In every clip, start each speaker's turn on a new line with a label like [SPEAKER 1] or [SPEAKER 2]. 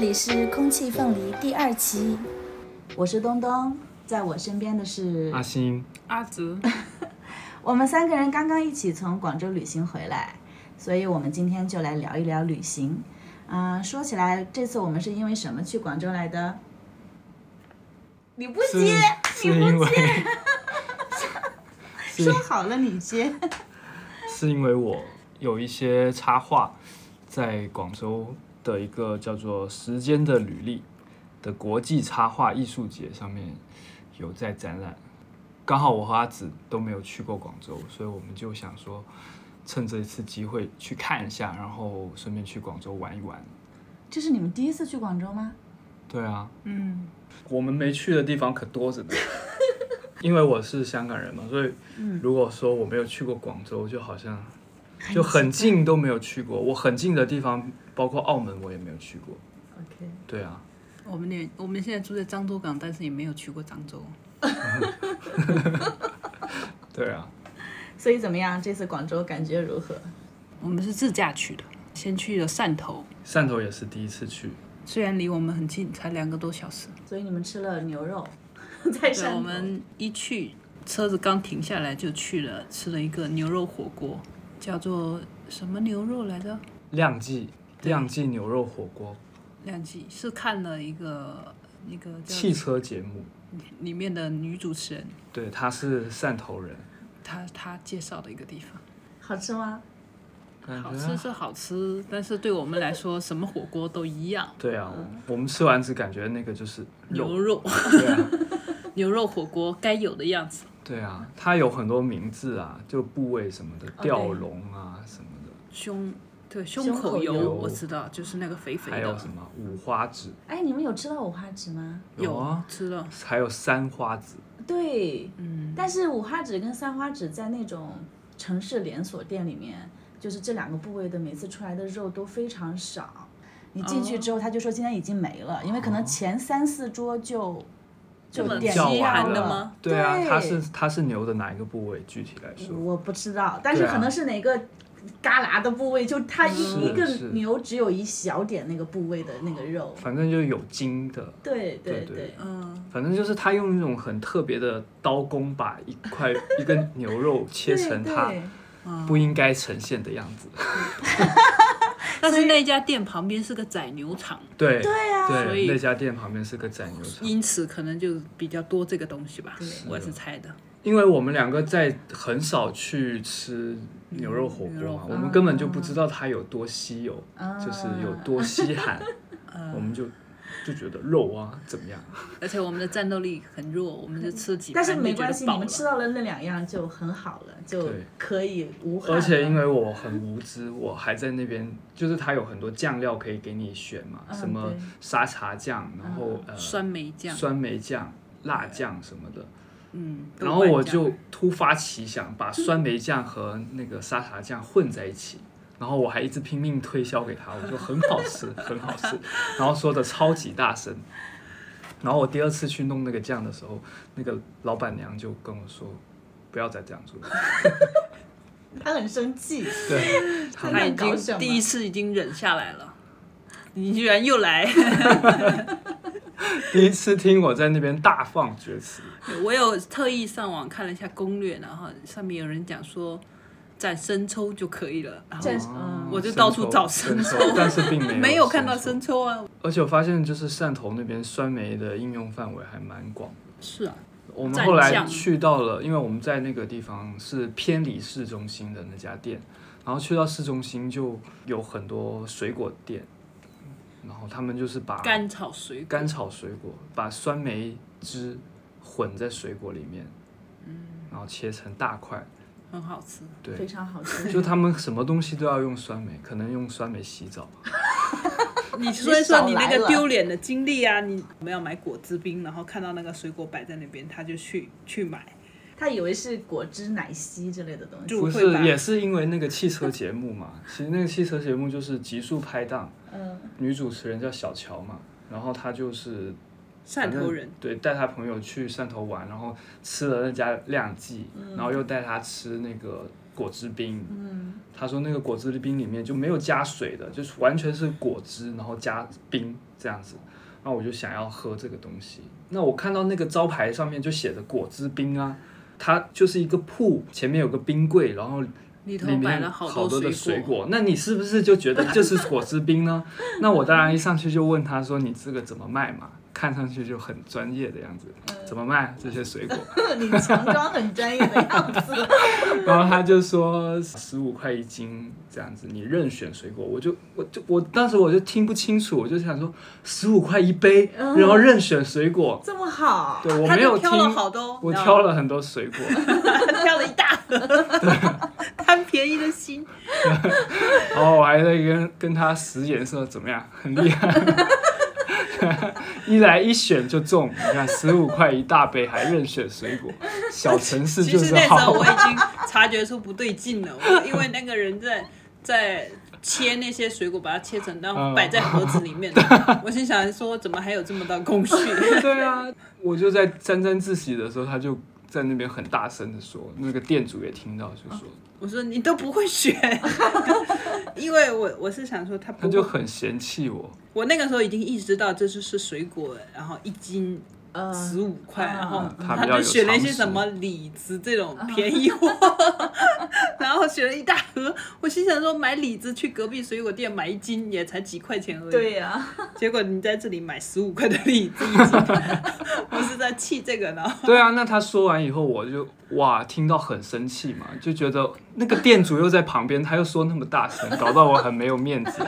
[SPEAKER 1] 里是《空气凤梨》第二期，
[SPEAKER 2] 我是东东，在我身边的是
[SPEAKER 3] 阿星，
[SPEAKER 4] 阿泽，
[SPEAKER 2] 我们三个人刚刚一起从广州旅行回来，所以我们今天就来聊一聊旅行。啊、说起来，这次我们是因为什么去广州来的？你不
[SPEAKER 3] 是
[SPEAKER 2] 接，
[SPEAKER 3] 是因为 是
[SPEAKER 2] 说好了你接。
[SPEAKER 3] 是因为我有一些插画在广州的一个叫做“时间的履历”的国际插画艺术节上面有在展览，刚好我和阿紫都没有去过广州，所以我们就想说趁这一次机会去看一下，然后顺便去广州玩一玩。
[SPEAKER 2] 这是你们第一次去广州吗？
[SPEAKER 3] 对啊，
[SPEAKER 4] 嗯，
[SPEAKER 3] 我们没去的地方可多着呢。因为我是香港人嘛，所以如果说我没有去过广州，就好像就很近都没有去过。我很近的地方，包括澳门，我也没有去过。
[SPEAKER 2] OK，
[SPEAKER 3] 对啊，
[SPEAKER 4] 我们也我们现在住在漳州港，但是也没有去过漳州。
[SPEAKER 3] 对啊，
[SPEAKER 2] 所以怎么样？这次广州感觉如何？
[SPEAKER 4] 我们是自驾去的，先去了汕头，
[SPEAKER 3] 汕头也是第一次去，
[SPEAKER 4] 虽然离我们很近，才两个多小时。
[SPEAKER 2] 所以你们吃了牛肉， 在
[SPEAKER 4] 对，
[SPEAKER 2] 山
[SPEAKER 4] 我们一去车子刚停下来就去了，吃了一个牛肉火锅，叫做什么牛肉来着？
[SPEAKER 3] 亮记亮记牛肉火锅
[SPEAKER 4] 两集是看了一个一个叫
[SPEAKER 3] 汽车节目，
[SPEAKER 4] 里面的女主持人，
[SPEAKER 3] 对，他是汕头人，
[SPEAKER 4] 她她介绍的一个地方。
[SPEAKER 2] 好吃吗？
[SPEAKER 3] 感
[SPEAKER 4] 好
[SPEAKER 3] 觉
[SPEAKER 4] 吃是好吃，但是对我们来说，什么火锅都一样。
[SPEAKER 3] 对啊，我我们吃完只感觉那个就是
[SPEAKER 4] 牛
[SPEAKER 3] 肉，
[SPEAKER 4] 肉，
[SPEAKER 3] 对啊。
[SPEAKER 4] 牛肉火锅该有的样子。
[SPEAKER 3] 对啊，它有很多名字啊，就部位什么的，
[SPEAKER 2] 对
[SPEAKER 3] 吊笼啊什么的，
[SPEAKER 4] 胸，对，
[SPEAKER 2] 胸
[SPEAKER 4] 胸
[SPEAKER 2] 口
[SPEAKER 4] 口油
[SPEAKER 3] 油
[SPEAKER 4] 我知道，就是那个肥肥
[SPEAKER 3] 还有什
[SPEAKER 4] 的，
[SPEAKER 3] 么五花趾，
[SPEAKER 2] 哎，你们有吃到五花趾吗？
[SPEAKER 3] 有啊，
[SPEAKER 4] 吃了，
[SPEAKER 3] 还有三花趾，
[SPEAKER 2] 对，
[SPEAKER 4] 嗯，
[SPEAKER 2] 但是五花趾跟三花趾在那种城市连锁店里面，就是这两个部位的每次出来的肉都非常少。你进去之后，他就说今天已经没了，因为可能前三四桌就就
[SPEAKER 4] 哦这么
[SPEAKER 2] 点
[SPEAKER 4] 叫
[SPEAKER 2] 掉
[SPEAKER 4] 完
[SPEAKER 2] 了
[SPEAKER 4] 的吗？
[SPEAKER 3] 对啊，
[SPEAKER 2] 对
[SPEAKER 3] 它是它是牛的哪一个部位？具体来说，
[SPEAKER 2] 我不知道，但是
[SPEAKER 3] 对啊
[SPEAKER 2] 可能是哪个旮旯的部位，就它一、
[SPEAKER 3] 是
[SPEAKER 2] 一个
[SPEAKER 3] 是
[SPEAKER 2] 牛只有一小点那个部位的那个肉。
[SPEAKER 3] 反正就是有筋的，
[SPEAKER 2] 对
[SPEAKER 3] 对
[SPEAKER 2] 对，
[SPEAKER 3] 对
[SPEAKER 4] 嗯，
[SPEAKER 3] 反正就是他用那种很特别的刀工把一块一根牛肉切成
[SPEAKER 2] 对
[SPEAKER 3] 它
[SPEAKER 2] 对
[SPEAKER 3] 不应该呈现的样子，
[SPEAKER 4] 但是那家店旁边是个宰牛场，
[SPEAKER 3] 对
[SPEAKER 2] 对啊
[SPEAKER 4] 所
[SPEAKER 3] 对，
[SPEAKER 4] 以
[SPEAKER 3] 那家店旁边是个宰牛场。
[SPEAKER 4] 因此可能就比较多这个东西吧
[SPEAKER 2] 对，
[SPEAKER 4] 我是猜的。
[SPEAKER 3] 因为我们两个在很少去吃牛肉火
[SPEAKER 4] 嗯牛
[SPEAKER 3] 锅
[SPEAKER 4] 肉
[SPEAKER 3] 嘛
[SPEAKER 4] 火，锅
[SPEAKER 3] 我们根本就不知道它有多稀有，
[SPEAKER 2] 啊
[SPEAKER 3] 就是有多稀罕，我们就就觉得肉啊怎么样？
[SPEAKER 4] 而且我们的战斗力很弱，我们就吃几
[SPEAKER 2] 但
[SPEAKER 4] 盘
[SPEAKER 2] 是
[SPEAKER 4] 就
[SPEAKER 2] 没
[SPEAKER 4] 觉得
[SPEAKER 2] 关系，
[SPEAKER 4] 饱
[SPEAKER 2] 你们
[SPEAKER 4] 了
[SPEAKER 2] 吃到了那两样就很好了，就
[SPEAKER 3] 对
[SPEAKER 2] 可以无憾了。
[SPEAKER 3] 而且因为我很无知，我还在那边，就是它有很多酱料可以给你选嘛，
[SPEAKER 2] 嗯
[SPEAKER 3] 什么
[SPEAKER 2] 对
[SPEAKER 3] 沙茶酱，然后呃
[SPEAKER 4] 酸梅酱，
[SPEAKER 3] 酸梅酱、辣酱什么的，
[SPEAKER 4] 嗯，豆
[SPEAKER 3] 然后我
[SPEAKER 4] 瓣酱
[SPEAKER 3] 就突发奇想，把酸梅酱和那个沙茶酱混在一起，然后我还一直拼命推销给他，我说很好吃，很好吃，然后说的超级大声。然后我第二次去弄那个酱的时候，那个老板娘就跟我说，不要再这样做了。
[SPEAKER 2] 他很生气。
[SPEAKER 3] 对，
[SPEAKER 2] 他
[SPEAKER 4] 他
[SPEAKER 2] 在
[SPEAKER 4] 已
[SPEAKER 2] 搞什么
[SPEAKER 4] 经第一次已经忍下来了，你居然又来，
[SPEAKER 3] 第一次听我在那边大放厥词，
[SPEAKER 4] 我有特意上网看了一下攻略，然后上面有人讲说蘸生抽就可以了，然后
[SPEAKER 2] 蘸
[SPEAKER 3] 啊
[SPEAKER 2] 嗯
[SPEAKER 4] 我就到处找
[SPEAKER 3] 生
[SPEAKER 4] 生
[SPEAKER 3] 抽，但是 并没有
[SPEAKER 4] 没有看到
[SPEAKER 3] 生
[SPEAKER 4] 生
[SPEAKER 3] 抽。
[SPEAKER 4] 抽啊，
[SPEAKER 3] 而且我发现，就是汕头那边酸梅的应用范围还蛮广的。
[SPEAKER 4] 是啊，
[SPEAKER 3] 我们
[SPEAKER 4] 蘸
[SPEAKER 3] 后来
[SPEAKER 4] 酱
[SPEAKER 3] 去到了，因为我们在那个地方是偏离市中心的那家店，然后去到市中心就有很多水果店，然后他们就是把
[SPEAKER 4] 甘草水果
[SPEAKER 3] 甘草水果，把酸梅汁混在水果里面，然后切成大块，
[SPEAKER 4] 很好吃，
[SPEAKER 2] 非
[SPEAKER 3] 对，
[SPEAKER 2] 常好吃。
[SPEAKER 3] 就他们什么东西都要用酸梅，可能用酸梅洗澡吧，
[SPEAKER 4] 你说一说你那
[SPEAKER 2] 少来了
[SPEAKER 4] 个丢脸的经历啊，你我们要买果汁冰，然后看到那个水果摆在那边，他就去去买，
[SPEAKER 2] 他以为是果汁、奶昔之类的东西。
[SPEAKER 4] 就
[SPEAKER 3] 不
[SPEAKER 4] 会
[SPEAKER 3] 是
[SPEAKER 4] 把
[SPEAKER 3] 也是因为那个汽车节目嘛，其实那个汽车节目就是极速拍档。
[SPEAKER 2] 嗯，
[SPEAKER 3] 女主持人叫小乔嘛，然后她就是
[SPEAKER 4] 汕头人，
[SPEAKER 3] 对，带他朋友去汕头玩，然后吃了那家亮记，
[SPEAKER 4] 嗯
[SPEAKER 3] 然后又带他吃那个果汁冰。嗯，他说那个果汁冰里面就没有加水的，就是完全是果汁，然后加冰这样子。那我就想要喝这个东西。那我看到那个招牌上面就写着果汁冰啊，它就是一个铺，前面有个冰柜，然后
[SPEAKER 4] 里头
[SPEAKER 3] 里
[SPEAKER 4] 摆
[SPEAKER 3] 面
[SPEAKER 4] 了
[SPEAKER 3] 好
[SPEAKER 4] 多
[SPEAKER 3] 的水
[SPEAKER 4] 果，
[SPEAKER 3] 果，那你是不是就觉 得这是果汁冰呢？ 那我当然一上去就问他说：“你这个怎么卖嘛？”看上去就很专业的样子，
[SPEAKER 4] 嗯
[SPEAKER 3] 怎么卖这些水果？
[SPEAKER 2] 你强装很专业的 样子。
[SPEAKER 3] 然后他就说十五块一斤这样子，你任选水果。我就我就我当时我就听不清楚，我就想说十五块一杯，
[SPEAKER 2] 嗯
[SPEAKER 3] 然后任选水果。
[SPEAKER 2] 这么好，
[SPEAKER 3] 对我
[SPEAKER 4] 他
[SPEAKER 3] 没有听
[SPEAKER 4] 就挑，了好多，
[SPEAKER 3] 我
[SPEAKER 4] 你知
[SPEAKER 3] 挑
[SPEAKER 4] 道吗，
[SPEAKER 3] 了很多水果。
[SPEAKER 4] 挑了一 大盒，贪便宜的心。
[SPEAKER 3] 然后我还在跟跟他使眼色，怎么样？很厉害。 一来一选就中，你看十五块一大杯，还任选水果，小城市
[SPEAKER 4] 其
[SPEAKER 3] 就
[SPEAKER 4] 实
[SPEAKER 3] 是
[SPEAKER 4] 那时候
[SPEAKER 3] 好。
[SPEAKER 4] 我已经察觉出不对劲了，我因为那个人在在切那些水果，把它切成，然后
[SPEAKER 3] 嗯
[SPEAKER 4] 摆在盒子里面。我心想说，怎么还有这么道工序？
[SPEAKER 3] 对啊，我就在沾沾自喜的时候，他就在那边很大声的说，那个店主也听到，就说
[SPEAKER 4] 我说你都不会选，因为我我是想说
[SPEAKER 3] 他
[SPEAKER 4] 他不
[SPEAKER 3] 就
[SPEAKER 4] 会。
[SPEAKER 3] 很嫌弃我。
[SPEAKER 4] 我那个时候已经意识到这就是水果，然后一斤
[SPEAKER 2] 呃，
[SPEAKER 4] 十五块，
[SPEAKER 2] 嗯
[SPEAKER 4] 然后
[SPEAKER 3] 嗯他
[SPEAKER 4] 他
[SPEAKER 3] 比较
[SPEAKER 4] 就
[SPEAKER 3] 有
[SPEAKER 4] 选了一些
[SPEAKER 3] 常识
[SPEAKER 4] 什么李子这种便宜货， 然后选了一大盒。我心想说，买李子去隔壁水果店买一斤也才几块钱而已。
[SPEAKER 2] 对呀、
[SPEAKER 4] 结果你在这里买十五块的栗子一斤，我是在气这个 呢。
[SPEAKER 3] 对啊，那他说完以后，我就哇，听到很生气嘛，就觉得那个店主又在旁边，他又说那么大声，搞到我很没有面 子。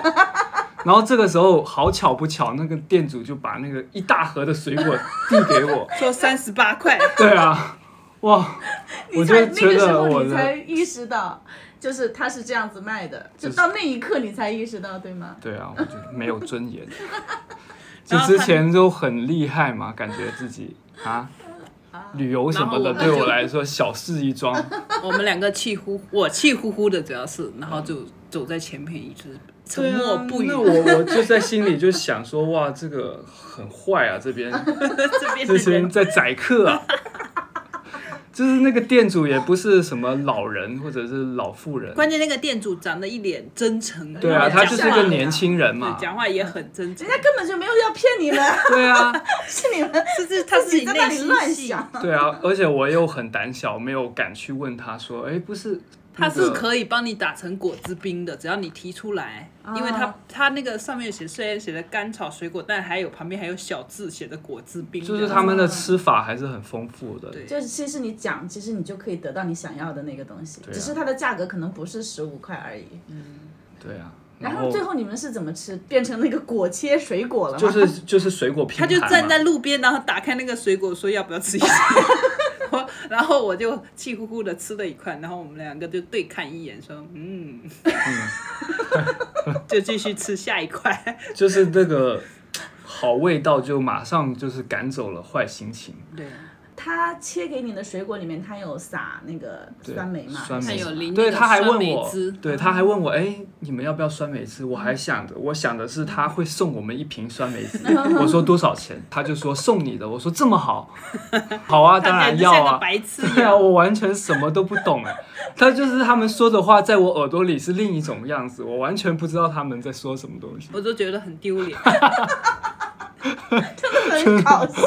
[SPEAKER 3] 然后这个时候，好巧不巧，那个店主就把那个一大盒的水果递给我。
[SPEAKER 4] 说三十八块，
[SPEAKER 3] 对啊，哇，我
[SPEAKER 2] 你
[SPEAKER 3] 就
[SPEAKER 2] 才那
[SPEAKER 3] 觉
[SPEAKER 2] 个时
[SPEAKER 3] 得我
[SPEAKER 2] 候你才
[SPEAKER 3] 的
[SPEAKER 2] 意识到，就是他是这样子卖的，就
[SPEAKER 3] 就是
[SPEAKER 2] 到那一刻你才意识到，对吗？
[SPEAKER 3] 对啊，我就没有尊严。就
[SPEAKER 4] 然后他
[SPEAKER 3] 之前都很厉害嘛，感觉自己啊，旅游什么的
[SPEAKER 4] 然后我们就
[SPEAKER 3] 对我来说小事一桩。
[SPEAKER 4] 我们两个气呼，我气呼呼的主要是，然后就走在前面，一直沉默不语。
[SPEAKER 3] 对啊、那我我就在心里就想说，哇，这个很坏啊，这边
[SPEAKER 4] 这边的
[SPEAKER 3] 这些人
[SPEAKER 4] 人，
[SPEAKER 3] 在宰客啊。就是那个店主也不是什么老人或者是老妇人，
[SPEAKER 4] 关键那个店主长得一脸真诚，
[SPEAKER 3] 对啊，
[SPEAKER 4] 然后
[SPEAKER 3] 他就是
[SPEAKER 4] 讲话
[SPEAKER 3] 个年轻人嘛
[SPEAKER 4] 对，讲话也很真诚
[SPEAKER 2] 人，家根本就没有要骗你们，
[SPEAKER 3] 对啊，
[SPEAKER 2] 是你们
[SPEAKER 4] 是是他
[SPEAKER 2] 自己在那
[SPEAKER 4] 内
[SPEAKER 2] 里
[SPEAKER 4] 心
[SPEAKER 2] 乱
[SPEAKER 4] 戏，
[SPEAKER 2] 想。
[SPEAKER 3] 对啊，而且我又很胆小，没有敢去问他说，哎，不是、
[SPEAKER 4] 他
[SPEAKER 3] 那
[SPEAKER 4] 是
[SPEAKER 3] 个，
[SPEAKER 4] 可以帮你打成果汁冰的，只要你提出来，
[SPEAKER 2] 啊
[SPEAKER 4] 因为他他那个上面写虽然写的甘草水果，但还有旁边还有小字写的果汁冰，
[SPEAKER 3] 就是他们的吃法还是很丰富的，
[SPEAKER 4] 嗯对
[SPEAKER 2] 就是其实你讲，其实你就可以得到你想要的那个东西，
[SPEAKER 3] 对啊
[SPEAKER 2] 只是它的价格可能不是十五块而已。
[SPEAKER 3] 对啊，
[SPEAKER 2] 然后最后你们是怎么吃？变成那个果切水果了吗？
[SPEAKER 3] 就是 就是水果拼
[SPEAKER 4] 他
[SPEAKER 3] 盘
[SPEAKER 4] 就
[SPEAKER 3] 嘛
[SPEAKER 4] 站在路边，然后打开那个水果，说要不要吃一些。 我 然后我就气呼呼的吃了一块，然后我们两个就对看一眼，说嗯， 就继续吃下一块。
[SPEAKER 3] 就是那个好味道就马上就是赶走了坏心情。
[SPEAKER 4] 对，
[SPEAKER 2] 他切给你的水果里面，他有撒那个
[SPEAKER 3] 对
[SPEAKER 2] 酸梅嘛？
[SPEAKER 3] 酸梅
[SPEAKER 4] 还有淋那
[SPEAKER 3] 对，
[SPEAKER 4] 个
[SPEAKER 3] 他还
[SPEAKER 4] 酸
[SPEAKER 3] 问
[SPEAKER 4] 梅
[SPEAKER 3] 我
[SPEAKER 4] 汁，嗯
[SPEAKER 3] 对，他还问我，哎，你们要不要酸梅汁？我还想着，我想的是他会送我们一瓶酸 梅汁，我说多少钱？他就说送你的，我说这么 好，好啊，当
[SPEAKER 4] 看
[SPEAKER 3] 然
[SPEAKER 4] 起来就
[SPEAKER 3] 要
[SPEAKER 4] 像个
[SPEAKER 3] 啊。
[SPEAKER 4] 白痴一
[SPEAKER 3] 对啊，
[SPEAKER 4] 样。
[SPEAKER 3] 我完全什么都不懂哎，他就是他们说的话，在我耳朵里是另一种样子，我完全不知道他们在说什么东西。
[SPEAKER 4] 我都觉得很丢脸。
[SPEAKER 2] 很搞笑。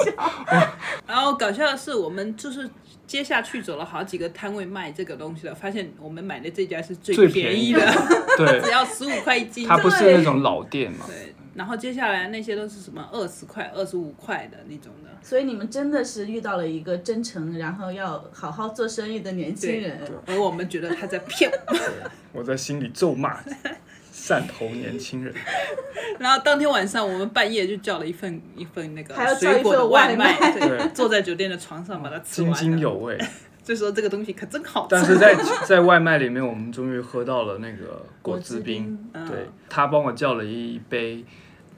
[SPEAKER 4] 然后搞笑的是，我们就是接下去走了好几个摊位卖这个东西了，发现我们买的这家是最
[SPEAKER 3] 最
[SPEAKER 4] 便
[SPEAKER 3] 便
[SPEAKER 4] 宜
[SPEAKER 3] 宜
[SPEAKER 4] 的，
[SPEAKER 3] 对
[SPEAKER 4] 只，要十五块一斤。
[SPEAKER 3] 他不是
[SPEAKER 2] 对
[SPEAKER 3] 那种老店嘛，
[SPEAKER 4] 对，然后接下来那些都是什么二十块、二十五块的那种的。
[SPEAKER 2] 所以你们真的是遇到了一个真诚，然后要好好做生意的年轻人。
[SPEAKER 4] 而我们觉得他在骗 我们。
[SPEAKER 3] 我在心里咒 骂汕头年轻人。
[SPEAKER 4] 然后当天晚上，我们半夜就叫了一份一份那个
[SPEAKER 2] 还要叫
[SPEAKER 4] 水果的
[SPEAKER 2] 一份外
[SPEAKER 4] 卖，
[SPEAKER 2] 卖
[SPEAKER 4] 对，
[SPEAKER 3] 对
[SPEAKER 4] 坐在酒店的床上把它吃完
[SPEAKER 3] 津
[SPEAKER 4] 了，
[SPEAKER 3] 津有味。
[SPEAKER 4] 就说这个东西可真好吃。
[SPEAKER 3] 但 是在在外卖里面，我们终于喝到了那个果汁冰。
[SPEAKER 4] 嗯
[SPEAKER 3] 对他帮我叫了一杯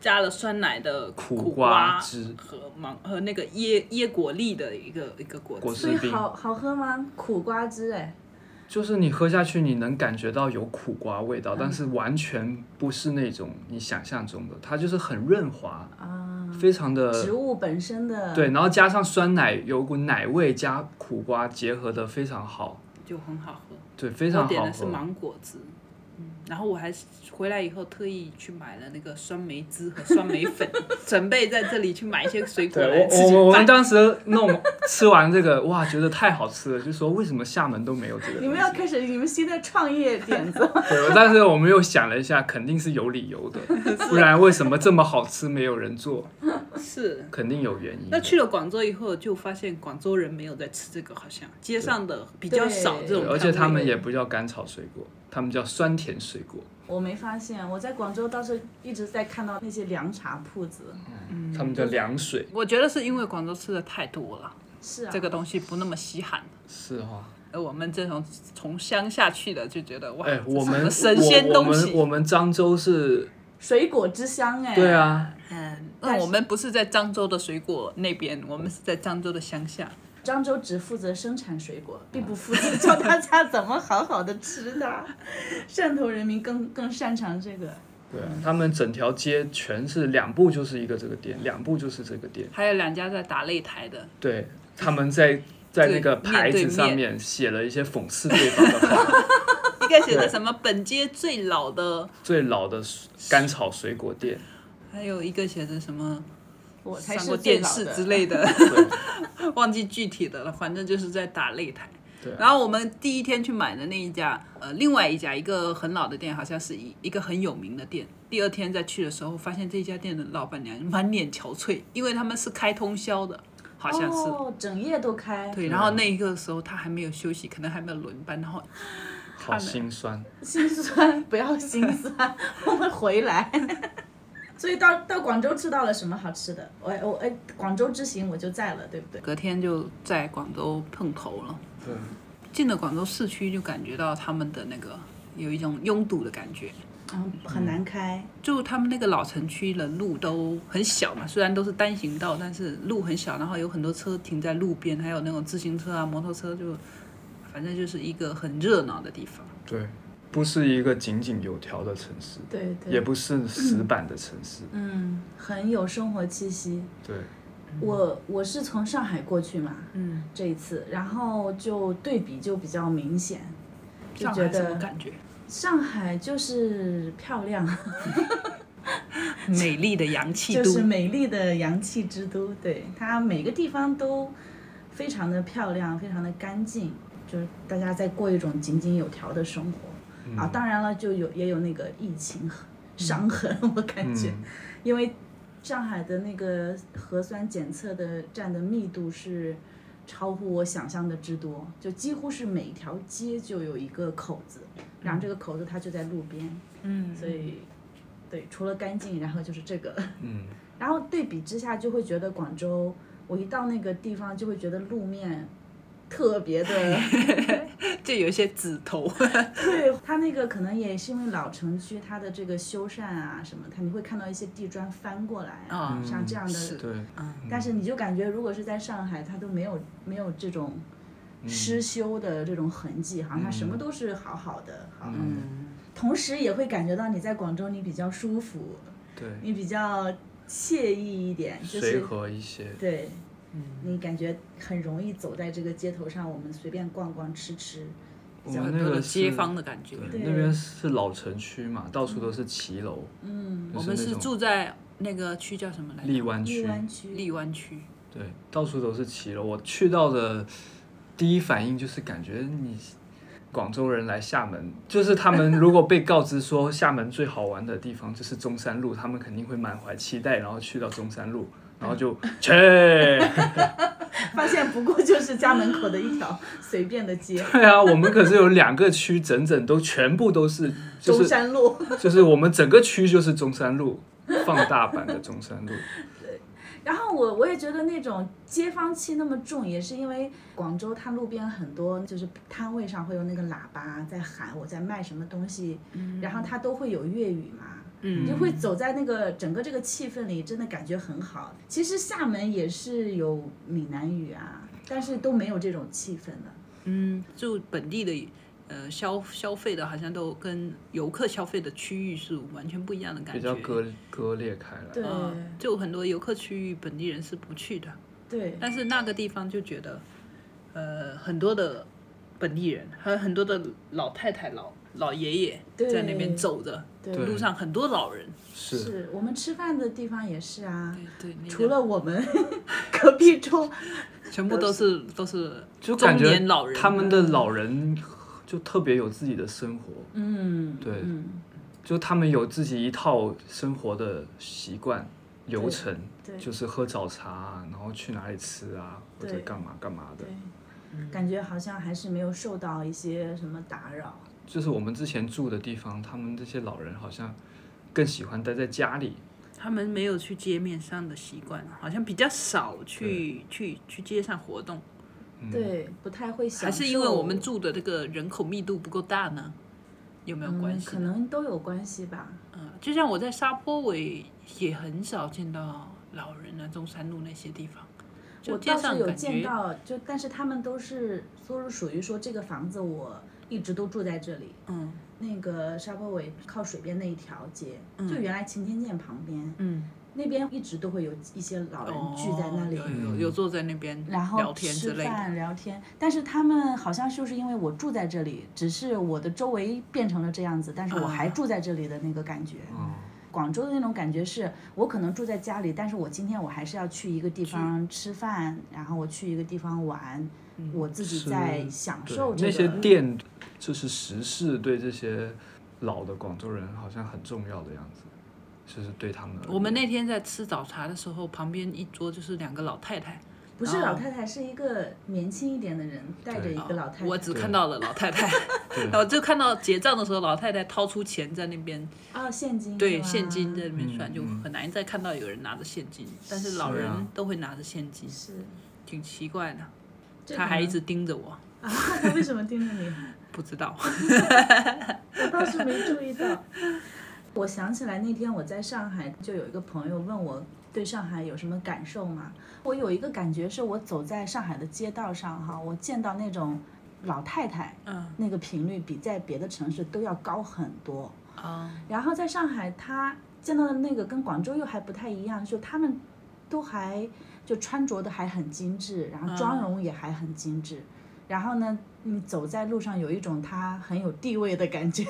[SPEAKER 4] 加了酸奶的
[SPEAKER 3] 苦
[SPEAKER 4] 瓜
[SPEAKER 3] 瓜汁
[SPEAKER 4] 和芒和那个椰椰果粒的一个一个果
[SPEAKER 3] 果
[SPEAKER 4] 汁。
[SPEAKER 2] 所
[SPEAKER 3] 汁
[SPEAKER 2] 以
[SPEAKER 3] 冰，
[SPEAKER 2] 好好喝吗？苦瓜汁哎，
[SPEAKER 3] 就是你喝下去，你能感觉到有苦瓜味
[SPEAKER 4] 嗯
[SPEAKER 3] 道，但是完全不是那种你想象中的，它就是很润滑，
[SPEAKER 2] 啊，
[SPEAKER 3] 非常的
[SPEAKER 2] 植物本身的
[SPEAKER 3] 对，然后加上酸奶，有股奶味加苦瓜结合的非常好，
[SPEAKER 4] 就很好喝。
[SPEAKER 3] 对，非
[SPEAKER 4] 我
[SPEAKER 3] 常
[SPEAKER 4] 点
[SPEAKER 3] 好
[SPEAKER 4] 的是
[SPEAKER 3] 喝。
[SPEAKER 4] 芒果汁，嗯，然后我还是回来以后特意去买了那个酸梅汁和酸 梅粉，准备在这里去买一些水果
[SPEAKER 3] 对
[SPEAKER 4] 来自
[SPEAKER 3] 我
[SPEAKER 4] 己
[SPEAKER 3] 我我们
[SPEAKER 4] 拌。
[SPEAKER 3] 当时弄吃完这个，哇，觉得太好吃了，就说为什么厦门都没有这个？
[SPEAKER 2] 你们要开始你们新的创业点子，
[SPEAKER 3] 对，但是我们又想了一下，肯定是有理由的，不然为什么这么好吃没有人做？
[SPEAKER 4] 是。
[SPEAKER 3] 肯定有原因
[SPEAKER 4] 那。去了广州以后，就发现广州人没有在吃这个，好像街上的比较少这
[SPEAKER 3] 对
[SPEAKER 4] 种。
[SPEAKER 3] 而且他们也不叫甘草水果，他们叫酸甜水果，
[SPEAKER 2] 我没发现，我在广州倒是一直在看到那些凉茶铺子，
[SPEAKER 4] 嗯
[SPEAKER 3] 他们叫凉水。
[SPEAKER 4] 我觉得是因为广州吃的太多了，
[SPEAKER 2] 是啊，
[SPEAKER 4] 这个东西不那么稀罕。
[SPEAKER 3] 是哦哈、
[SPEAKER 4] 而我们这种从乡下去的，就觉得哇，
[SPEAKER 3] 哎，我
[SPEAKER 4] 这
[SPEAKER 3] 们
[SPEAKER 4] 是什么神仙
[SPEAKER 3] 我我
[SPEAKER 4] 东西
[SPEAKER 3] 们我们漳州是，
[SPEAKER 2] 水果之乡哎，
[SPEAKER 3] 对，啊，
[SPEAKER 4] 嗯，
[SPEAKER 2] 但
[SPEAKER 4] 那
[SPEAKER 2] 是
[SPEAKER 4] 我们不是在漳州的水果那边，我们是在漳州的乡下。
[SPEAKER 2] 漳州只负责生产水果，并不负责教大家怎么好好的吃它。 汕头人民更更擅长这个，
[SPEAKER 3] 对啊，他们整条街全是两步就是一个这个店，两步就是这个店，
[SPEAKER 4] 还有两家在打擂台的，
[SPEAKER 3] 对，他们在。在那个
[SPEAKER 4] 对面
[SPEAKER 3] 牌
[SPEAKER 4] 对
[SPEAKER 3] 子上
[SPEAKER 4] 面
[SPEAKER 3] 面写了一些讽刺对方的话，
[SPEAKER 4] 应该写的什么本街最老的，
[SPEAKER 3] 最老的甘草水果店，
[SPEAKER 4] 还有一个写着什么
[SPEAKER 2] 我才
[SPEAKER 4] 上
[SPEAKER 2] 是
[SPEAKER 4] 过
[SPEAKER 2] 最
[SPEAKER 4] 电
[SPEAKER 2] 老
[SPEAKER 4] 视
[SPEAKER 2] 的
[SPEAKER 4] 之。类的，
[SPEAKER 3] 对
[SPEAKER 4] 忘记具体的了，反正就是在打擂台。
[SPEAKER 3] 对啊
[SPEAKER 4] 然后我们第一天去买的那一家，呃，另外一家一个很老的店，好像是一一个很有名的店。第二天再去的时候，发现这家店的老板娘满脸憔悴，因为他们是开通宵的，好像是。
[SPEAKER 2] 哦，整夜都开，
[SPEAKER 4] 对，
[SPEAKER 3] 对
[SPEAKER 4] 然
[SPEAKER 3] 啊
[SPEAKER 4] 后那一个时候他还没有休息，可能还没有轮班，然后
[SPEAKER 3] 好心酸。
[SPEAKER 2] 心酸不要心酸，我们回来。 所以到到广州吃到了什么好吃的？我我哎，广州之行我就在了，对不对？
[SPEAKER 4] 隔天就在广州碰头了。
[SPEAKER 3] 对，
[SPEAKER 4] 进了广州市区，就感觉到他们的那个有一种拥堵的感觉。
[SPEAKER 2] 嗯，很难开，
[SPEAKER 4] 就他们那个老城区的路都很小嘛，虽然都是单行道，但是路很小，然后有很多车停在路边，还有那种自行车啊、摩托车就，反正就是一个很热闹的地方。
[SPEAKER 3] 对，不是一个井井有条的城市，
[SPEAKER 2] 对对，
[SPEAKER 3] 也不是死板的城市。
[SPEAKER 2] 嗯，很有生活气息。
[SPEAKER 3] 对，
[SPEAKER 2] 我我是从上海过去嘛，
[SPEAKER 4] 嗯，
[SPEAKER 2] 这一次，然后就对比就比较明显，就
[SPEAKER 4] 上
[SPEAKER 2] 觉
[SPEAKER 4] 海什
[SPEAKER 2] 得
[SPEAKER 4] 么感觉？
[SPEAKER 2] 上海就是漂亮，
[SPEAKER 4] 美丽的洋气
[SPEAKER 2] 就
[SPEAKER 4] 都，
[SPEAKER 2] 是美丽的洋气之都。对，它每个地方都非常的漂亮，非常的干净，就是大家在过一种井井有条的生活、
[SPEAKER 4] 嗯
[SPEAKER 2] 啊。当然了，就有也有那个疫情伤痕，我
[SPEAKER 4] 哎
[SPEAKER 2] 感觉，
[SPEAKER 3] 嗯，
[SPEAKER 2] 因为上海的那个核酸检测的站的密度是超乎我想象的之多，就几乎是每条街就有一个口子，然后这个口子它就在路边，
[SPEAKER 4] 嗯，
[SPEAKER 2] 所以对，除了干净，然后就是这个，
[SPEAKER 3] 嗯，
[SPEAKER 2] 然后对比之下就会觉得广州，我一到那个地方就会觉得路面特别的。
[SPEAKER 4] 就有一些指头。
[SPEAKER 2] 对，它那个可能也是因为老城区它的这个修缮啊什么，它你会看到一些地砖翻过来啊，
[SPEAKER 4] 啊
[SPEAKER 2] 像这样的
[SPEAKER 4] 嗯是
[SPEAKER 3] 对，
[SPEAKER 2] 但是你就感觉，如果是在上海，它都没有没有这种
[SPEAKER 4] 嗯
[SPEAKER 3] 嗯
[SPEAKER 2] 失修的这种痕迹，好像它什么都是好好的。好
[SPEAKER 4] 嗯，
[SPEAKER 2] 同时也会感觉到你在广州，你比较舒服，
[SPEAKER 3] 嗯对，
[SPEAKER 2] 你比较惬意一点，就
[SPEAKER 3] 随
[SPEAKER 2] 是
[SPEAKER 3] 和一些。
[SPEAKER 2] 对，你感觉很容易走在这个街头上，我们随便逛逛吃吃。
[SPEAKER 3] 我
[SPEAKER 4] 有
[SPEAKER 3] 们
[SPEAKER 4] 很
[SPEAKER 3] 那
[SPEAKER 4] 多
[SPEAKER 3] 个
[SPEAKER 4] 的街
[SPEAKER 3] 是
[SPEAKER 4] 坊的感觉。
[SPEAKER 2] 对
[SPEAKER 3] 对，那边是老城区嘛，到处都是骑楼。嗯，
[SPEAKER 4] 我们
[SPEAKER 3] 那
[SPEAKER 4] 是
[SPEAKER 3] 种
[SPEAKER 4] 住在那个区叫什么来着？
[SPEAKER 3] 荔湾
[SPEAKER 2] 荔
[SPEAKER 3] 区，
[SPEAKER 2] 湾区，
[SPEAKER 4] 荔湾区。
[SPEAKER 3] 对，到处都是骑楼。我去到的第一反应就是感觉你。广州人来厦门，就是他们如果被告知说厦门最好玩的地方就是中山路，他们肯定会满怀期待，然后去到中山路，然后 就切，
[SPEAKER 2] 发现不过就是家门口的一条
[SPEAKER 3] 嗯
[SPEAKER 2] 随便的街，
[SPEAKER 3] 对啊，我们可是有两个区，整整都全部都是，就
[SPEAKER 2] 中
[SPEAKER 3] 是
[SPEAKER 2] 山路。
[SPEAKER 3] 就是我们整个区就是中山路，放大版的中山路。
[SPEAKER 2] 然后我我也觉得那种街坊气那么重，也是因为广州它路边很多就是摊位上会有那个喇叭在喊我在卖什么东西，然后它都会有粤语嘛。你就会走在那个整个这个气氛里，真的感觉很好。其实厦门也是有闽南语啊，但是都没有这种气氛的。
[SPEAKER 4] 嗯，就本地的呃消消费的，好像都跟游客消费的区域是完全不一样的感觉。
[SPEAKER 3] 比较割割裂开来。
[SPEAKER 2] 对
[SPEAKER 4] 嗯，就很多游客区域本地人是不去的，
[SPEAKER 2] 对，
[SPEAKER 4] 但是那个地方就觉得，呃，很多的本地人，还有很多的老太太、老老爷爷
[SPEAKER 2] 对
[SPEAKER 4] 在那边走着，
[SPEAKER 2] 对
[SPEAKER 4] 路上很多老人。
[SPEAKER 3] 是
[SPEAKER 2] 是我们吃饭的地方也是啊，
[SPEAKER 4] 对对，
[SPEAKER 2] 除了我们 隔壁桌，
[SPEAKER 4] 全部都是都是
[SPEAKER 3] 就
[SPEAKER 4] 中
[SPEAKER 3] 感觉
[SPEAKER 4] 年老人，
[SPEAKER 3] 他们的老人就特别有自己的生活，
[SPEAKER 2] 嗯，
[SPEAKER 3] 对
[SPEAKER 2] 嗯，
[SPEAKER 3] 就他们有自己一套生活的习惯流程，
[SPEAKER 2] 对
[SPEAKER 3] 就是喝早茶啊，然后去哪里吃啊，或
[SPEAKER 2] 对
[SPEAKER 3] 者干嘛干嘛的
[SPEAKER 2] 对。，感觉好像还是没有受到一些什么打扰，
[SPEAKER 3] 就是我们之前住的地方，他们这些老人好像更喜欢待在家里，
[SPEAKER 4] 他们没有去街面上的习惯，好像比较少去去去街上活动，
[SPEAKER 2] 对，不太会享
[SPEAKER 4] 还
[SPEAKER 2] 受，
[SPEAKER 4] 是因为我们住的这个人口密度不够大呢？有没有
[SPEAKER 2] 嗯
[SPEAKER 4] 关系呢？
[SPEAKER 2] 可能都有关系吧，
[SPEAKER 4] 嗯，就像我在沙坡尾也很少见到老人啊，中山路那些地方，就
[SPEAKER 2] 我
[SPEAKER 4] 街
[SPEAKER 2] 倒
[SPEAKER 4] 上
[SPEAKER 2] 是有
[SPEAKER 4] 感
[SPEAKER 2] 见
[SPEAKER 4] 觉
[SPEAKER 2] 到，就但是他们都是都是属于说这个房子我一直都住在这里。
[SPEAKER 4] 嗯
[SPEAKER 2] 那个沙坡尾靠水边那一条街，就原来擎天涧旁边
[SPEAKER 4] 嗯，
[SPEAKER 2] 那边一直都会有一些老人聚在那里，
[SPEAKER 3] 嗯
[SPEAKER 4] 哦有有有坐在那边
[SPEAKER 2] 然
[SPEAKER 4] 聊
[SPEAKER 2] 后
[SPEAKER 4] 天之
[SPEAKER 2] 吃
[SPEAKER 4] 类的，
[SPEAKER 2] 饭聊天。但是他们好像就是因为我住在这里，只是我的周围变成了这样子，但是我还
[SPEAKER 4] 啊
[SPEAKER 2] 住在这里的那个感觉。
[SPEAKER 3] 嗯，
[SPEAKER 2] 广州的那种感觉是，我可能住在家里，但是我今天我还是要去一个地方吃饭，然后我去一个地方玩，
[SPEAKER 4] 嗯
[SPEAKER 2] 我自己
[SPEAKER 3] 是
[SPEAKER 2] 在享
[SPEAKER 3] 对
[SPEAKER 2] 受这个。
[SPEAKER 3] 那些店就是时事对这些老的广州人好像很重要的样子，就是对他们而言。
[SPEAKER 4] 我们那天在吃早茶的时候，旁边一桌就是两个老太太，
[SPEAKER 2] 不是老
[SPEAKER 4] 哦
[SPEAKER 2] 太太，是一个年轻一点的人带着一个老太太。
[SPEAKER 4] 啊我只
[SPEAKER 3] 对
[SPEAKER 4] 看到了老太太， 然后就看到结账的时候，老太太掏出钱在那边，
[SPEAKER 2] 哦，现金是
[SPEAKER 4] 对，
[SPEAKER 2] 吧
[SPEAKER 4] 现金在那边算，
[SPEAKER 3] 嗯
[SPEAKER 4] 就
[SPEAKER 3] 嗯
[SPEAKER 4] 很难再看到有人拿着现金，但是老
[SPEAKER 3] 是啊
[SPEAKER 4] 人都会拿着现金，
[SPEAKER 2] 是，
[SPEAKER 4] 挺奇怪的。
[SPEAKER 2] 这
[SPEAKER 4] 他
[SPEAKER 2] 可
[SPEAKER 4] 还一
[SPEAKER 2] 能
[SPEAKER 4] 直盯着我，
[SPEAKER 2] 啊， 他为什么盯着你？
[SPEAKER 4] 不知道。
[SPEAKER 2] 我倒是没注意到。我想起来那天我在上海，就有一个朋友问我对上海有什么感受嘛。我有一个感觉是我走在上海的街道上哈，我见到那种老太太，
[SPEAKER 4] 嗯
[SPEAKER 2] 那个频率比在别的城市都要高很多。
[SPEAKER 4] 啊，
[SPEAKER 2] 然后在上海，她见到的那个跟广州又还不太一样，就他们都还就穿着的还很精致，然后妆容也还很精致。然后呢，你走在路上有一种她很有地位的感觉。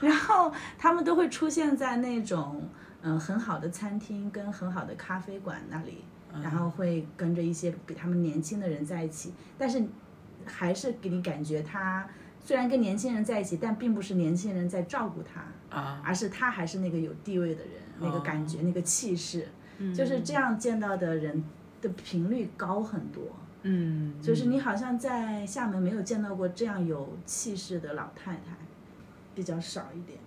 [SPEAKER 2] 然后他们都会出现在那种嗯、呃很好的餐厅跟很好的咖啡馆那里，然后会跟着一些比他们年轻的人在一起，但是还是给你感觉他虽然跟年轻人在一起，但并不是年轻人在照顾他，
[SPEAKER 4] 啊，哦
[SPEAKER 2] 而是他还是那个有地位的人，那个感觉、那个气势，
[SPEAKER 4] 嗯
[SPEAKER 2] 就是这样见到的人的频率高很多。
[SPEAKER 4] 嗯，
[SPEAKER 2] 就是你好像在厦门没有见到过这样有气势的老太太，比较少一点。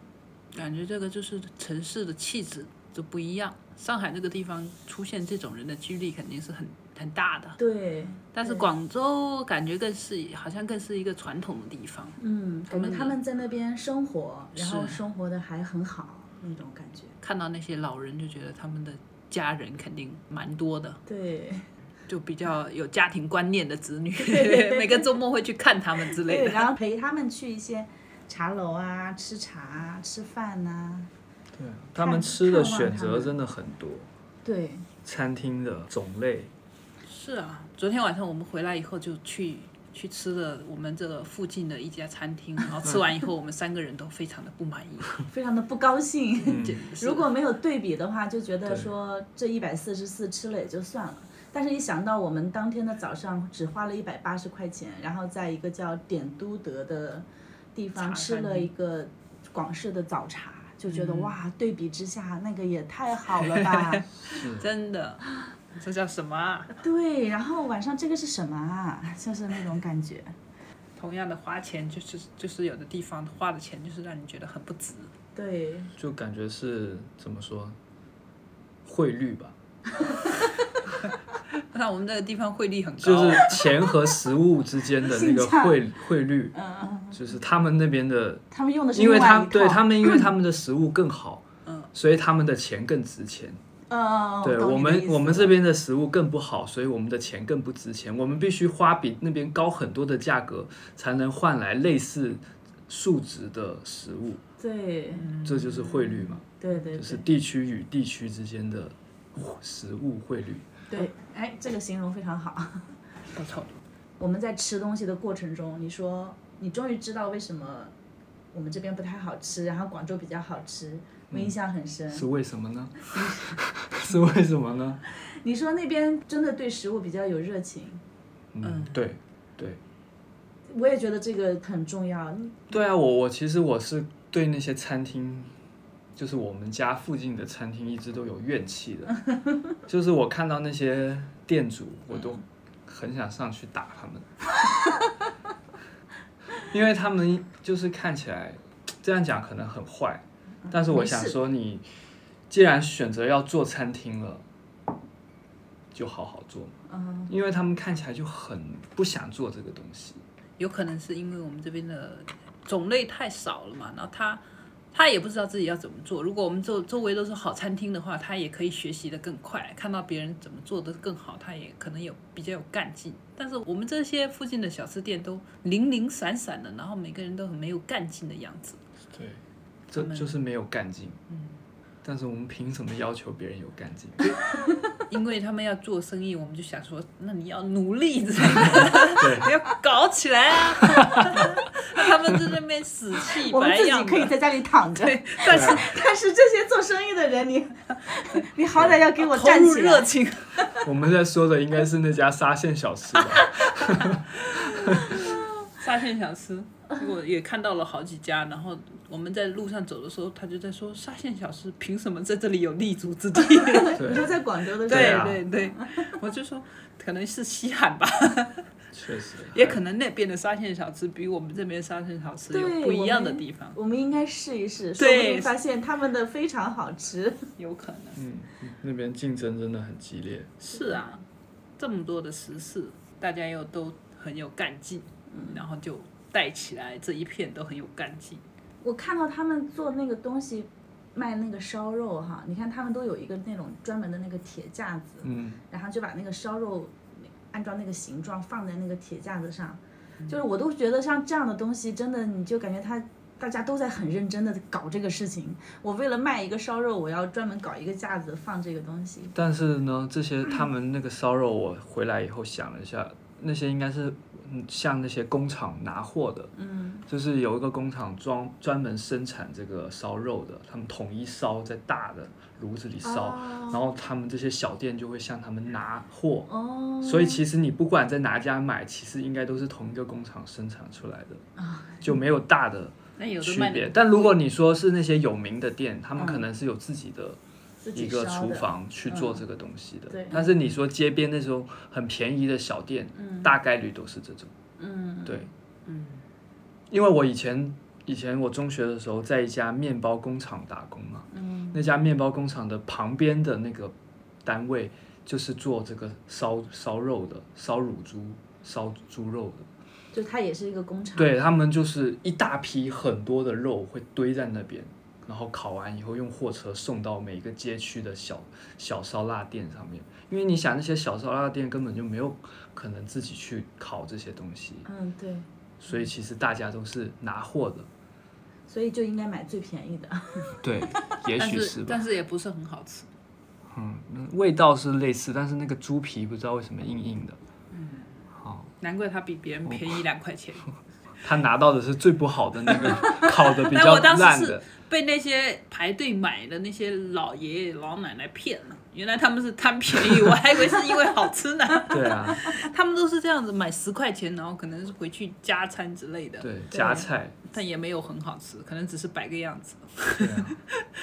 [SPEAKER 4] 感觉这个就是城市的气质就不一样。上海这个地方出现这种人的几率肯定是很很大的，
[SPEAKER 2] 对，
[SPEAKER 4] 啊但是
[SPEAKER 2] 对
[SPEAKER 4] 广州感觉更是好像更是一个传统的地方。
[SPEAKER 2] 嗯，
[SPEAKER 4] 他
[SPEAKER 2] 感觉
[SPEAKER 4] 们
[SPEAKER 2] 他们在那边生活，然后
[SPEAKER 4] 是
[SPEAKER 2] 生活的还很好那种感觉。
[SPEAKER 4] 看到那些老人，就觉得他们的家人肯定蛮多的，
[SPEAKER 2] 对，
[SPEAKER 4] 就比较有家庭观念的子女， 每个周末会去看他们之类
[SPEAKER 2] 对，
[SPEAKER 4] 的。
[SPEAKER 2] 然后陪他们去一些茶楼啊、吃茶啊、吃饭呐、
[SPEAKER 3] 对他们吃的选择真的很多，
[SPEAKER 2] 对，
[SPEAKER 3] 餐厅的种 类，
[SPEAKER 4] 是啊，昨天晚上我们回来以后就去去吃了我们这个附近的一家餐厅，然后吃完以后，我们三个人都非常的不满意。
[SPEAKER 2] 非常的不高 兴。
[SPEAKER 3] 嗯
[SPEAKER 4] 这
[SPEAKER 2] 如果没有对比的话，就觉得
[SPEAKER 3] 对
[SPEAKER 2] 说这一百四十四吃了也就算了。但是，一想到我们当天的早上只花了一百八十块钱，然后在一个叫点都德的地
[SPEAKER 4] 茶
[SPEAKER 2] 方
[SPEAKER 4] 餐
[SPEAKER 2] 吃了
[SPEAKER 4] 厅嗯
[SPEAKER 2] 一个广式的早茶，就觉得、哇，对比之下那个也太好了 吧？
[SPEAKER 4] 真的， 这叫什么啊？
[SPEAKER 2] 对，然后晚上这个是什么啊？ 就是那种感觉。
[SPEAKER 4] 同样的花钱，就是就是有的地方花的钱就是让你觉得很不值。
[SPEAKER 2] 对，
[SPEAKER 3] 就感觉是怎么说，汇率吧，
[SPEAKER 4] 那我们这个地方汇率很高，
[SPEAKER 3] 就是钱和食物之间的那个
[SPEAKER 2] 性价比嗯
[SPEAKER 3] 汇汇率，就是他们那边的，
[SPEAKER 2] 他们用的是
[SPEAKER 3] 因为
[SPEAKER 2] 另外
[SPEAKER 3] 他
[SPEAKER 2] 一套
[SPEAKER 3] 对他们因为他们的食物更好，所以他们的钱更值钱，
[SPEAKER 2] 嗯，
[SPEAKER 3] 对
[SPEAKER 2] 懂你的
[SPEAKER 3] 我们
[SPEAKER 2] 意思
[SPEAKER 3] 我们这边的食物更不好，所以我们的钱更不值钱，我们必须花比那边高很多的价格，才能换来类似数值的食物，
[SPEAKER 2] 对
[SPEAKER 3] 这就是汇率嘛，
[SPEAKER 2] 对对
[SPEAKER 3] 就是
[SPEAKER 2] 对
[SPEAKER 3] 地区与地区之间的食物汇率。
[SPEAKER 2] 对，哎，这个形容非常好。
[SPEAKER 4] 我操，
[SPEAKER 2] 我们在吃东西的过程中，你说你终于知道为什么我们这边不太好吃，然后广州比较好吃，
[SPEAKER 3] 嗯
[SPEAKER 2] 我印象很深。
[SPEAKER 3] 是为什么呢？是为什么呢？
[SPEAKER 2] 你说那边真的对食物比较有热情，
[SPEAKER 3] 嗯
[SPEAKER 4] 嗯，
[SPEAKER 3] 对对
[SPEAKER 2] 我也觉得这个很重要。
[SPEAKER 3] 对啊，我我其实我是对那些餐厅，就是我们家附近的餐厅一直都有怨气的， 就是我看到那些店主，我
[SPEAKER 2] 嗯
[SPEAKER 3] 都很想上去打他们，因为他们就是看起来这样讲可能很坏，但是我想
[SPEAKER 2] 没事
[SPEAKER 3] 说你既然选择要做餐厅了，就好好做嘛。
[SPEAKER 2] 嗯，
[SPEAKER 3] 因为他们看起来就很不想做这个东西。
[SPEAKER 4] 有可能是因为我们这边的种类太少了嘛，然后他他也不知道自己要怎么做。如果我们周周围都是好餐厅的话，他也可以学习的更快，看到别人怎么做的更好，他也可能有比较有干劲。但是我们这些附近的小吃店都零零散散的，然后每个人都很没有干劲的样子。
[SPEAKER 3] 对，这
[SPEAKER 4] 他们
[SPEAKER 3] 就是没有干劲。
[SPEAKER 4] 嗯，
[SPEAKER 3] 但是我们凭什么要求别人有干 劲？
[SPEAKER 4] 因为他们要做生意，我们就想说，那你要努力之类的，你 要搞起来啊！ 他们在那边死气
[SPEAKER 2] 我们
[SPEAKER 4] 白
[SPEAKER 2] 自己
[SPEAKER 4] 样的，
[SPEAKER 2] 可以在家里躺着，
[SPEAKER 4] 对，但
[SPEAKER 3] 啊
[SPEAKER 4] 是
[SPEAKER 2] 但是这些做生意的人，你 你好歹要给我
[SPEAKER 4] 啊投
[SPEAKER 2] 站
[SPEAKER 4] 入
[SPEAKER 2] 起
[SPEAKER 4] 热
[SPEAKER 2] 来。
[SPEAKER 4] 情，
[SPEAKER 3] 我们在说的应该是那家沙县小吃 吧？
[SPEAKER 4] 沙县小吃，我也看到了好几家。然后我们在路上走的时候，他就在说沙县小吃凭什么在这里有立足之 地？
[SPEAKER 2] 你
[SPEAKER 3] 对，
[SPEAKER 2] 说在广州的时候
[SPEAKER 3] 对
[SPEAKER 4] 对
[SPEAKER 3] 啊
[SPEAKER 4] 对对，我就说可能是稀 罕吧，
[SPEAKER 3] 确实。
[SPEAKER 4] 也可能那边的沙县小吃比我们这边沙县小吃有
[SPEAKER 2] 对
[SPEAKER 4] 不一样
[SPEAKER 2] 我
[SPEAKER 4] 的
[SPEAKER 2] 们
[SPEAKER 4] 地方，
[SPEAKER 2] 我们应该试一试，说
[SPEAKER 4] 对
[SPEAKER 2] 不定发现他们的非常好吃。
[SPEAKER 4] 有可能
[SPEAKER 3] 嗯，那边竞争真的很激烈。
[SPEAKER 4] 是啊。这么多的时事，大家又都很有干劲，
[SPEAKER 3] 嗯
[SPEAKER 4] 然后就带起来这一片都很有干劲。
[SPEAKER 2] 我看到他们做那个东西，卖那个烧肉哈，你看他们都有一个那种专门的那个铁架子，
[SPEAKER 3] 嗯，
[SPEAKER 2] 然后就把那个烧肉按照那个形状放在那个铁架子上，
[SPEAKER 4] 嗯
[SPEAKER 2] 就是我都觉得像这样的东西，真的你就感觉他大家都在很认真的搞这个事情。我为了卖一个烧肉，我要专门搞一个架子放这个东西。
[SPEAKER 3] 但是呢，这些他们那个烧肉，我回来以后想了一下，那些应该是嗯向那些工厂拿货的，
[SPEAKER 2] 嗯，
[SPEAKER 3] 就是有一个工厂专专门生产这个烧肉的，他们统一烧在大的炉子里烧，
[SPEAKER 4] 哦
[SPEAKER 3] 然后他们这些小店就会向他们拿货。
[SPEAKER 2] 哦，
[SPEAKER 3] 所以其实你不管在哪家买，其实应该都是同一个工厂生产出来的，就没有大的
[SPEAKER 4] 那啊有的
[SPEAKER 3] 区
[SPEAKER 4] 卖
[SPEAKER 3] 别
[SPEAKER 4] 的。
[SPEAKER 3] 但如果你说是那些有名的店，他们可
[SPEAKER 2] 嗯
[SPEAKER 3] 能是有自己的
[SPEAKER 2] 自己
[SPEAKER 3] 一个
[SPEAKER 2] 烧
[SPEAKER 3] 厨
[SPEAKER 2] 的，嗯
[SPEAKER 3] 房去做这个东西的
[SPEAKER 2] 对。
[SPEAKER 3] 但是你说街边那种很便宜的小店，大概率都是这种。
[SPEAKER 2] 嗯，
[SPEAKER 3] 对，
[SPEAKER 4] 嗯，
[SPEAKER 3] 因为我以前以前我中学的时候在一家面包工厂打工嘛，
[SPEAKER 2] 嗯，
[SPEAKER 3] 那家面包工厂的旁边的那个单位就是做这个烧烧肉的，烧乳猪、烧猪肉的。
[SPEAKER 2] 就它也是一个工厂。
[SPEAKER 3] 对他们就是一大批很多的肉会堆在那边，然后烤完以后用货车送到每个街区的小小烧腊店上面。因为你想那些小烧腊店根本就没有可能自己去烤这些东西，
[SPEAKER 2] 嗯，对，
[SPEAKER 3] 所以其实大家都是拿货的。
[SPEAKER 2] 所以就应该买最便宜的。
[SPEAKER 3] 对，也
[SPEAKER 4] 但
[SPEAKER 3] 许
[SPEAKER 4] 是
[SPEAKER 3] 是吧。
[SPEAKER 4] 但是也不是很好吃。
[SPEAKER 3] 嗯，那味道是类似，但是那个猪皮不知道为什么硬硬的。
[SPEAKER 4] 嗯
[SPEAKER 3] 哦
[SPEAKER 4] 难怪它比别人便宜两块钱。
[SPEAKER 3] 他拿到的是最不好的那 个，烤的比
[SPEAKER 4] 但
[SPEAKER 3] 较
[SPEAKER 4] 我当时
[SPEAKER 3] 烂
[SPEAKER 4] 是
[SPEAKER 3] 的。
[SPEAKER 4] 被那些排队买的那些老爷爷老奶奶骗了，原来他们是贪便宜，我还以为是因为好吃呢。
[SPEAKER 3] 对啊，
[SPEAKER 4] 他们都是这样子买十块钱，然后可能是回去加餐之类的，
[SPEAKER 3] 对夹菜，
[SPEAKER 4] 但也没有很好吃，可能只是摆个样子。
[SPEAKER 3] 对啊，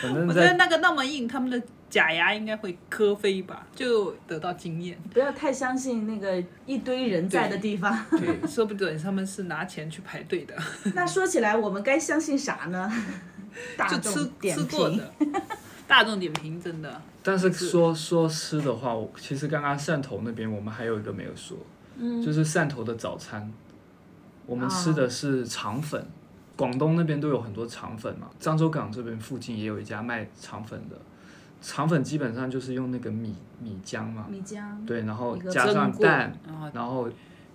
[SPEAKER 3] 反正
[SPEAKER 4] 我觉得
[SPEAKER 3] 在
[SPEAKER 4] 那个那么硬，他们的假牙应该会磕飞吧，就得到经验。
[SPEAKER 2] 不要太相信那个一堆人在的地方。
[SPEAKER 4] 对，说不准他们是拿钱去排队的，
[SPEAKER 2] 那说起来，我们该相信啥呢？大
[SPEAKER 4] 就
[SPEAKER 2] 众
[SPEAKER 4] 吃
[SPEAKER 2] 点
[SPEAKER 4] 吃
[SPEAKER 2] 评
[SPEAKER 4] 过的。大众点评真的，
[SPEAKER 3] 但是说说吃的话，我其实刚刚汕头那边我们还有一个没有说，
[SPEAKER 4] 嗯
[SPEAKER 3] 就是汕头的早餐，我们吃的是肠粉。广东那边都有很多肠粉嘛，漳州港这边附近也有一家卖肠粉的，肠粉基本上就是用那个米米浆嘛，
[SPEAKER 2] 米浆，
[SPEAKER 3] 对，然后
[SPEAKER 2] 一个
[SPEAKER 3] 加上
[SPEAKER 4] 蒸过
[SPEAKER 3] 蛋，
[SPEAKER 4] 然后
[SPEAKER 3] 然后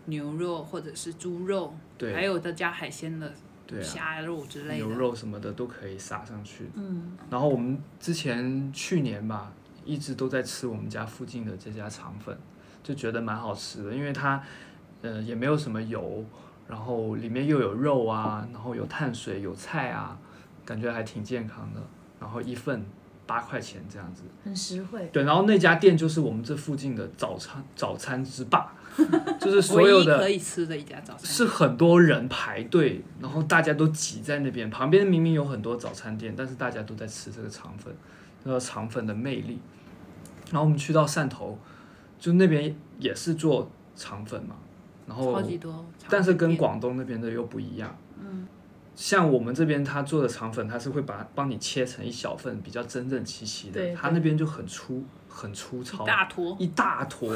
[SPEAKER 4] 牛肉或者是猪肉，
[SPEAKER 3] 对
[SPEAKER 4] 还有的加海鲜的
[SPEAKER 3] 对啊，
[SPEAKER 4] 虾肉之类的，
[SPEAKER 3] 牛肉什么的都可以撒上去。
[SPEAKER 2] 嗯，
[SPEAKER 3] 然后我们之前去年吧，一直都在吃我们家附近的这家肠粉，就觉得蛮好吃的，因为它呃也没有什么油，然后里面又有肉啊，然后有碳水有菜啊，感觉还挺健康的。然后一份八块钱这样子，
[SPEAKER 2] 很实惠。
[SPEAKER 3] 对，然后那家店就是我们这附近的早餐早餐之霸，就是所
[SPEAKER 4] 唯
[SPEAKER 3] 有
[SPEAKER 4] 一
[SPEAKER 3] 的
[SPEAKER 4] 可以吃的一家早餐店
[SPEAKER 3] 是很多人排队，然后大家都挤在那边。旁边明明有很多早餐店，但是大家都在吃这个肠粉，那个肠粉的魅力。然后我们去到汕头，就那边也是做肠粉嘛，然后
[SPEAKER 4] 超级多，
[SPEAKER 3] 但是跟
[SPEAKER 4] 广
[SPEAKER 3] 广东那边的又不一样。嗯，像我们这边他做的肠粉，他是会把帮你切成一小份比较整整齐齐的
[SPEAKER 2] 对，
[SPEAKER 3] 他
[SPEAKER 2] 对
[SPEAKER 3] 那边就很粗很粗糙，
[SPEAKER 4] 大坨，
[SPEAKER 3] 一大坨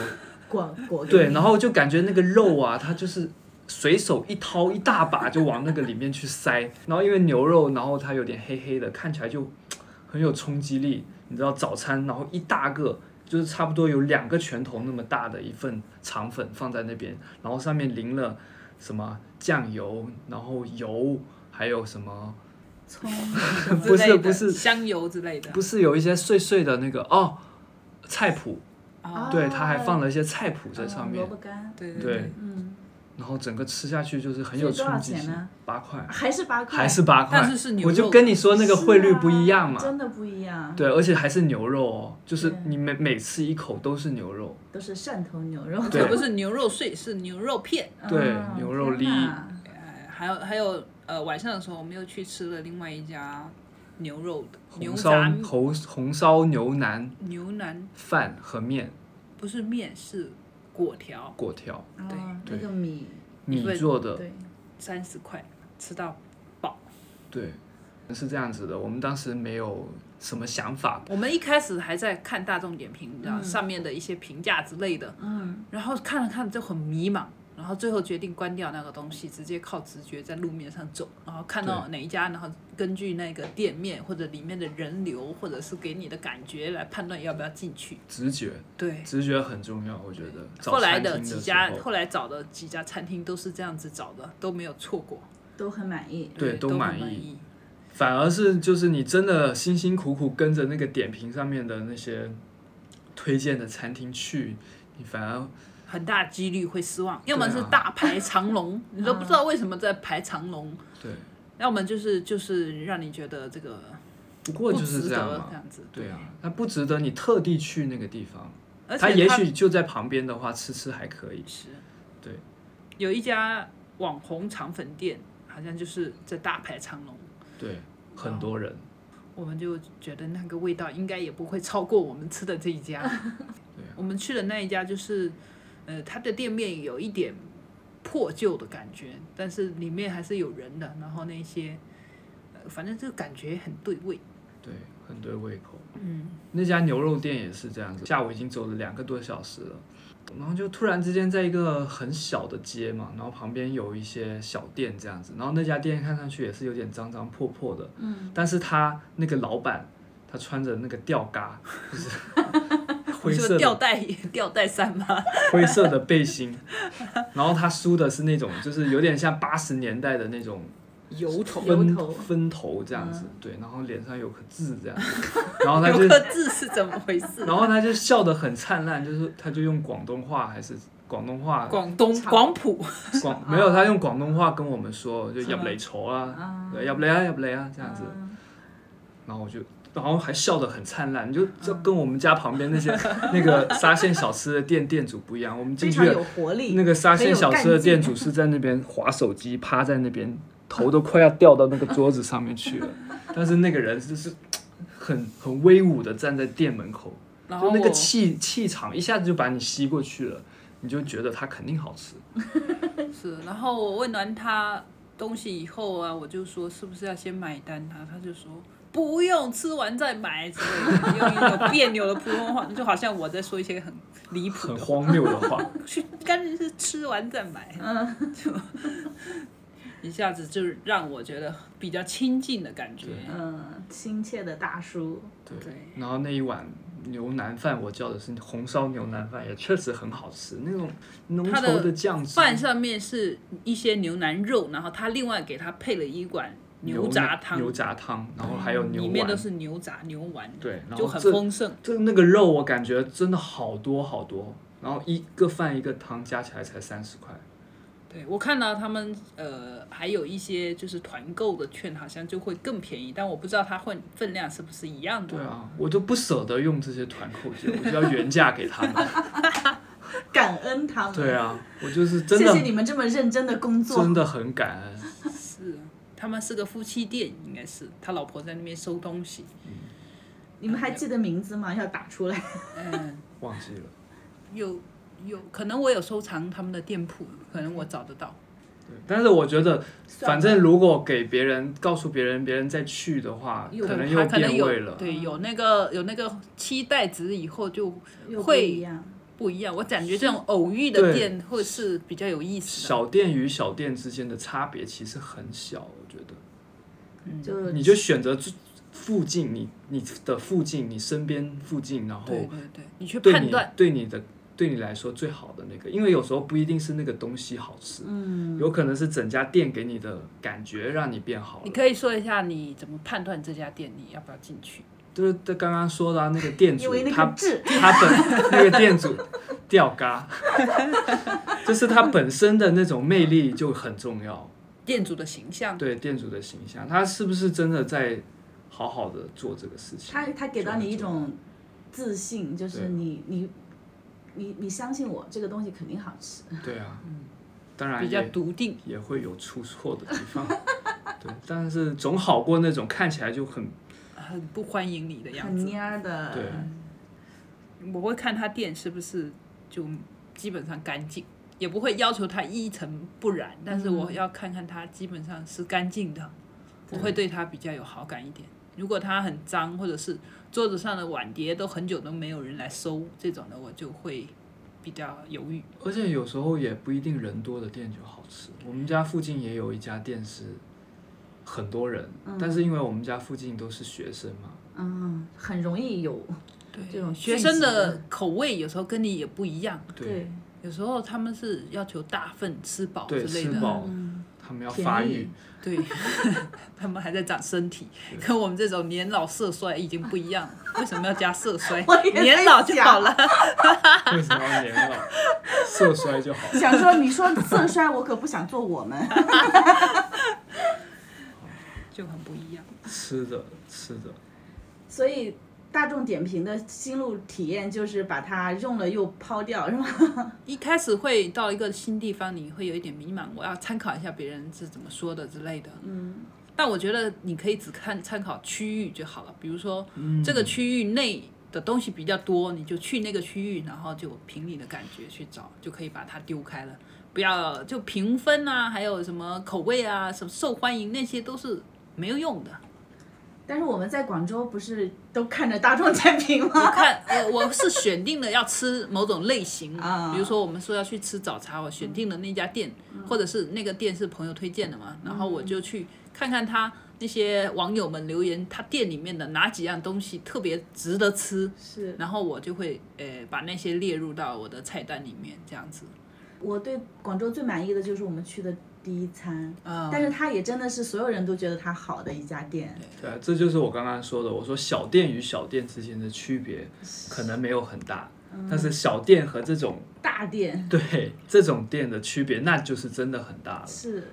[SPEAKER 2] 果果
[SPEAKER 3] 对，
[SPEAKER 2] 给
[SPEAKER 3] 然后就感觉那个肉啊，它就是随手一掏一大把就往那个里面去塞，然后因为牛肉，然后它有点黑黑的，看起来就很有冲击力。你知道早餐，然后一大个就是差不多有两个拳头那么大的一份肠粉放在那边，然后上面淋了什么酱油，然后油，还有什么
[SPEAKER 2] 你葱，
[SPEAKER 3] 不是不是
[SPEAKER 4] 香油之类的，
[SPEAKER 2] 啊
[SPEAKER 4] 哦
[SPEAKER 3] 不是有一些碎碎的那个哦菜谱，
[SPEAKER 2] 哦
[SPEAKER 4] 啊，
[SPEAKER 3] 对，它还放了一些菜谱 在上面
[SPEAKER 2] 嗯萝，卜干，
[SPEAKER 4] 对
[SPEAKER 3] 对
[SPEAKER 4] 对，
[SPEAKER 2] 嗯，
[SPEAKER 3] 然后整个吃下去就是很有
[SPEAKER 2] 所以多
[SPEAKER 3] 冲
[SPEAKER 2] 少
[SPEAKER 3] 击
[SPEAKER 2] 钱
[SPEAKER 3] 性
[SPEAKER 2] 呢。
[SPEAKER 3] 八块，
[SPEAKER 2] 还是八块，
[SPEAKER 3] 还是八块
[SPEAKER 4] 但，是是牛肉，
[SPEAKER 3] 我就跟你说那个汇率不一样嘛
[SPEAKER 2] 是啊，真的不一样，
[SPEAKER 3] 对，而且还是牛肉哦，就是
[SPEAKER 2] 对
[SPEAKER 3] 你每每次一口都是牛肉，
[SPEAKER 2] 都是汕头牛肉，
[SPEAKER 3] 对
[SPEAKER 4] 这不是牛肉碎，是牛肉片。
[SPEAKER 3] 对
[SPEAKER 2] 嗯
[SPEAKER 3] 牛肉
[SPEAKER 2] 天哪
[SPEAKER 4] 呃，还有还有呃，晚上的时候我们又去吃了另外一家牛肉的牛
[SPEAKER 3] 红烧
[SPEAKER 4] 杂面
[SPEAKER 3] 红红烧牛腩
[SPEAKER 4] 牛腩，
[SPEAKER 3] 饭和面
[SPEAKER 4] 不是面是果条，
[SPEAKER 3] 粿条，
[SPEAKER 4] 对
[SPEAKER 2] 哦
[SPEAKER 3] 对
[SPEAKER 2] 那个米，
[SPEAKER 4] 一
[SPEAKER 3] 米
[SPEAKER 4] 份
[SPEAKER 3] 做的，
[SPEAKER 2] 对，
[SPEAKER 4] 三十块吃到。
[SPEAKER 3] 对，是这样子的。我们当时没有什么想法，
[SPEAKER 4] 我们一开始还在看大众点评，你知道、
[SPEAKER 2] 嗯
[SPEAKER 4] 上面的一些评价之类的，
[SPEAKER 2] 嗯，
[SPEAKER 4] 然后看了看就很迷茫，然后最后决定关掉那个东西，直接靠直觉在路面上走，然后看到哪一家，然后根据那个店面或者里面的人流，或者是给你的感觉来判断要不要进去。
[SPEAKER 3] 直觉，
[SPEAKER 4] 对，
[SPEAKER 3] 直觉很重要，我觉得。
[SPEAKER 4] 后
[SPEAKER 3] 找
[SPEAKER 4] 来
[SPEAKER 3] 餐
[SPEAKER 4] 的
[SPEAKER 3] 厅
[SPEAKER 4] 几
[SPEAKER 3] 的时
[SPEAKER 4] 家，
[SPEAKER 3] 候，
[SPEAKER 4] 后来找的几家餐厅都是这样子找的，都没有错过，
[SPEAKER 2] 都很满意，
[SPEAKER 3] 对都
[SPEAKER 4] 都很
[SPEAKER 3] 满意
[SPEAKER 4] 意。
[SPEAKER 3] 反而是就是你真的辛辛苦苦跟着那个点评上面的那些推荐的餐厅去，你反而
[SPEAKER 4] 很大几率会失望，要么
[SPEAKER 3] 对
[SPEAKER 4] 是
[SPEAKER 3] 啊嗯
[SPEAKER 4] 大排长龙，你都不知道为什么在排长龙，
[SPEAKER 3] 对。
[SPEAKER 4] 要么就是就是让你觉得这个
[SPEAKER 3] 不过
[SPEAKER 4] 不
[SPEAKER 3] 就是
[SPEAKER 4] 值
[SPEAKER 3] 这样
[SPEAKER 4] 得
[SPEAKER 3] 嘛
[SPEAKER 4] 这，样子。
[SPEAKER 3] 对啊，，它不值得你特地去那个地方。
[SPEAKER 4] 而且
[SPEAKER 3] 它也
[SPEAKER 4] 它
[SPEAKER 3] 许就在旁边的话，吃吃还可以。
[SPEAKER 4] 是，
[SPEAKER 3] 对，
[SPEAKER 4] 有一家网红肠粉店，好像就是在大排长龙，
[SPEAKER 3] 对，很多人。
[SPEAKER 4] 嗯我们就觉得那个味道应该也不会超过我们吃的这一家。我们去的那一家就是，呃，它的店面有一点破旧的感觉，但是里面还是有人的，然后那些，呃反正这个感觉很对味。
[SPEAKER 3] 对，很对胃口。
[SPEAKER 4] 嗯，
[SPEAKER 3] 那家牛肉店也是这样子，下午已经走了两个多小时了，然后就突然之间在一个很小的街嘛，然后旁边有一些小店这样子，然后那家店看上去也是有点脏脏破破的，嗯，但是他那个老板他穿着那个吊嘎，就是 灰
[SPEAKER 4] 你
[SPEAKER 3] 色
[SPEAKER 4] 说
[SPEAKER 3] 的
[SPEAKER 4] 吊带吊带衫吗？
[SPEAKER 3] 灰色的背心，然后他梳的是那种，就是有点像八十年代的那种
[SPEAKER 4] 油头嗯
[SPEAKER 3] 分
[SPEAKER 2] 油头
[SPEAKER 3] 分头这样子，对，然后脸上有颗痣这样子，然后他
[SPEAKER 4] 有
[SPEAKER 3] 就，
[SPEAKER 4] 个字是怎么回事？
[SPEAKER 3] 然后他就笑得很灿烂，就是他就用广东话还是广东话
[SPEAKER 4] 广东广普，
[SPEAKER 3] 广没有，他用广东话跟我们说，就
[SPEAKER 4] 什
[SPEAKER 3] 入
[SPEAKER 4] 么
[SPEAKER 3] 嚟坐啊
[SPEAKER 2] 啊，
[SPEAKER 3] 对，入嚟啊，入嚟啊这样子，
[SPEAKER 2] 嗯
[SPEAKER 3] 然后我就。然后还笑得很灿烂，
[SPEAKER 4] 啊
[SPEAKER 3] 就就跟我们家旁边那些 那个沙县小吃的店店主不一样。我们进
[SPEAKER 2] 非
[SPEAKER 3] 去
[SPEAKER 2] 常
[SPEAKER 3] 了
[SPEAKER 2] 有活力，
[SPEAKER 3] 那个沙县小吃的店
[SPEAKER 2] 很有干劲
[SPEAKER 3] 主是在那边划手机，趴在那边，头都快要掉到那个桌子上面去 了。但是那个人就是很很威武的站在店门口，
[SPEAKER 4] 然后
[SPEAKER 3] 就那个
[SPEAKER 4] 我
[SPEAKER 3] 气气场一下子就把你吸过去了，你就觉得它肯定好吃。
[SPEAKER 4] 是，然后我问完他东西以后啊，我就说是不是要先买单啊他，他就说不用，吃完再买之类的，用一种别扭的普通话，就好像我在说一些很离谱
[SPEAKER 3] 很
[SPEAKER 4] 的，
[SPEAKER 3] 荒谬的话，嗯
[SPEAKER 4] 去干脆是吃完再买，就一下子就让我觉得比较亲近的感觉。
[SPEAKER 3] 对
[SPEAKER 2] 嗯，亲切的大叔，
[SPEAKER 3] 对
[SPEAKER 4] 对
[SPEAKER 3] 然后那一碗牛腩饭，我叫的是红烧牛腩饭，也确实很好吃，那种浓
[SPEAKER 4] 它
[SPEAKER 3] 稠
[SPEAKER 4] 的
[SPEAKER 3] 的酱汁，
[SPEAKER 4] 饭上面是一些牛腩肉，然后他另外给他配了一碗
[SPEAKER 3] 牛
[SPEAKER 4] 杂
[SPEAKER 3] 腩
[SPEAKER 4] 汤，嗯
[SPEAKER 3] 牛杂汤，然后还有牛
[SPEAKER 4] 里面都
[SPEAKER 3] 丸，
[SPEAKER 4] 是牛杂牛丸，
[SPEAKER 3] 对，然
[SPEAKER 4] 就
[SPEAKER 3] 后
[SPEAKER 4] 很
[SPEAKER 3] 这
[SPEAKER 4] 丰盛。
[SPEAKER 3] 这那个肉我感觉真的好多好多，然后一个饭一个汤加起来才三十块，
[SPEAKER 4] 对我看到他们呃还有一些就是团购的券，好像就会更便宜，但我不知道它会分量是不是一样
[SPEAKER 3] 对
[SPEAKER 4] 的。
[SPEAKER 3] 啊，我都不舍得用这些团购券，我就要原价给他 们，
[SPEAKER 2] 感恩他们。
[SPEAKER 3] 对啊，我就是真
[SPEAKER 2] 谢
[SPEAKER 3] 的
[SPEAKER 2] 谢你们这么认真的工作
[SPEAKER 3] 真。的很感恩，
[SPEAKER 4] 是啊，他们是个夫妻店，应该是他老婆在那边收东西。
[SPEAKER 2] 你们还记得名字吗？要打出来。
[SPEAKER 4] 嗯，
[SPEAKER 3] 忘记了，
[SPEAKER 4] 有有可能我有收藏他们的店铺，可能我找得到。
[SPEAKER 3] 对，但是我觉得
[SPEAKER 2] 算
[SPEAKER 3] 反
[SPEAKER 2] 了
[SPEAKER 3] 正如果给别人告诉别人，别人再去的话，
[SPEAKER 2] 又
[SPEAKER 3] 可能
[SPEAKER 4] 他
[SPEAKER 3] 又
[SPEAKER 4] 可能
[SPEAKER 3] 变
[SPEAKER 4] 有
[SPEAKER 3] 味了。
[SPEAKER 4] 对，有那个有那个期待值，以后就
[SPEAKER 2] 又不
[SPEAKER 4] 会
[SPEAKER 2] 一样。
[SPEAKER 4] 不一样。我感觉这种偶遇的
[SPEAKER 3] 对
[SPEAKER 4] 店会是比较有意思的。
[SPEAKER 3] 小店与小店之间的差别其实很小，我觉得。
[SPEAKER 2] 嗯
[SPEAKER 4] 呃
[SPEAKER 2] 就
[SPEAKER 3] 你就选择最附近，你你的附近，你身边附近，然
[SPEAKER 4] 对
[SPEAKER 3] 后
[SPEAKER 4] 对对，你去
[SPEAKER 3] 哦对
[SPEAKER 4] 判
[SPEAKER 3] 你
[SPEAKER 4] 断。
[SPEAKER 3] 对你的对你来说最好的那个，因为有时候不一定是那个东西好吃，嗯，有可能是整家店给你的感觉让你变好
[SPEAKER 4] 你
[SPEAKER 3] 了。
[SPEAKER 4] 可以说一下你怎么判断这家店你要不要进去？
[SPEAKER 3] 就是他刚刚说的啊、那个店
[SPEAKER 2] 因
[SPEAKER 3] 主
[SPEAKER 2] 为，那
[SPEAKER 3] 他
[SPEAKER 2] 个痣，
[SPEAKER 3] 他本那个店主吊嘎， 就是他本身的那种魅力就很重要。
[SPEAKER 4] 店主的形象，
[SPEAKER 3] 对店主的形象，他是不是真的在好好的做这个事情？
[SPEAKER 2] 他他给到你一种自信，就是
[SPEAKER 3] 对
[SPEAKER 2] 你你你你相信我，这个东西肯定好吃。
[SPEAKER 3] 对啊，当然
[SPEAKER 4] 比较
[SPEAKER 3] 也
[SPEAKER 4] 笃定。
[SPEAKER 3] 也会有出错的地方， 对，但是总好过那种看起来就很
[SPEAKER 4] 很不欢迎你的样
[SPEAKER 2] 很
[SPEAKER 4] 子。
[SPEAKER 2] 蔫儿的，
[SPEAKER 3] 对，
[SPEAKER 4] 我会看他店是不是就基本上干净，也不会要求他一尘不染，但
[SPEAKER 3] 嗯
[SPEAKER 4] 是我要看看他基本上是干净的，我会对他比较有好感一点。如果他很脏，或者是桌子上的碗碟都很久都没有人来收这种的，我就会比较犹豫。
[SPEAKER 3] 而且有时候也不一定人多的店就好吃。我们家附近也有一家店是很多人，但是因为我们家附近都是学生嘛，
[SPEAKER 2] 嗯，很容易有
[SPEAKER 4] 对
[SPEAKER 2] 这种
[SPEAKER 4] 学
[SPEAKER 2] 聚
[SPEAKER 4] 生
[SPEAKER 2] 集
[SPEAKER 4] 的
[SPEAKER 2] 的
[SPEAKER 4] 口味有时候跟你也不一样，
[SPEAKER 3] 对
[SPEAKER 4] 有时候他们是要求大份吃饱之
[SPEAKER 3] 对，
[SPEAKER 4] 类
[SPEAKER 3] 吃
[SPEAKER 4] 的，
[SPEAKER 3] 饱
[SPEAKER 2] 嗯，
[SPEAKER 3] 他们要
[SPEAKER 2] 便
[SPEAKER 3] 发
[SPEAKER 2] 宜
[SPEAKER 3] 育，
[SPEAKER 4] 对， 他们还在长身体，跟我们这种年老色衰已经不一样了。为什么要加色 衰
[SPEAKER 2] 我？也在
[SPEAKER 4] 年老就好了。
[SPEAKER 3] 为什么要年老？色衰就好了。
[SPEAKER 2] 想说你说色衰，我可不想做我们。
[SPEAKER 4] 就很不一样。
[SPEAKER 3] 吃的吃的，
[SPEAKER 2] 所以大众点评的新路体验就是把它用了又抛掉，是吗？
[SPEAKER 4] 一开始会到一个新地方，你会有一点迷茫，我要参考一下别人是怎么说的之类的。嗯，但我觉得你可以只看参考区域就好了，比如说、这个区域内。的东西比较多，你就去那个区域，然后就凭你的感觉去找，就可以把它丢开了。不要就评分啊，还有什么口味啊，什么受欢迎那些都是没有用的。
[SPEAKER 2] 但是我们在广州不是都看着大众点评
[SPEAKER 4] 我
[SPEAKER 2] 吗？
[SPEAKER 4] 看呃我我是选定了要吃某种类型
[SPEAKER 2] 啊，
[SPEAKER 4] 比如说我们说要去吃早茶，我选定了那家店，或者是那个店是朋友推荐的嘛，然后我就去看看他那些网友们留言，他店里面的哪几样东西特别值得吃，
[SPEAKER 2] 是
[SPEAKER 4] 然后我就会呃把那些列入到我的菜单里面，这样子。
[SPEAKER 2] 我对广州最满意的就是我们去的第一餐，
[SPEAKER 3] 嗯
[SPEAKER 4] 啊，
[SPEAKER 2] 但是它也真的是所有人都觉得它好的一家店。
[SPEAKER 3] 对啊，这就是我刚刚说的。我说小店与小店之间的区别可能没有很大，
[SPEAKER 2] 嗯
[SPEAKER 3] 但是小店和这种
[SPEAKER 2] 大 店
[SPEAKER 3] 对这种店的区别，那就是真的很大了。
[SPEAKER 2] 是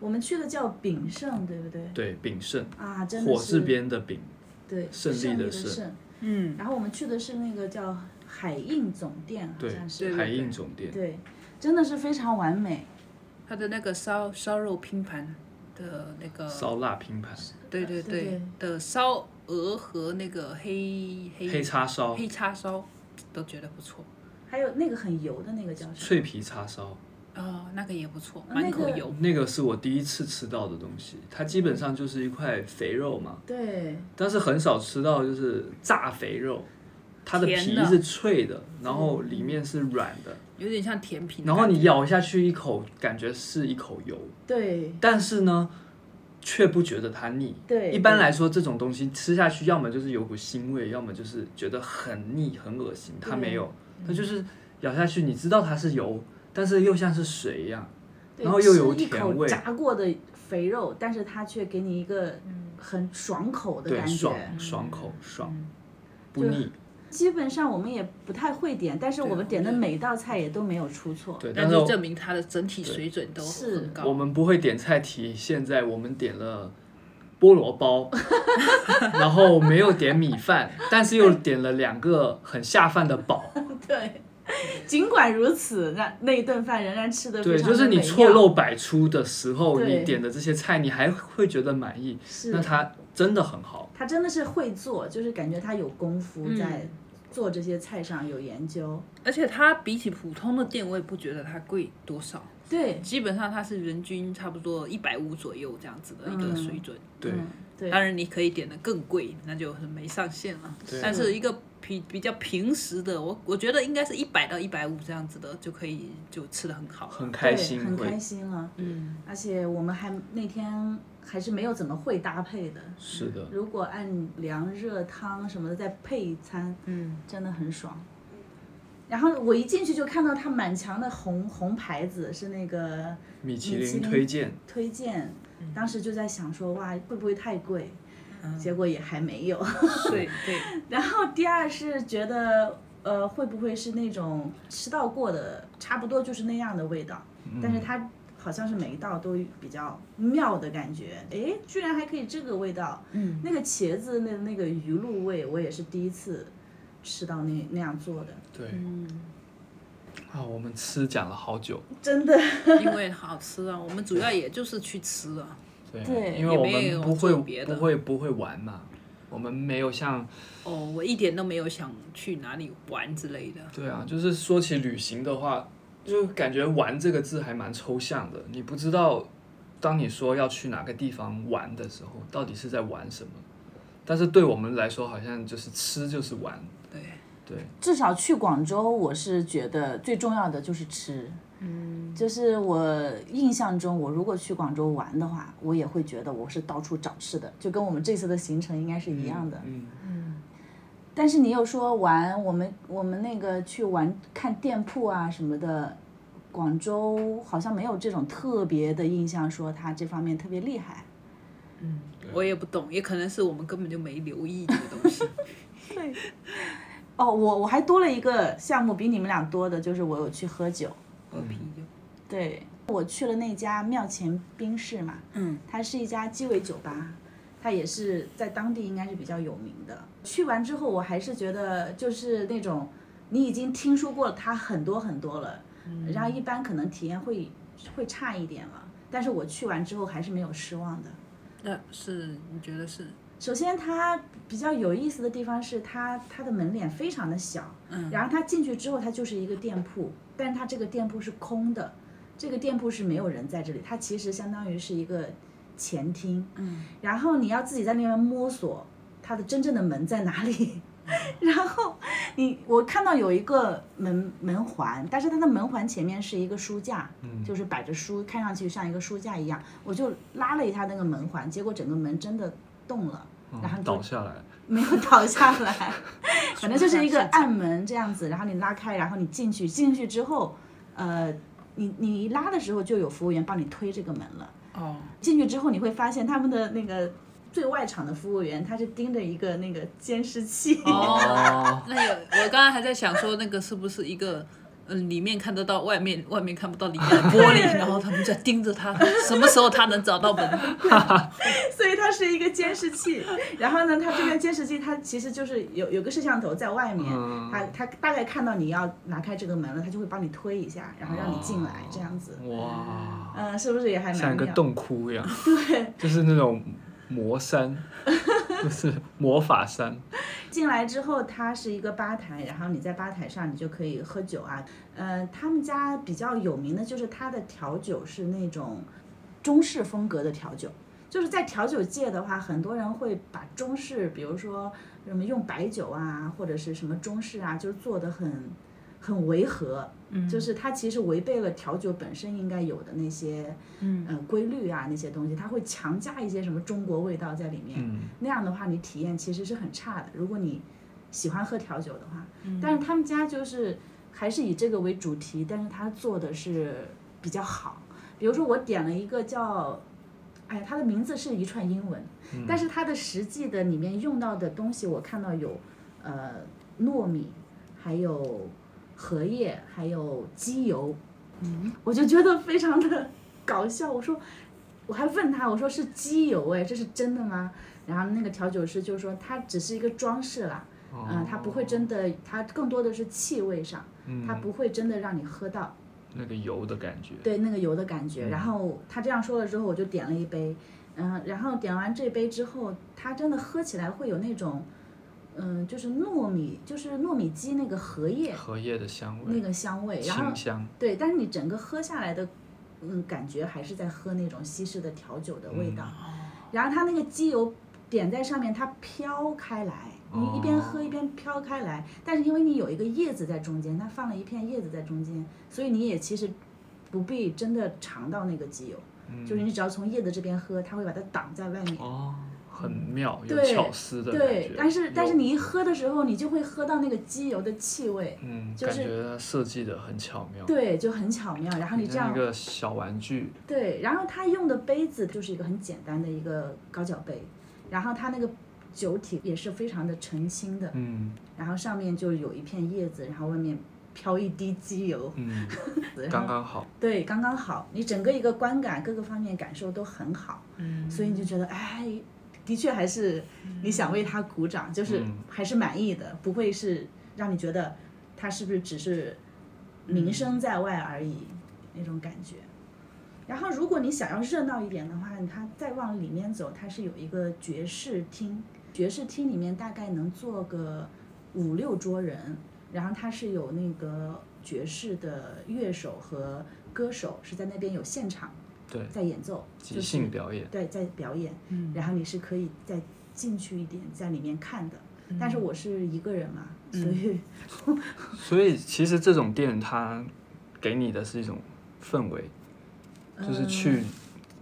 [SPEAKER 2] 我们去的叫炳胜，对不对？
[SPEAKER 3] 对，炳胜，
[SPEAKER 2] 啊，真的
[SPEAKER 3] 火
[SPEAKER 2] 是
[SPEAKER 3] 字边的炳，
[SPEAKER 2] 对
[SPEAKER 3] 胜利
[SPEAKER 2] 利
[SPEAKER 3] 的
[SPEAKER 2] 的
[SPEAKER 3] 胜
[SPEAKER 2] 胜。
[SPEAKER 4] 嗯，
[SPEAKER 2] 然后我们去的是那个叫海印总店，好
[SPEAKER 3] 对
[SPEAKER 2] 嗯像是，
[SPEAKER 3] 海印总店。
[SPEAKER 2] 对，真的是非常完美。
[SPEAKER 4] 他的那个烧烧肉拼盘的那个，
[SPEAKER 3] 烧腊拼盘、
[SPEAKER 4] 对对
[SPEAKER 2] 对
[SPEAKER 4] 对的烧鹅和那个黑
[SPEAKER 3] 黑叉烧、
[SPEAKER 4] 黑叉烧都觉得不错
[SPEAKER 2] 还有那个很油的那个叫什么？
[SPEAKER 3] 脆皮叉烧，
[SPEAKER 4] 哦，那个也不错，
[SPEAKER 2] 啊那
[SPEAKER 4] 满口
[SPEAKER 2] 个
[SPEAKER 4] 油。
[SPEAKER 3] 那个是我第一次吃到的东西。它基本上啊就是一块肥肉嘛，
[SPEAKER 2] 对，
[SPEAKER 3] 但是很少吃到就是炸肥肉，它的皮
[SPEAKER 4] 甜的
[SPEAKER 3] 是脆的，然后里面是软的，
[SPEAKER 4] 有点像甜品的
[SPEAKER 3] 然
[SPEAKER 4] 感觉。
[SPEAKER 3] 后你咬下去一口，感觉是一口油，
[SPEAKER 2] 对
[SPEAKER 3] 但是呢，却不觉得它腻。
[SPEAKER 2] 对，
[SPEAKER 3] 一般来说，这种东西吃下去，要么就是有股腥味，要么就是觉得很腻、很恶心。它没有，它
[SPEAKER 2] 嗯
[SPEAKER 3] 就是咬下去，你知道它是油，但是又像是水一样。
[SPEAKER 2] 对
[SPEAKER 3] 然后又有
[SPEAKER 2] 吃一口
[SPEAKER 3] 甜味
[SPEAKER 2] 炸过的肥肉，但是它却给你一个很爽口的
[SPEAKER 3] 嗯对，
[SPEAKER 2] 感
[SPEAKER 3] 爽
[SPEAKER 2] 觉。嗯
[SPEAKER 3] 爽口爽，不
[SPEAKER 2] 就
[SPEAKER 3] 腻。
[SPEAKER 2] 基本上我们也不太会点，但是我们点的
[SPEAKER 4] 对
[SPEAKER 2] 每道菜也都没有出错。
[SPEAKER 3] 对，但
[SPEAKER 4] 那
[SPEAKER 3] 是
[SPEAKER 4] 就证明它的整体水准都
[SPEAKER 2] 是
[SPEAKER 4] 很
[SPEAKER 3] 我
[SPEAKER 4] 高。
[SPEAKER 3] 们不会点菜题，现在我们点了菠萝包， 然后没有点米饭，但是又点了两个很下饭的饱。
[SPEAKER 2] 对，尽管如此，那那一顿饭仍然吃的
[SPEAKER 3] 对，就是你错漏百出的时候，
[SPEAKER 2] 对
[SPEAKER 3] 你点的这些菜，你还会觉得满意，
[SPEAKER 2] 是
[SPEAKER 3] 那它真的很好。
[SPEAKER 2] 他真的是会做，就是感觉他有功夫
[SPEAKER 4] 嗯
[SPEAKER 2] 在做这些菜上有研究。
[SPEAKER 4] 而且它比起普通的店，我也不觉得它贵多少，
[SPEAKER 2] 对
[SPEAKER 4] 基本上它是人均差不多一百五左右这样子的一个
[SPEAKER 2] 嗯
[SPEAKER 4] 水准。
[SPEAKER 3] 对，
[SPEAKER 2] 对，
[SPEAKER 4] 当然你可以点的更贵，那就很没上限了。
[SPEAKER 3] 对
[SPEAKER 4] 但是一个比比较平时的，我我觉得应该是一百到一百五这样子的就可以就吃的很好。
[SPEAKER 3] 很
[SPEAKER 2] 对
[SPEAKER 3] 开心
[SPEAKER 2] 很
[SPEAKER 3] 会
[SPEAKER 2] 开心啊了。
[SPEAKER 4] 嗯，
[SPEAKER 2] 而且我们还那天还是没有怎么会搭配的。
[SPEAKER 3] 是的，
[SPEAKER 2] 如果按凉热汤什么的再配一餐，
[SPEAKER 4] 嗯，
[SPEAKER 2] 真的很爽。然后我一进去就看到他满墙的红红牌子，是那个
[SPEAKER 3] 米其
[SPEAKER 2] 米其林
[SPEAKER 3] 林推荐，
[SPEAKER 2] 推荐，当时就在想说哇会不会太贵，结果也还没有。
[SPEAKER 4] 对对，
[SPEAKER 2] 然后第二是觉得，呃，会不会是那种吃到过的，差不多就是那样的味道，但是它好像是每一道都比较妙的感觉，诶，居然还可以这个味道，
[SPEAKER 4] 嗯，
[SPEAKER 2] 那个茄子那那个鱼露味，我也是第一次吃到那那样做的，
[SPEAKER 3] 对
[SPEAKER 4] 嗯，
[SPEAKER 3] 啊，我们吃讲了好久，
[SPEAKER 2] 真的，
[SPEAKER 4] 因为好吃啊，我们主要也就是去吃啊。
[SPEAKER 2] 对
[SPEAKER 3] 因为我
[SPEAKER 4] 也没有
[SPEAKER 3] 们不会
[SPEAKER 4] 做别的
[SPEAKER 3] 不会不会玩嘛，我们没有像
[SPEAKER 4] 哦，我一点都没有想去哪里玩之类的。
[SPEAKER 3] 对啊，就是说起旅行的话，就感觉“玩”这个字还蛮抽象的，你不知道，当你说要去哪个地方玩的时候，到底是在玩什么。但是对我们来说，好像就是吃就是玩，
[SPEAKER 4] 对，
[SPEAKER 3] 对，
[SPEAKER 2] 至少去广州，我是觉得最重要的就是吃。嗯，就是我印象中，我如果去广州玩的话，我也会觉得我是到处找吃的，就跟我们这次的行程应该是一样的。
[SPEAKER 3] 嗯，
[SPEAKER 2] 但是你又说玩我们我们那个去玩看店铺啊什么的，广州好像没有这种特别的印象，说它这方面特别厉害。
[SPEAKER 4] 我也不懂，也可能是我们根本就没留意这个东 西。
[SPEAKER 2] 哦，我我还多了一个项目比你们俩多的，就是我有去喝酒。
[SPEAKER 4] 喝啤酒，
[SPEAKER 2] 对，我去了那家庙前冰室嘛，
[SPEAKER 4] 嗯，
[SPEAKER 2] 它是一家鸡尾酒吧，它也是在当地应该是比较有名的。去完之后，我还是觉得就是那种你已经听说过它很多很多了，然后一般可能体验会会差一点了，但是我去完之后还是没有失望的。
[SPEAKER 4] 那是你觉得是？
[SPEAKER 2] 首先，它比较有意思的地方是它它的门脸非常的小，
[SPEAKER 4] 嗯，
[SPEAKER 2] 然后它进去之后，它就是一个店铺，但是它这个店铺是空的，这个店铺是没有人在这里，它其实相当于是一个前厅，
[SPEAKER 4] 嗯，
[SPEAKER 2] 然后你要自己在那边摸索它的真正的门在哪
[SPEAKER 4] 嗯
[SPEAKER 2] 里， 然后你我看到有一个门门环，但是它的门环前面是一个书架，
[SPEAKER 3] 嗯
[SPEAKER 2] 就是摆着书，看上去像一个书架一样，我就拉了一下那个门环，结果整个门真的动了。然后就
[SPEAKER 3] 嗯倒下 来，
[SPEAKER 2] 没有倒下 来，反正就是一个暗门这样子，然后你拉开，然后你进去，进去之后，呃，你你一拉的时候就有服务员帮你推这个门了。
[SPEAKER 4] 哦，
[SPEAKER 2] 进去之后你会发现他们的那个最外场的服务员他是盯着一个那个监视器，
[SPEAKER 4] 哦，那有，我刚刚还在想说，那个是不是一个，嗯，里面看得到外面，外面看不到里面的玻璃，然后他们就盯着 他，什么时候他能找到门？
[SPEAKER 2] 所以它是一个监视器。然后呢，它这边监视器它其实就是有有个摄像头在外面，
[SPEAKER 3] 嗯
[SPEAKER 2] 它它大概看到你要拿开这个门了，它就会帮你推一下，然后让你进来
[SPEAKER 4] 哦
[SPEAKER 2] 这样子。
[SPEAKER 3] 哇，
[SPEAKER 2] 嗯，是不是也还蛮
[SPEAKER 3] 像一个
[SPEAKER 2] 妙
[SPEAKER 3] 洞 窟一样，对，就是那种魔山， 就是魔法山，
[SPEAKER 2] 进来之后，它是一个吧台，然后你在吧台上你就可以喝酒啊。呃，他们家比较有名的就是它的调酒是那种中式风格的调酒，就是在调酒界的话，很多人会把中式，比如说什么用白酒啊，或者是什么中式啊，就是做的很很违和，
[SPEAKER 4] 嗯
[SPEAKER 2] 就是它其实违背了调酒本身应该有的那些
[SPEAKER 4] 嗯
[SPEAKER 2] 呃规律啊那些东西，它会强加一些什么中国味道在里面。
[SPEAKER 3] 嗯，
[SPEAKER 2] 那样的话，你体验其实是很差的。如果你喜欢喝调酒的话，
[SPEAKER 3] 嗯
[SPEAKER 2] 但是他们家就是还是以这个为主题，但是他做的是比较好。比如说，我点了一个叫，哎呀，它的名字是一串英文，
[SPEAKER 3] 嗯
[SPEAKER 2] 但是它的实际的里面用到的东西，我看到有呃糯米，还有荷叶，还有机油，嗯，我就觉得非常的搞笑。我说，我还问他，我说是机油哎，这是真的吗？然后那个调酒师就说，它只是一个装饰啦，嗯、
[SPEAKER 3] 哦
[SPEAKER 2] 它不会真的，它更多的是气味上，
[SPEAKER 3] 嗯
[SPEAKER 2] 它不会真的让你喝到。
[SPEAKER 3] 那个油的感觉，
[SPEAKER 2] 对那个油的感觉。
[SPEAKER 3] 嗯
[SPEAKER 2] 然后他这样说了之后，我就点了一杯，嗯，然后点完这杯之后，它真的喝起来会有那种，嗯，就是糯米，就是糯米鸡那个荷叶
[SPEAKER 3] 荷叶的香味，
[SPEAKER 2] 那个香味，然后
[SPEAKER 3] 清香，
[SPEAKER 2] 对，但是你整个喝下来的，嗯，感觉还是在喝那种西式的调酒的味
[SPEAKER 3] 嗯
[SPEAKER 2] 道。
[SPEAKER 3] 哦
[SPEAKER 2] 然后它那个机油点在上面，它飘开来，你一边
[SPEAKER 3] 哦
[SPEAKER 2] 喝一边飘开来。但是因为你有一个叶子在中间，它放了一片叶子在中间，所以你也其实不必真的尝到那个机油，就是你只要从叶子这边喝，它会把它挡在外面。
[SPEAKER 3] 嗯哦，很妙，有
[SPEAKER 2] 对
[SPEAKER 3] 巧思的感
[SPEAKER 2] 对
[SPEAKER 3] 觉。，
[SPEAKER 2] 但是但是
[SPEAKER 3] 有
[SPEAKER 2] 你一喝的时候，你就会喝到那个机油的气味，
[SPEAKER 3] 嗯，
[SPEAKER 2] 就
[SPEAKER 3] 感
[SPEAKER 2] 是
[SPEAKER 3] 觉它设计的很巧妙，
[SPEAKER 2] 对，就很巧妙。然后你这
[SPEAKER 3] 像
[SPEAKER 2] 样
[SPEAKER 3] 一个小玩具，
[SPEAKER 2] 对，然后他用的杯子就是一个很简单的一个高脚杯，然后它那个酒体也是非常的澄清的，
[SPEAKER 3] 嗯
[SPEAKER 2] 然后上面就有一片叶子，然后外面飘一滴机油，
[SPEAKER 3] 嗯，
[SPEAKER 2] 然后
[SPEAKER 3] 刚刚好，
[SPEAKER 2] 对刚刚好，你整个一个观感各个方面感受都很好，
[SPEAKER 4] 嗯
[SPEAKER 2] 所以你就觉得哎，的确还是你想为他鼓掌，就是
[SPEAKER 3] 嗯
[SPEAKER 2] 还是满意的，不会是让你觉得他是不是只是名声在外而已、那种感觉。然后，如果你想要热闹一点的话，它再往里面走，它是有一个爵士厅，爵士厅里面大概能坐个五六桌人，然后它是有那个爵士的乐手和歌手是在那边有现场
[SPEAKER 3] 对，
[SPEAKER 2] 在演奏，
[SPEAKER 3] 即
[SPEAKER 2] 就是
[SPEAKER 3] 兴表演，
[SPEAKER 2] 对，在表演，
[SPEAKER 4] 嗯
[SPEAKER 2] 然后你是可以再进去一点，在里面看的。但是我是一个人嘛，所以
[SPEAKER 3] 所以其实这种店它给你的是一种氛围，
[SPEAKER 2] 嗯
[SPEAKER 3] 就是去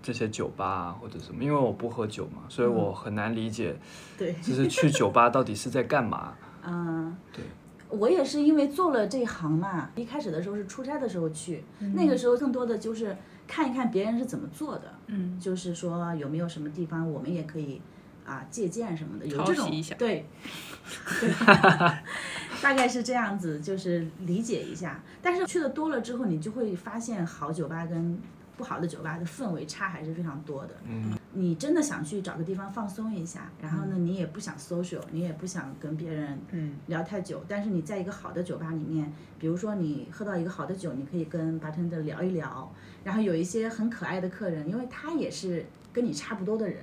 [SPEAKER 3] 这些酒吧啊或者什么，因为我不喝酒嘛，所以我很难理解，
[SPEAKER 2] 嗯对，
[SPEAKER 3] 就是去酒吧到底是在干嘛。
[SPEAKER 2] 嗯，
[SPEAKER 3] 对，
[SPEAKER 2] 我也是因为做了这一行嘛，一开始的时候是出差的时候去，
[SPEAKER 4] 嗯
[SPEAKER 2] 那个时候更多的就是看一看别人是怎么做的，
[SPEAKER 4] 嗯
[SPEAKER 2] 就是说有没有什么地方我们也可以啊借鉴什么的，有
[SPEAKER 4] 抄
[SPEAKER 2] 这种
[SPEAKER 4] 袭一下
[SPEAKER 2] 对，对大概是这样子，就是理解一下。但是去的多了之后，你就会发现好酒吧跟不好的酒吧的氛围差还是非常多的。
[SPEAKER 3] 嗯，
[SPEAKER 2] 你真的想去找个地方放松一下，然后呢，你也不想 social，你也不想跟别人
[SPEAKER 4] 嗯
[SPEAKER 2] 聊太久，但是你在一个好的酒吧里面，比如说你喝到一个好的酒，你可以跟 bartender 聊一聊，然后有一些很可爱的客人，因为他也是跟你差不多的人，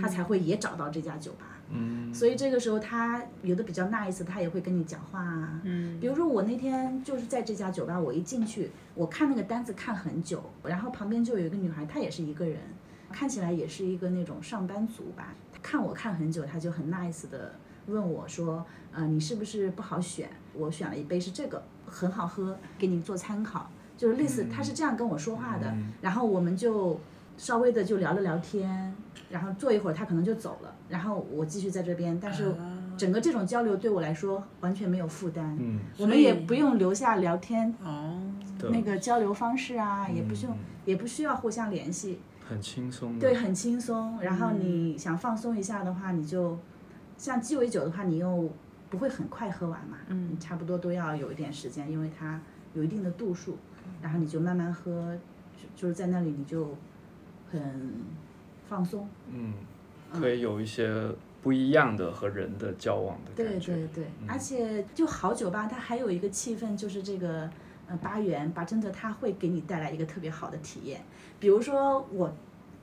[SPEAKER 2] 他才会也找到这家酒吧。 嗯，所以这个时候他有的比较 nice，他也会跟你讲话啊。嗯，比如说我那天就是在这家酒吧，我一进去，我看那个单子看很久，然后旁边就有一个女孩，她也是一个人，看起来也是一个那种上班族吧。看我看很久，她就很 nice 的问我说：“呃，你是不是不好选？我选了一杯是这个，很好喝，给你做参考。”就是类似，她是这样跟我说话的。然后我们就稍微的就聊了聊天，然后坐一会儿，她可能就走了。然后我继续在这边，但是整个这种交流对我来说完全没有负担。
[SPEAKER 3] 嗯，
[SPEAKER 2] 我们
[SPEAKER 4] 所以
[SPEAKER 2] 也不用留下聊天
[SPEAKER 4] 哦，
[SPEAKER 3] 对，
[SPEAKER 2] 那个交流方式啊，也不需要
[SPEAKER 3] 嗯
[SPEAKER 2] 也不需要互相联系，
[SPEAKER 3] 很轻松的，
[SPEAKER 2] 对，很轻松。然后你想放松一下的话，你就像鸡尾酒的话，你又不会很快喝完嘛，你差不多都要有一点时间，因为它有一定的度数，然后你就慢慢喝，就就是在那里你就很放松。
[SPEAKER 3] 嗯，可以有一些不一样的和人的交往的
[SPEAKER 2] 对
[SPEAKER 3] 感觉，嗯
[SPEAKER 2] 对对，而且就好酒吧，它还有一个气氛，就是这个呃八元八真的，它会给你带来一个特别好的体验。比如说我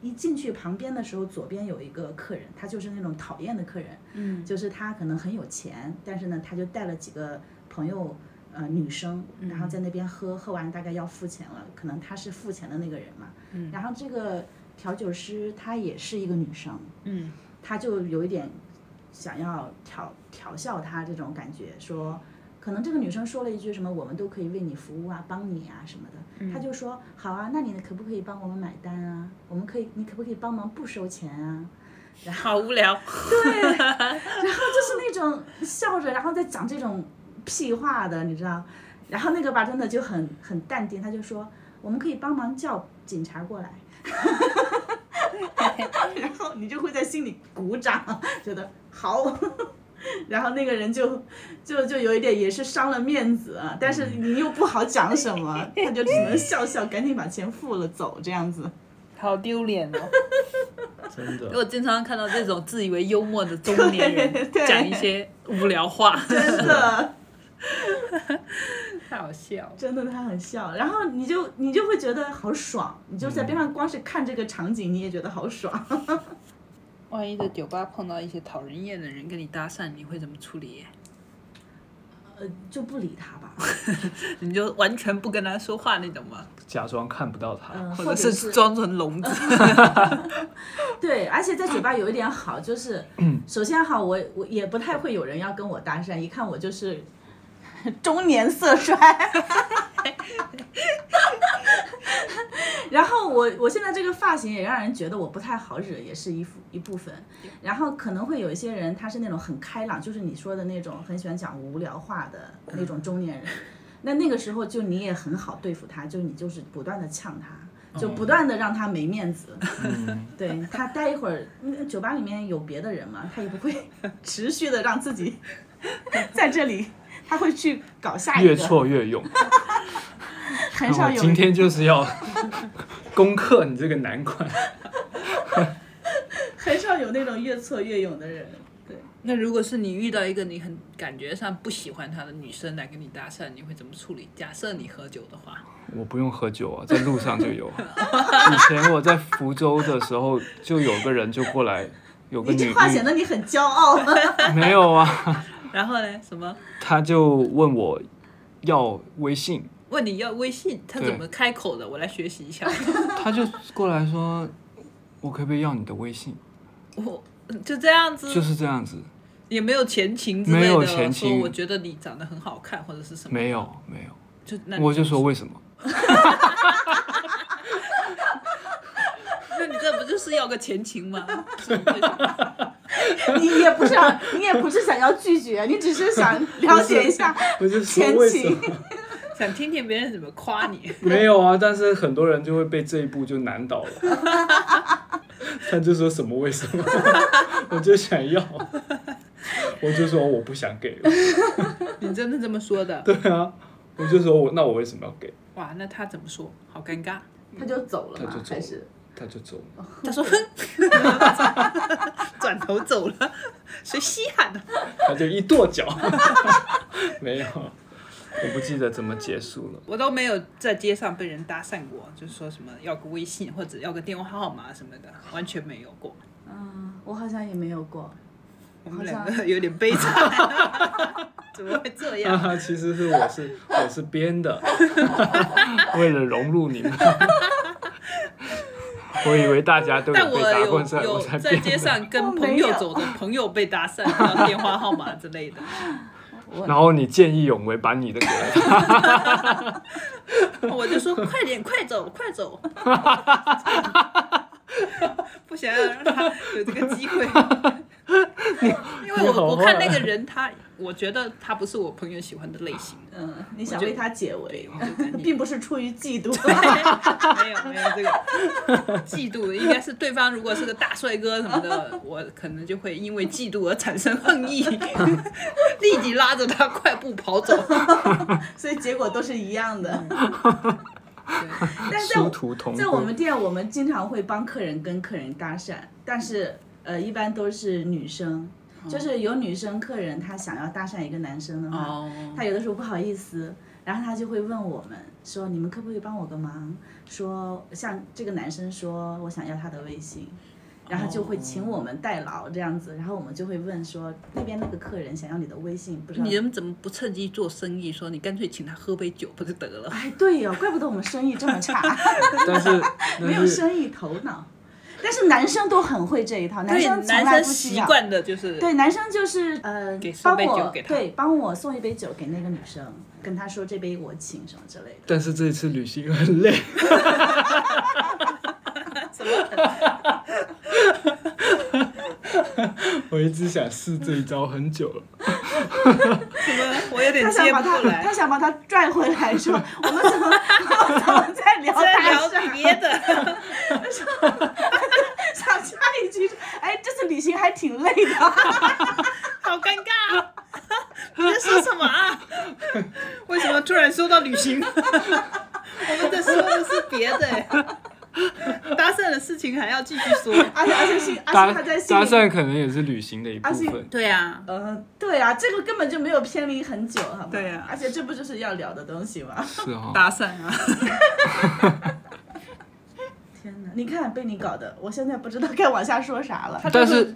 [SPEAKER 2] 一进去旁边的时候，左边有一个客人，他就是那种讨厌的客人，
[SPEAKER 4] 嗯
[SPEAKER 2] 就是他可能很有钱，但是呢，他就带了几个朋友。呃，女生，
[SPEAKER 4] 嗯
[SPEAKER 2] 然后
[SPEAKER 4] 嗯
[SPEAKER 2] 在那边喝，喝完大概要付钱了，可能他是付钱的那个人嘛。然后这个调酒师她也是一个女生，
[SPEAKER 4] 嗯，
[SPEAKER 2] 她就有一点想要调调笑她这种感觉，说可能这个女生说了一句什么“我们都可以为你服务啊，帮你啊什么的”，她就说“好啊，那你可不可以帮我们买单啊？我们可以，你可不可以帮忙不收钱啊？”
[SPEAKER 4] 好无聊。
[SPEAKER 2] 就是那种笑着，然后再讲这种屁话的，你知道？然后那个吧，真的就很很淡定，他就说我们可以帮忙叫警察过来， 然后你就会在心里鼓掌，觉得好。 然后那个人就就就有一点也是伤了面子，啊但是你又不好讲什么，他就只能笑笑，赶紧把钱付了走这样子。
[SPEAKER 4] 好丢脸哦！
[SPEAKER 3] 真的，
[SPEAKER 4] 我经常看到这种自以为幽默的中
[SPEAKER 2] 对
[SPEAKER 4] 年 人
[SPEAKER 2] 对
[SPEAKER 4] 讲一些无聊话，
[SPEAKER 2] 真的。
[SPEAKER 4] 太好笑。
[SPEAKER 2] 真的，他很笑，然后你就你就会觉得好爽，你就在边上光是看这个场景，你也觉得好爽。
[SPEAKER 4] 万一在酒吧碰到一些讨人厌的人跟你搭讪，你会怎么处理？
[SPEAKER 2] 呃， 就不理他 吧，
[SPEAKER 4] 你就完全不跟他说话那种吗？
[SPEAKER 3] 假装看不到他。
[SPEAKER 2] 嗯，
[SPEAKER 4] 或
[SPEAKER 2] 或是
[SPEAKER 4] 者是装成 聋子？
[SPEAKER 2] 对，而且在酒吧有一点好，就是首先哈，我我也不太会有人要跟我搭讪，一看我就是 中年色衰。然后我我现在这个发型也让人觉得我不太好惹，也是一部一部分。然后可能会有一些人，他是那种很开朗，就是你说的那种很喜欢讲无聊话的那种中年人。那那个时候就你也很好对付他，就你就是不断的呛他，
[SPEAKER 3] 哦
[SPEAKER 2] 就不断的让他没面子。
[SPEAKER 3] 嗯
[SPEAKER 2] 对他待一会儿，嗯酒吧里面有别的人嘛，他也不会持续的让自己在这里，他会去搞下一
[SPEAKER 3] 越
[SPEAKER 2] 个，
[SPEAKER 3] 挫越勇。
[SPEAKER 2] 很
[SPEAKER 3] 那
[SPEAKER 2] 少
[SPEAKER 3] 我
[SPEAKER 2] 有
[SPEAKER 3] 今
[SPEAKER 2] 人
[SPEAKER 3] 天就 是要攻克你这个难关。
[SPEAKER 2] 很少有那种越挫越勇的人。对，
[SPEAKER 4] 那如果是你遇到一个你很感觉上不喜欢她的女生来跟你搭讪，你会怎么处理？假设你喝酒的话，
[SPEAKER 3] 我不用喝酒啊， 在路上就有。以前我在福州的时候，就有个人就过来，有个
[SPEAKER 2] 你
[SPEAKER 3] 女
[SPEAKER 2] 这话显
[SPEAKER 3] 女
[SPEAKER 2] 得你很骄傲。
[SPEAKER 3] 没有啊，
[SPEAKER 4] 然后呢？什么？
[SPEAKER 3] 他就问我要微信，
[SPEAKER 4] 问你要微信，他
[SPEAKER 3] 对
[SPEAKER 4] 怎么开口的？我来学习 一下。
[SPEAKER 3] 他就过来说，我可不可以要你的微信？
[SPEAKER 4] 我就这样子，
[SPEAKER 3] 就是这样子，
[SPEAKER 4] 也没有前情之类
[SPEAKER 3] 没
[SPEAKER 4] 的，
[SPEAKER 3] 有前情
[SPEAKER 4] 说我觉得你长得很好看或者是什么，
[SPEAKER 3] 没有没有，
[SPEAKER 4] 就那你
[SPEAKER 3] 我就说，为什么？
[SPEAKER 4] 那你这不就是要个前情吗？
[SPEAKER 2] 你也不想，你也不是想要拒绝，你只是想了解一下
[SPEAKER 3] 我就
[SPEAKER 2] 前情。
[SPEAKER 4] 想听听别人怎么夸你，
[SPEAKER 3] 没有啊，但是很多人就会被这一步就难倒了。 他就说什么为什么， 我就想要，我就说我不想给了。
[SPEAKER 4] 你真的这么说的？
[SPEAKER 3] 对啊，我就说我那我为什么要给？
[SPEAKER 4] 哇，那他怎么说？好尴尬。
[SPEAKER 2] 他就走了
[SPEAKER 3] 他就
[SPEAKER 2] 嘛，
[SPEAKER 3] 走
[SPEAKER 2] 还
[SPEAKER 3] 了
[SPEAKER 2] 是
[SPEAKER 3] 他就走 了。
[SPEAKER 4] 他 说哼，转头走了， 谁稀罕啊呢？
[SPEAKER 3] 他就一跺脚， 没有，我不记得怎么结束了。
[SPEAKER 4] 我都没有在街上被人搭讪过，就是说什么要个微信或者要个电话号码什么的，完全没有过。
[SPEAKER 2] 嗯，我好像也没有过。
[SPEAKER 4] 我们
[SPEAKER 2] 好像
[SPEAKER 4] 两个 有点悲惨，怎么会这样？
[SPEAKER 3] 啊， 其实是我是我是编的， 为了融入你们。 我以为大家都有
[SPEAKER 4] 但
[SPEAKER 3] 被
[SPEAKER 4] 我
[SPEAKER 3] 打
[SPEAKER 4] 有
[SPEAKER 3] 过讪，我
[SPEAKER 4] 有
[SPEAKER 3] 才
[SPEAKER 4] 在
[SPEAKER 3] 编
[SPEAKER 4] 街
[SPEAKER 3] 的。
[SPEAKER 4] 上跟
[SPEAKER 2] 我没
[SPEAKER 4] 朋友
[SPEAKER 2] 有
[SPEAKER 4] 走的朋友被搭讪，然后电话号码之类的，
[SPEAKER 3] 然后你见义勇为，把你的给了他，
[SPEAKER 4] 我就说快点，快走，快走，不想要让他有这个机会。因为
[SPEAKER 3] 你好
[SPEAKER 4] 我我看
[SPEAKER 3] 坏啊
[SPEAKER 4] 那个人他，我觉得他不是我朋友喜欢的类型，
[SPEAKER 2] 嗯，你想
[SPEAKER 4] 就啊
[SPEAKER 2] 为他解
[SPEAKER 3] 哦
[SPEAKER 2] 围，
[SPEAKER 4] 我就赶紧
[SPEAKER 2] 并不是出于嫉妒。
[SPEAKER 4] 没有没有这个嫉妒，应该是对方如果是个大帅哥什么的，我可能就会因为嫉妒而产生恨意， 立即拉着他快步跑走。
[SPEAKER 2] 所以结果都是一样的。 但是在
[SPEAKER 3] 殊
[SPEAKER 2] 我
[SPEAKER 3] 途同归
[SPEAKER 2] 在。我们店，我们经常会帮客人跟客人搭讪，但是呃，一般都是女生，就是有女生客人她想要搭讪一个男生的话，
[SPEAKER 4] 哦，
[SPEAKER 2] 她有的时候不好意思，然后她就会问我们说：“你们可不可以帮我个忙？”说像这个男生说我想要他的微信。然后就会
[SPEAKER 4] 哦
[SPEAKER 2] 请我们代劳这样子，然后我们就会问说那边那个客人想要你的微信，不知道
[SPEAKER 4] 你们怎么不趁机做生意？说你干脆请他喝杯酒不就得了？
[SPEAKER 2] 哎，对呀、怪不得我们生意这么差，
[SPEAKER 3] 但是
[SPEAKER 2] 没
[SPEAKER 3] 但
[SPEAKER 2] 有
[SPEAKER 3] 是
[SPEAKER 2] 生意头脑。但是男生都很会这一套，男
[SPEAKER 4] 对
[SPEAKER 2] 生从
[SPEAKER 4] 男
[SPEAKER 2] 来
[SPEAKER 4] 生
[SPEAKER 2] 不需
[SPEAKER 4] 习
[SPEAKER 2] 要。
[SPEAKER 4] 惯的就是
[SPEAKER 2] 对，男生就是呃，
[SPEAKER 4] 给送
[SPEAKER 2] 帮
[SPEAKER 4] 杯酒
[SPEAKER 2] 我
[SPEAKER 4] 给他
[SPEAKER 2] 对，帮我送一杯酒给那个女生，跟她说这杯我请什么之类的。
[SPEAKER 3] 但是这一次旅行很累，
[SPEAKER 4] 怎么
[SPEAKER 3] 我一直想试这一招很久了。
[SPEAKER 4] 怎么 我有点
[SPEAKER 2] 他想
[SPEAKER 4] 接不
[SPEAKER 2] 把
[SPEAKER 4] 过
[SPEAKER 2] 他，他
[SPEAKER 4] 来。
[SPEAKER 2] 想把他拽回来， 说我们怎么我怎么在聊
[SPEAKER 4] 在
[SPEAKER 2] 大事
[SPEAKER 4] 聊
[SPEAKER 2] 儿？
[SPEAKER 4] 别的，
[SPEAKER 2] 想插一句，哎，这次旅行还挺累 的。
[SPEAKER 4] 好尴尬啊！你在说什么啊？ 为什么突然说到旅行？ 我们在说的是别的、哎搭讪的事情还要继续说。
[SPEAKER 2] 而且而且心，而
[SPEAKER 3] 搭
[SPEAKER 2] 且他在心
[SPEAKER 3] 搭
[SPEAKER 2] 里，
[SPEAKER 3] 讪可能也是旅行的一部
[SPEAKER 2] 而
[SPEAKER 3] 分。
[SPEAKER 4] 对呀、
[SPEAKER 2] 呃，对啊，这个根本就没有偏离很久，好吗？
[SPEAKER 4] 对啊
[SPEAKER 2] 而且这不就是要聊的东西吗？
[SPEAKER 3] 是哈、
[SPEAKER 4] 搭讪啊，
[SPEAKER 2] 天哪，你看被你搞的，我现在不知道该往下说啥了。
[SPEAKER 3] 但是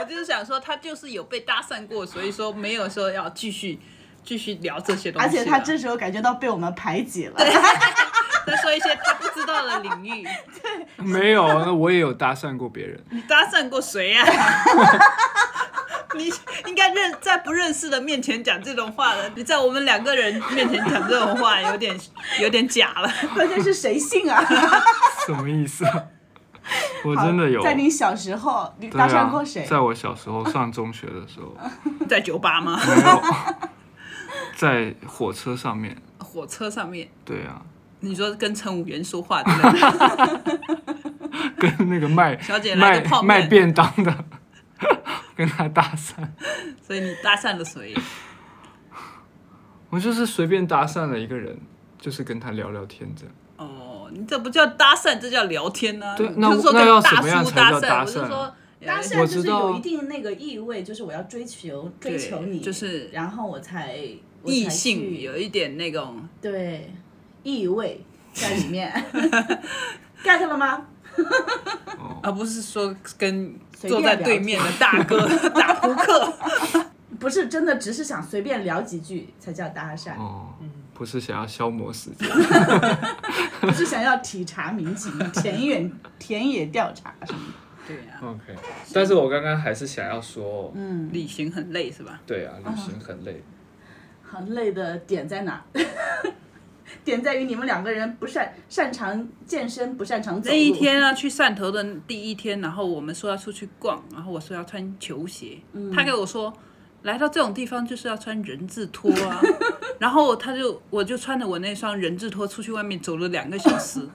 [SPEAKER 4] 我就是想说，他就是有被搭讪过，所以说没有说要继续继续聊这些东西啊
[SPEAKER 2] 而
[SPEAKER 4] 了。
[SPEAKER 2] 且他这时候感觉到被我们排挤了，
[SPEAKER 4] 在说一些他不知道的领域。
[SPEAKER 3] 没有，那我也有搭讪过别人。
[SPEAKER 4] 你搭讪过谁呀、 你应该认在不认识的面前讲这种话的，你在我们两个人面前讲这种话，有点有点假了。
[SPEAKER 2] 关键是谁信啊？
[SPEAKER 3] 什么意思 啊？我 真的有
[SPEAKER 2] 在你小时候，你
[SPEAKER 3] 对啊
[SPEAKER 2] 搭讪过谁？
[SPEAKER 3] 在我小时候上中学的时候，
[SPEAKER 4] 在酒吧吗？
[SPEAKER 3] 没有在火车上面。
[SPEAKER 4] 火车上面，
[SPEAKER 3] 对啊，
[SPEAKER 4] 你说跟乘务员说话之类的，
[SPEAKER 3] 跟那个卖
[SPEAKER 4] 小姐来
[SPEAKER 3] 卖
[SPEAKER 4] 个泡面
[SPEAKER 3] 卖便当的，跟他搭讪。
[SPEAKER 4] 所以你搭讪了谁？
[SPEAKER 3] 我就是随便搭讪了一个人，就是跟他聊聊天这样。
[SPEAKER 4] 哦，你这不叫搭讪，这叫聊天呢、
[SPEAKER 3] 对
[SPEAKER 4] 你
[SPEAKER 3] 那
[SPEAKER 4] 不是说
[SPEAKER 3] 那
[SPEAKER 4] 跟
[SPEAKER 3] 要
[SPEAKER 4] 大
[SPEAKER 3] 什么样
[SPEAKER 4] 叔
[SPEAKER 3] 才
[SPEAKER 4] 搭
[SPEAKER 3] 叫
[SPEAKER 4] 讪，
[SPEAKER 3] 搭
[SPEAKER 4] 我是
[SPEAKER 3] 讪
[SPEAKER 4] 说
[SPEAKER 2] 搭
[SPEAKER 4] 呃
[SPEAKER 2] 讪就
[SPEAKER 3] 我知
[SPEAKER 2] 是
[SPEAKER 3] 道
[SPEAKER 2] 有一定那个意味，就是我要追求追求你，
[SPEAKER 4] 就是
[SPEAKER 2] 然后我才我才
[SPEAKER 4] 异性
[SPEAKER 2] 去
[SPEAKER 4] 有一点那种
[SPEAKER 2] 对意味在里 面，get 了吗？
[SPEAKER 4] 而啊不是说跟
[SPEAKER 2] 随
[SPEAKER 4] 坐在
[SPEAKER 2] 便聊
[SPEAKER 4] 对面的大哥 打扑克。
[SPEAKER 2] 不是真的，只是想随便聊几句才叫搭讪，
[SPEAKER 3] 哦，不是想要消磨时间。
[SPEAKER 2] 不是想要体察民 情、田园田野调查什么的。
[SPEAKER 4] 对啊呀、
[SPEAKER 3] OK，但是我刚刚还是想要说，
[SPEAKER 4] 旅行很累是吧？
[SPEAKER 3] 对啊，旅行很累。
[SPEAKER 2] 很累的点在哪 儿？点在于你们两个人不擅擅长健身，不擅长走
[SPEAKER 4] 那
[SPEAKER 2] 路。
[SPEAKER 4] 一天啊，去汕头的第一天，然后我们说要出去逛，然后我说要穿球鞋，
[SPEAKER 3] 嗯
[SPEAKER 4] 他给我说，来到这种地方就是要穿人字拖 啊，然后他就我就穿着我那双人字拖出去外面走了两个小 时，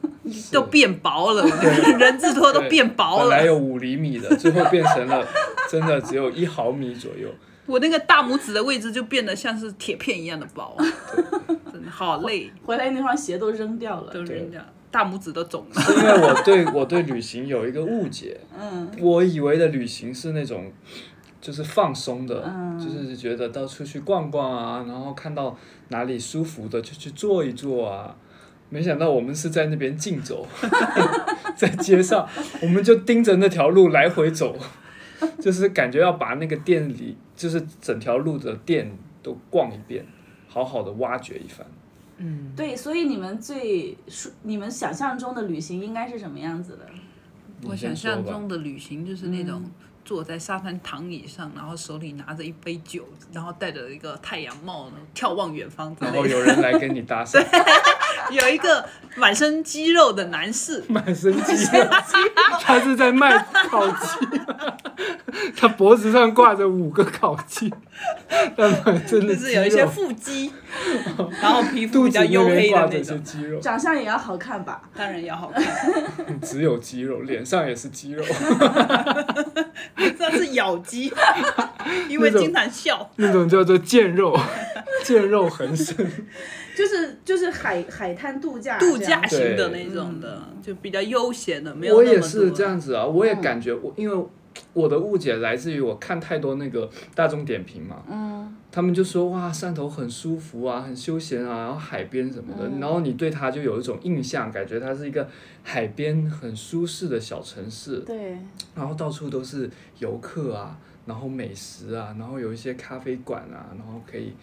[SPEAKER 4] 都变薄了， 人字拖都
[SPEAKER 3] 对
[SPEAKER 4] 变薄
[SPEAKER 3] 本来
[SPEAKER 4] 了，
[SPEAKER 3] 有五厘米的，最后变成了真的只有一毫米左右。
[SPEAKER 4] 我那个大拇指的位置就变得像是铁片一样的 薄，真的好累，
[SPEAKER 2] 回来那双鞋都扔掉了
[SPEAKER 4] 都。人家大拇指都肿了。
[SPEAKER 3] 因为我对我对旅行有一个误 解，
[SPEAKER 2] 嗯，
[SPEAKER 3] 我以为的旅行是那种就是放松的，
[SPEAKER 4] 嗯
[SPEAKER 3] 就是觉得到处去逛逛啊，然后看到哪里舒服的就去坐一坐啊。没想到我们是在那边竞走， 在街上我们就盯着那条路来回走， 就是感觉要把那个店里，就是整条路的店都逛一遍，好好的挖掘一番。
[SPEAKER 2] 对，所以你们最舒你们想象中的旅行应该是什么样子的？
[SPEAKER 4] 我
[SPEAKER 3] 你先
[SPEAKER 4] 想
[SPEAKER 3] 说
[SPEAKER 4] 象
[SPEAKER 3] 吧
[SPEAKER 4] 中的旅行就是那种
[SPEAKER 2] 嗯
[SPEAKER 4] 坐在沙滩躺椅上，然后手里拿着一杯酒，然后戴着一个太阳帽，眺望远方之
[SPEAKER 3] 然
[SPEAKER 4] 类
[SPEAKER 3] 后
[SPEAKER 4] 的。
[SPEAKER 3] 有人来跟你搭讪，，
[SPEAKER 4] 有一个满身肌肉的男士
[SPEAKER 3] 卖身鸡，他是在卖烤鸡，他脖子上挂着五个烤鸡，他满身
[SPEAKER 4] 就
[SPEAKER 3] 的
[SPEAKER 4] 是
[SPEAKER 3] 肌
[SPEAKER 4] 有一些
[SPEAKER 3] 肉，
[SPEAKER 4] 腹肌，然后皮肤
[SPEAKER 3] 肚
[SPEAKER 4] 比
[SPEAKER 3] 子
[SPEAKER 4] 较
[SPEAKER 3] 那
[SPEAKER 4] 黝
[SPEAKER 3] 边
[SPEAKER 4] 黑
[SPEAKER 3] 挂
[SPEAKER 4] 的
[SPEAKER 3] 着
[SPEAKER 4] 那
[SPEAKER 3] 一些
[SPEAKER 4] 种，
[SPEAKER 3] 肌肉，
[SPEAKER 2] 长相也要好看吧？
[SPEAKER 4] 当然要好看。
[SPEAKER 3] 只有肌肉，脸上也是肌肉，
[SPEAKER 4] 这是咬肌，因为
[SPEAKER 3] 那种
[SPEAKER 4] 经常笑。
[SPEAKER 3] 那种叫做健肉， 健肉横生。
[SPEAKER 2] 就是就是海海滩度假
[SPEAKER 4] 度
[SPEAKER 2] 这
[SPEAKER 4] 假
[SPEAKER 2] 样嗯
[SPEAKER 4] 型的那种的，就比较悠闲的，没有
[SPEAKER 3] 我
[SPEAKER 4] 那
[SPEAKER 3] 也
[SPEAKER 4] 么
[SPEAKER 3] 是
[SPEAKER 4] 多
[SPEAKER 3] 这。样子啊，我也感觉我因为我的误解来自于我看太多那个大众点评嘛，
[SPEAKER 2] 嗯，
[SPEAKER 3] 他们就说哇，汕头很舒服啊，很休闲啊，然后海边什么的，然后你对它就有一种印象，感觉它是一个海边很舒适的小城市，
[SPEAKER 2] 对，
[SPEAKER 3] 然后到处都是游客啊，然后美食啊，然后有一些咖啡馆啊，然后可以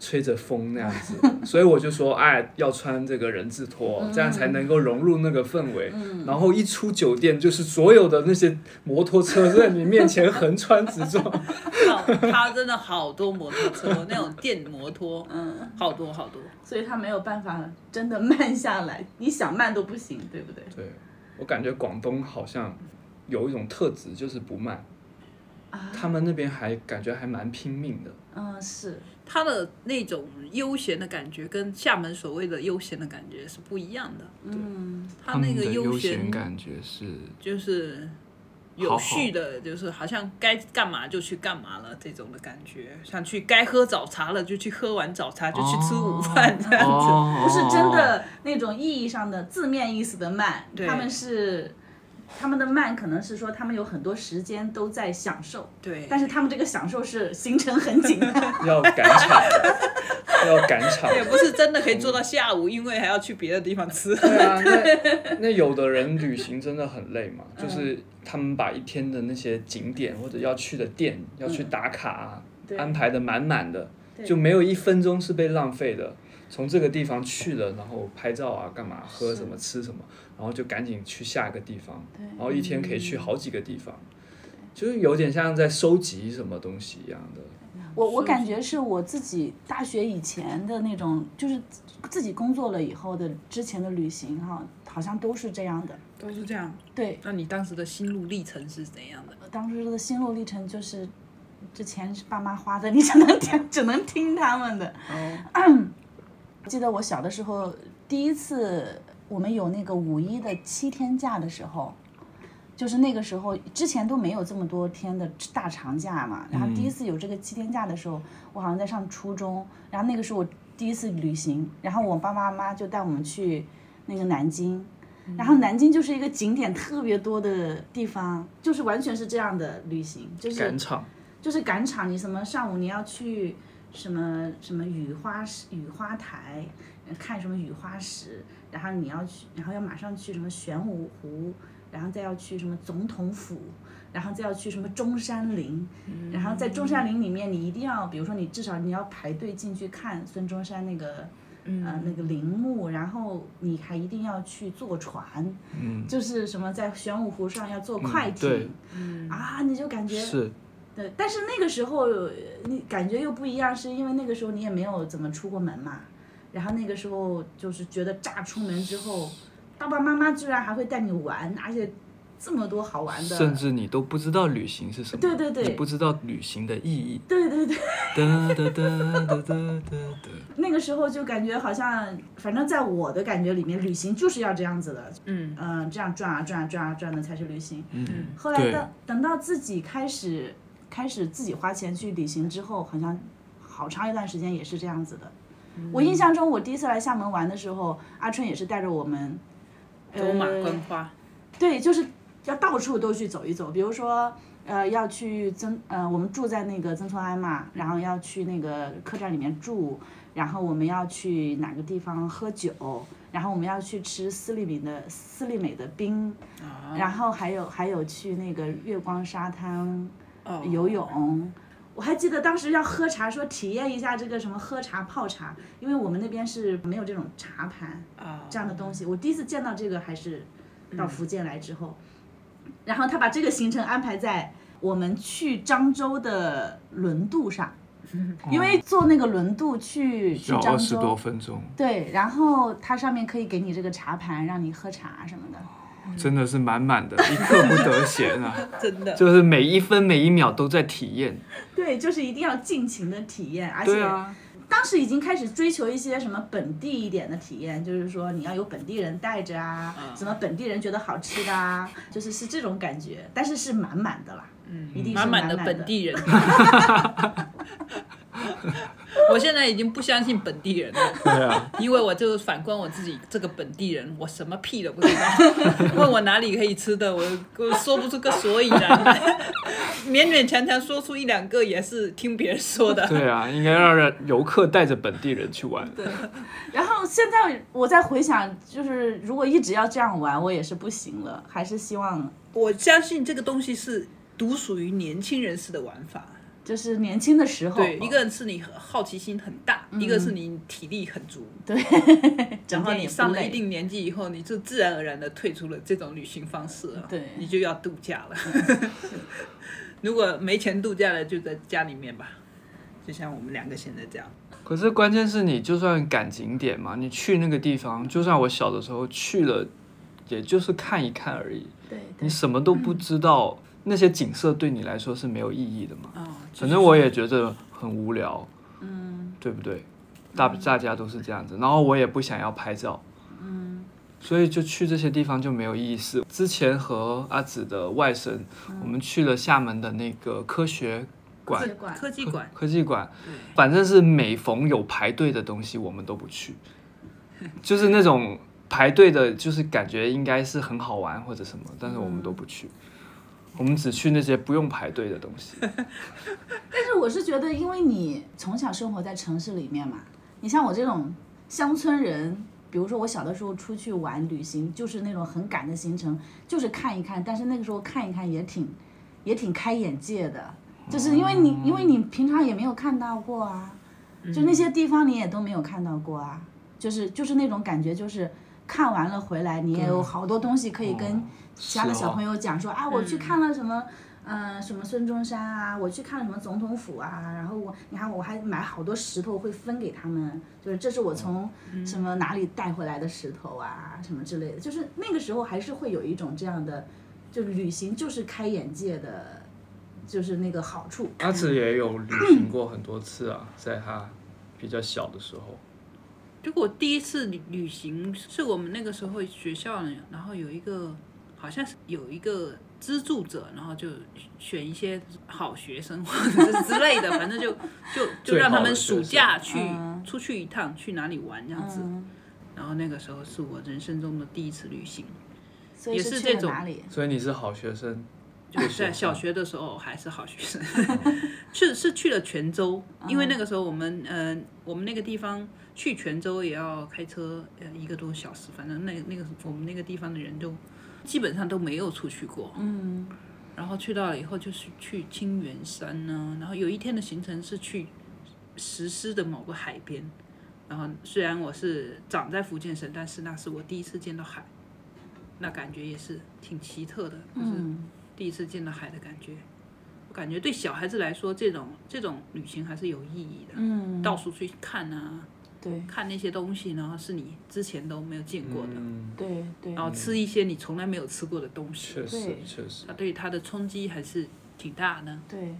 [SPEAKER 3] 吹着风那样 子，所以我就说，哎，要穿这个人字拖，
[SPEAKER 4] 嗯
[SPEAKER 3] 这样才能够融入那个氛围。然后一出酒店，就是所有的那些摩托车在你面前横穿直 撞，
[SPEAKER 4] 他真的好多摩托车，那种电摩托，嗯，好多好多。
[SPEAKER 2] 所以他没有办法真的慢下来，你想慢都不行，对不对？
[SPEAKER 3] 对我感觉广东好像有一种特质，就是不慢。
[SPEAKER 4] 啊
[SPEAKER 3] 他们那边还感觉还蛮拼命的，
[SPEAKER 2] 嗯，是，
[SPEAKER 4] 他的那种悠闲的感觉跟厦门所谓的悠闲的感觉是不一样的。
[SPEAKER 2] 嗯，
[SPEAKER 4] 他啊那个
[SPEAKER 3] 们的悠
[SPEAKER 4] 闲
[SPEAKER 3] 感觉是
[SPEAKER 4] 就是
[SPEAKER 3] 好
[SPEAKER 4] 有
[SPEAKER 3] 好
[SPEAKER 4] 序的，就是好像该干嘛就去干嘛了这种的感觉，想去该喝早茶了就去喝完早茶就去吃午饭这样子。
[SPEAKER 3] 哦
[SPEAKER 2] 不是真的那种意义上的字面意思的慢，
[SPEAKER 4] 对
[SPEAKER 2] 他们是他们的慢，可能是说他们有很多时间都在享受，
[SPEAKER 4] 对，
[SPEAKER 2] 但是他们这个享受是行程很紧 的，
[SPEAKER 3] 要赶场， 要赶场。
[SPEAKER 4] 也不是真的可以做到下午，因为还要去别的地方吃。
[SPEAKER 3] 对啊，那那有的人旅行真的很累嘛，
[SPEAKER 2] 嗯
[SPEAKER 3] 就是他们把一天的那些景点或者要去的店、要
[SPEAKER 2] 嗯
[SPEAKER 3] 去打卡、啊，安排的满满的，就没有一分钟是被浪费的。从这个地方去了，然后拍照啊，干嘛喝什么吃什么，然后就赶紧去下一个地方，然后一天可以
[SPEAKER 2] 嗯
[SPEAKER 3] 去好几个地方，就是有点像在收集什么东西一样的。
[SPEAKER 2] 我我感觉是我自己大学以前的那种，就是自己工作了以后的之前的旅行哈，好像都是这样的。
[SPEAKER 4] 都是这样。
[SPEAKER 2] 对，
[SPEAKER 4] 那你当时的心路历程是怎样的？
[SPEAKER 2] 我当时的心路历程就是，这钱是爸妈花的，你只能听，只能听他们的。
[SPEAKER 4] 哦，
[SPEAKER 2] 我记得我小的时候，第一次我们有那个五一的七天假的时候，就是那个时候之前都没有这么多天的大长假嘛。然后第一次有这个七天假的时候，我好像在上初中，然后那个时候我第一次旅行，然后我爸爸妈妈就带我们去那个南京。然后南京就是一个景点特别多的地方，就是完全是这样的旅行，就是
[SPEAKER 3] 赶场，
[SPEAKER 2] 就是赶场，你什么上午你要去什么什么雨花石雨花台呃看什么雨花石，然后你要去，然后要马上去什么玄武湖，然后再要去什么总统府，然后再要去什么中山陵，
[SPEAKER 3] 嗯
[SPEAKER 2] 然后在中山陵里面，你一定要，比如说你至少你要排队进去看孙中山那个。
[SPEAKER 3] 嗯
[SPEAKER 2] 呃，那个陵墓，然后你还一定要去坐船，
[SPEAKER 3] 嗯，
[SPEAKER 2] 就是什么在玄武湖上要坐
[SPEAKER 3] 嗯
[SPEAKER 2] 快
[SPEAKER 3] 对
[SPEAKER 2] 艇，啊，你就感觉
[SPEAKER 3] 是
[SPEAKER 2] 对，但是那个时候呃你感觉又不一样，是因为那个时候你也没有怎么出过门嘛，然后那个时候就是觉得乍出门之后，爸爸妈妈居然还会带你玩，而且这么多好玩的，
[SPEAKER 3] 甚至你都不知道旅行是什么，
[SPEAKER 2] 对对对
[SPEAKER 3] 你不知道旅行的 意义。
[SPEAKER 2] 对对对，
[SPEAKER 3] 哒哒哒哒哒哒 哒。
[SPEAKER 2] 那个时候就感觉好像，反正在我的感觉里面，旅行就是要这样子的，
[SPEAKER 4] 嗯
[SPEAKER 2] 嗯、这样转啊转啊转啊转的才是旅行。
[SPEAKER 3] 嗯，
[SPEAKER 2] 后来
[SPEAKER 3] 对
[SPEAKER 2] 到等到自己开始开始自己花钱去旅行之后，好像好长一段时间也是这样子的。
[SPEAKER 4] 嗯
[SPEAKER 2] 我印象中，我第一次来厦门玩的时候，阿春也是带着我们，
[SPEAKER 4] 走马
[SPEAKER 2] 呃
[SPEAKER 4] 观花，
[SPEAKER 2] 对，就是要到处都去走一走，比如说。呃，要去曾呃，我们住在那个曾厝垵嘛，然后要去那个客栈里面住，然后我们要去哪个地方喝酒，然后我们要去吃斯利米的斯利美的冰，然后还有还有去那个月光沙滩
[SPEAKER 4] 哦
[SPEAKER 2] 游泳。我还记得当时要喝茶，说体验一下这个什么喝茶泡茶，因为我们那边是没有这种茶盘
[SPEAKER 4] 啊
[SPEAKER 2] 这样的东西。我第一次见到这个还是到福建来之后，然后他把这个行程安排在我们去漳州的轮渡上，因为坐那个轮渡去去
[SPEAKER 3] 要
[SPEAKER 2] 漳
[SPEAKER 3] 二十多
[SPEAKER 2] 州，
[SPEAKER 3] 分钟，
[SPEAKER 2] 对，然后它上面可以给你这个茶盘，让你喝茶什么的。
[SPEAKER 3] 真的是满满的，一刻不得 闲啊！
[SPEAKER 4] 真的
[SPEAKER 3] 就是每一分每一秒都在体验。
[SPEAKER 2] 对，就是一定要尽情的体验，而
[SPEAKER 3] 对
[SPEAKER 2] 且
[SPEAKER 3] 啊，
[SPEAKER 2] 当时已经开始追求一些什么本地一点的体验，就是说你要有本地人带着啊，
[SPEAKER 4] 嗯
[SPEAKER 2] 什么本地人觉得好吃的啊，就是是这种感觉，但是是满满的啦，嗯，一定是
[SPEAKER 4] 满
[SPEAKER 2] 满
[SPEAKER 4] 满的
[SPEAKER 2] 满
[SPEAKER 4] 本。地人。我现在已经不相信本地人了，
[SPEAKER 3] 对啊，
[SPEAKER 4] 因为我就反观我自己这个本地人，我什么屁都不知道。问我哪里可以吃的，我我说不出个所以然来，勉勉强强说出一两个也是听别人说的。
[SPEAKER 3] 对啊，应该让人游客带着本地人去玩。
[SPEAKER 2] 然后现在我再回想，就是如果一直要这样玩，我也是不行了，还是希望
[SPEAKER 4] 我相信这个东西是独属于年轻人式的玩法，
[SPEAKER 2] 就是年轻的时候，
[SPEAKER 4] 对，一个是你好奇心很大，一个是你体力很足。
[SPEAKER 2] 整
[SPEAKER 4] 然后
[SPEAKER 2] 天也
[SPEAKER 4] 你
[SPEAKER 2] 不
[SPEAKER 4] 上了
[SPEAKER 2] 累
[SPEAKER 4] 一定年纪以后，你就自然而然的退出了这种旅行方式了，
[SPEAKER 2] 对嗯
[SPEAKER 4] 你就要度假了。 如果没钱度假了，就在家里面吧，就像我们两个现在这样。
[SPEAKER 3] 可是关键是你就算赶景点嘛，你去那个地方，就算我小的时候去了，也就是看一看而已，
[SPEAKER 2] 对对，
[SPEAKER 3] 你什么都不知道，那些景色对你来说是没有意义的嘛。
[SPEAKER 4] 哦，
[SPEAKER 3] 反正我也觉得很无聊，嗯，对不对？大大家都是这样子，然后我也不想要拍照，嗯，所以就去这些地方就没有意思。之前和阿紫的外甥，我们去了厦门的那个科学
[SPEAKER 2] 科
[SPEAKER 3] 馆
[SPEAKER 2] 学。馆
[SPEAKER 4] 科技馆，
[SPEAKER 3] 科技馆
[SPEAKER 4] 对，
[SPEAKER 3] 反正是每逢有排队的东西，我们都不去，就是那种排队的，就是感觉应该是很好玩或者什么，但是我们都不去，我们只去那些不用排队的东西。
[SPEAKER 2] 但是我是觉得，因为你从小生活在城市里面嘛，你像我这种乡村人，比如说我小的时候出去玩旅行，就是那种很赶的行程，就是看一看，但是那个时候看一看也挺也挺开眼界的，就是因为你、因为你平常也没有看到过啊，就那些地方你也都没有看到过啊，就是就是那种感觉就是。看完了回来，你也有好多东西可以跟其他的
[SPEAKER 3] 是
[SPEAKER 2] 小
[SPEAKER 3] 哦
[SPEAKER 2] 朋友讲说啊，我去看了什么，嗯，什么孙中山啊，我去看了什么总统府啊，然后我你看我还买好多石头会分给他们，就是这是我
[SPEAKER 4] 哦
[SPEAKER 2] 从什
[SPEAKER 4] 嗯
[SPEAKER 2] 么哪里带回来的石头啊，什么之类的，就是那个时候还是会有一种这样的，就旅行就是开眼界的，就是那个好处。
[SPEAKER 3] 阿紫也有旅行过很多次啊，在他比较小的时候，
[SPEAKER 4] 结果第一次旅旅行是我们那个时候学校，然后有一个好像是有一个资助者，然后就选一些好学生或者是之类的，反正就就就
[SPEAKER 3] 最好的
[SPEAKER 4] 让他们暑假去
[SPEAKER 2] 嗯
[SPEAKER 4] 出去一趟，去哪里玩这样子。
[SPEAKER 2] 嗯，
[SPEAKER 4] 然后那个时候是我人生中的第一次旅行，
[SPEAKER 2] 所以
[SPEAKER 4] 也
[SPEAKER 2] 是
[SPEAKER 4] 是
[SPEAKER 2] 去
[SPEAKER 4] 这
[SPEAKER 2] 了
[SPEAKER 4] 种
[SPEAKER 2] 哪里？
[SPEAKER 3] 所以你是好学生，
[SPEAKER 4] 就
[SPEAKER 3] 啊
[SPEAKER 4] 是啊在
[SPEAKER 3] 嗯
[SPEAKER 4] 小学的时候还是好学生，是是 去了泉州，因为那个时候我们呃我们那个地方去泉州也要开车呃一个多小时，反正那那个我们那个地方的人都基本上都没有出去过，嗯，然后去到了以后就是去清源山呢、然后有一天的行程是去石狮的某个海边，然后虽然我是长在福建省，但是那是我第一次见到海，那感觉也是挺奇特的，就是。
[SPEAKER 2] 嗯，
[SPEAKER 4] 第一次见到海的感觉。我感觉对小孩子来说，这种这种旅行还是有意义的。嗯，到处去看啊，
[SPEAKER 2] 嗯对
[SPEAKER 4] 看那些东西，然后是你之前都没有见过的，
[SPEAKER 3] 嗯，
[SPEAKER 2] 对对
[SPEAKER 4] 然后吃一些你从来没有吃过的东西，
[SPEAKER 3] 确实
[SPEAKER 2] 对
[SPEAKER 3] 确实，
[SPEAKER 4] 它对它的冲击还是挺大的。
[SPEAKER 2] 对，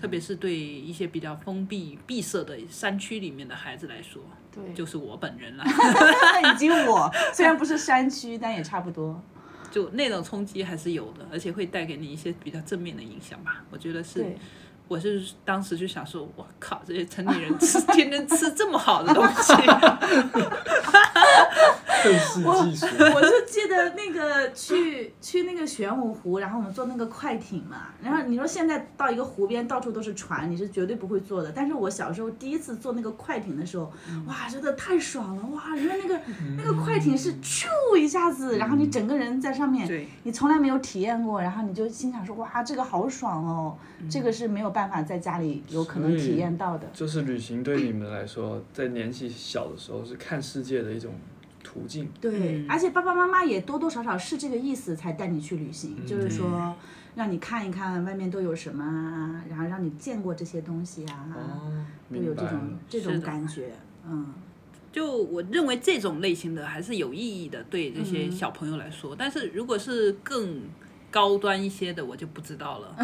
[SPEAKER 4] 特别是对一些比较封闭、闭塞的山区里面的孩子来说，
[SPEAKER 2] 对
[SPEAKER 4] 就是我本人啦，
[SPEAKER 2] 已经我虽然不是山区，但也差不多。
[SPEAKER 4] 就那种冲击还是有的，而且会带给你一些比较正面的影响吧。我觉得是
[SPEAKER 2] 对，
[SPEAKER 4] 我是当时就想说，我靠，这些城里人吃天天吃这么好的东西，
[SPEAKER 3] 愤世嫉俗，
[SPEAKER 2] 我就记得那个去去那个玄武湖，然后我们坐那个快艇嘛，然后你说现在到一个湖边到处都是船，你是绝对不会坐的。但是我小时候第一次坐那个快艇的时候，哇，真的太爽了哇！因为那个那个快艇是咻一下子，然后你整个人在上面，
[SPEAKER 4] 对，
[SPEAKER 2] 你从来没有体验过，然后你就心想说哇，这个好爽哦，这个是没有办法在家里有可能体验到的。
[SPEAKER 3] 就是旅行对你们来说，在年纪小的时候是看世界的一种途径。
[SPEAKER 2] 对，
[SPEAKER 4] 嗯
[SPEAKER 2] 而且爸爸妈妈也多多少少是这个意思，才带你去旅行，就是说让你看一看外面都有什么啊，然后让你见过这些东西啊，
[SPEAKER 3] 哦，
[SPEAKER 2] 都有
[SPEAKER 3] 明
[SPEAKER 2] 这
[SPEAKER 3] 白了。
[SPEAKER 2] 种这
[SPEAKER 4] 是
[SPEAKER 2] 种
[SPEAKER 4] 的
[SPEAKER 2] 感觉，嗯，
[SPEAKER 4] 就我认为这种类型的还是有意义的，对这些小朋友来说。但是如果是更高端一些的，我就不知道了。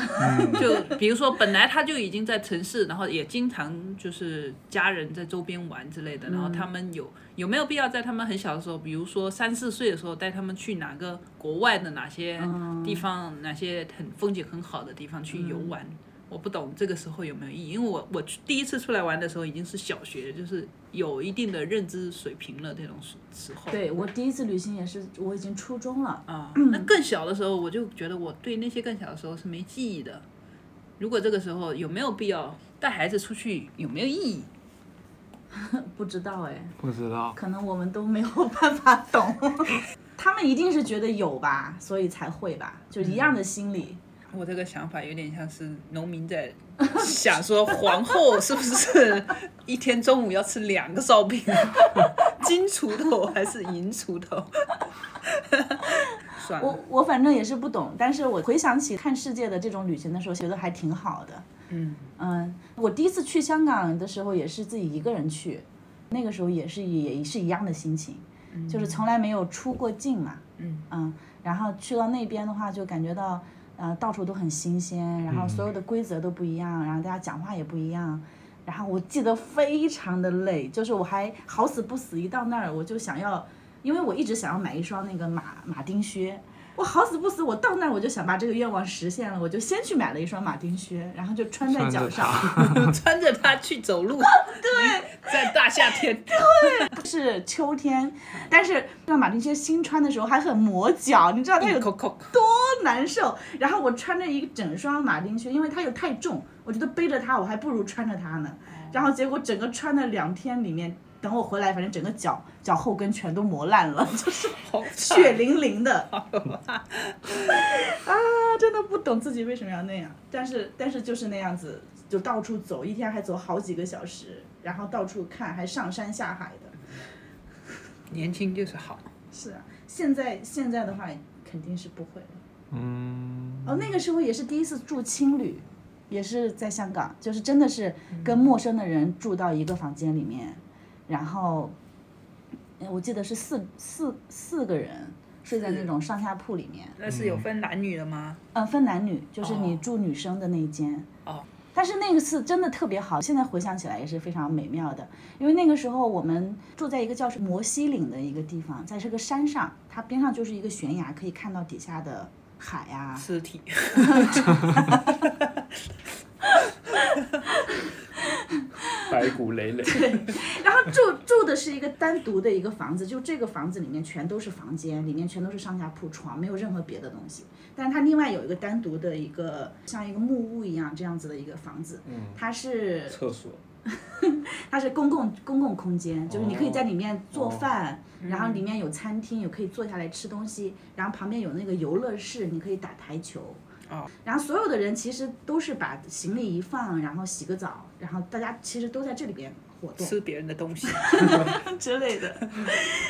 [SPEAKER 4] 就比如说，本来他就已经在城市，然后也经常就是家人在周边玩之类的，然后他们有有没有必要在他们很小的时候，比如说三四岁的时候，带他们去哪个国外的哪些地方，哪些很风景很好的地方去游玩？我不懂这个时候有没有意义，因为我我去第一次出来玩的时候已经是小学，就是有一定的认知水平了，这种时时候。
[SPEAKER 2] 对我第一次旅行也是我已经初中了，
[SPEAKER 4] 啊，那更小的时候，我就觉得我对那些更小的时候是没记忆的。如果这个时候有没有必要带孩子出去，有没有意义？
[SPEAKER 2] 不知道哎，
[SPEAKER 3] 不知道，
[SPEAKER 2] 可能我们都没有办法懂，他们一定是觉得有吧，所以才会吧，就一样的心理。
[SPEAKER 4] 我这个想法有点像是农民在想说，皇后是不是一天中午要吃两个烧饼， 金锄头还是银锄头？ 算了
[SPEAKER 2] 我，我反正也是不懂，但是我回想起看世界的这种旅行的时候，觉得还挺好的。
[SPEAKER 4] 嗯
[SPEAKER 2] 嗯，我第一次去香港的时候也是自己一个人去，那个时候也是也是一样的心情，就是从来没有出过境嘛。
[SPEAKER 4] 嗯
[SPEAKER 2] 然后去到那边的话，就感觉到呃到处都很新鲜，然后所有的规则都不一样，然后大家讲话也不一样。然后我记得非常的累，就是我还好死不死，一到那儿我就想要，因为我一直想要买一双那个马马丁靴。我好死不死，我到那儿我就想把这个愿望实现了，我就先去买了一双马丁靴，然后就穿在
[SPEAKER 3] 穿着
[SPEAKER 2] 脚上。
[SPEAKER 4] 穿着它去走路，对，在大夏天，
[SPEAKER 2] 是秋天，但是让马丁靴新穿的时候还很磨脚，你知道它有
[SPEAKER 4] 扣扣，
[SPEAKER 2] 多难受。然后我穿着一整双马丁靴，因为它又太重，我觉得背着它我还不如穿着它呢。然后结果整个穿了两天里面，等我回来，反正整个脚脚后跟全都磨烂了，就是
[SPEAKER 4] 好
[SPEAKER 2] 血淋淋的。啊， 真的不懂自己为什么要那样，但是但是就是那样子，就到处走，一天还走好几个小时，然后到处看，还上山下海的。
[SPEAKER 4] 年轻就是好，
[SPEAKER 2] 是啊，现在现在的话肯定是不会了。
[SPEAKER 3] 嗯，
[SPEAKER 2] 哦，那个时候也是第一次住青旅，也是在香港，就是真的是
[SPEAKER 4] 嗯
[SPEAKER 2] 跟陌生的人住到一个房间里面，然后呃我记得是四四四个人睡在那
[SPEAKER 4] 是
[SPEAKER 2] 种上下铺里面，
[SPEAKER 4] 那是有分男女的吗？
[SPEAKER 2] 嗯，分男女，就是你
[SPEAKER 4] 哦
[SPEAKER 2] 住女生的那一间。
[SPEAKER 4] 哦。
[SPEAKER 2] 但是那个次真的特别好，现在回想起来也是非常美妙的。因为那个时候我们住在一个叫是摩西岭的一个地方，在这个山上，它边上就是一个悬崖，可以看到底下的海啊呀、
[SPEAKER 4] 尸体，
[SPEAKER 3] 白骨累累，
[SPEAKER 2] 然后住住的是一个单独的一个房子，就这个房子里面全都是房间，里面全都是上下铺床，没有任何别的东西。但是它另外有一个单独的一个像一个木屋一样这样子的一个房子，它是
[SPEAKER 3] 厕所
[SPEAKER 2] 它是公共公共空间，就是你可以在里面做饭，然后里面有餐厅，有可以坐下来吃东西，然后旁边有那个游乐室，你可以打台球。
[SPEAKER 4] 哦，
[SPEAKER 2] 然后所有的人其实都是把行李一放，然后洗个澡，然后大家其实都在这里边活动。
[SPEAKER 4] 吃别人的东西，
[SPEAKER 2] 之类的。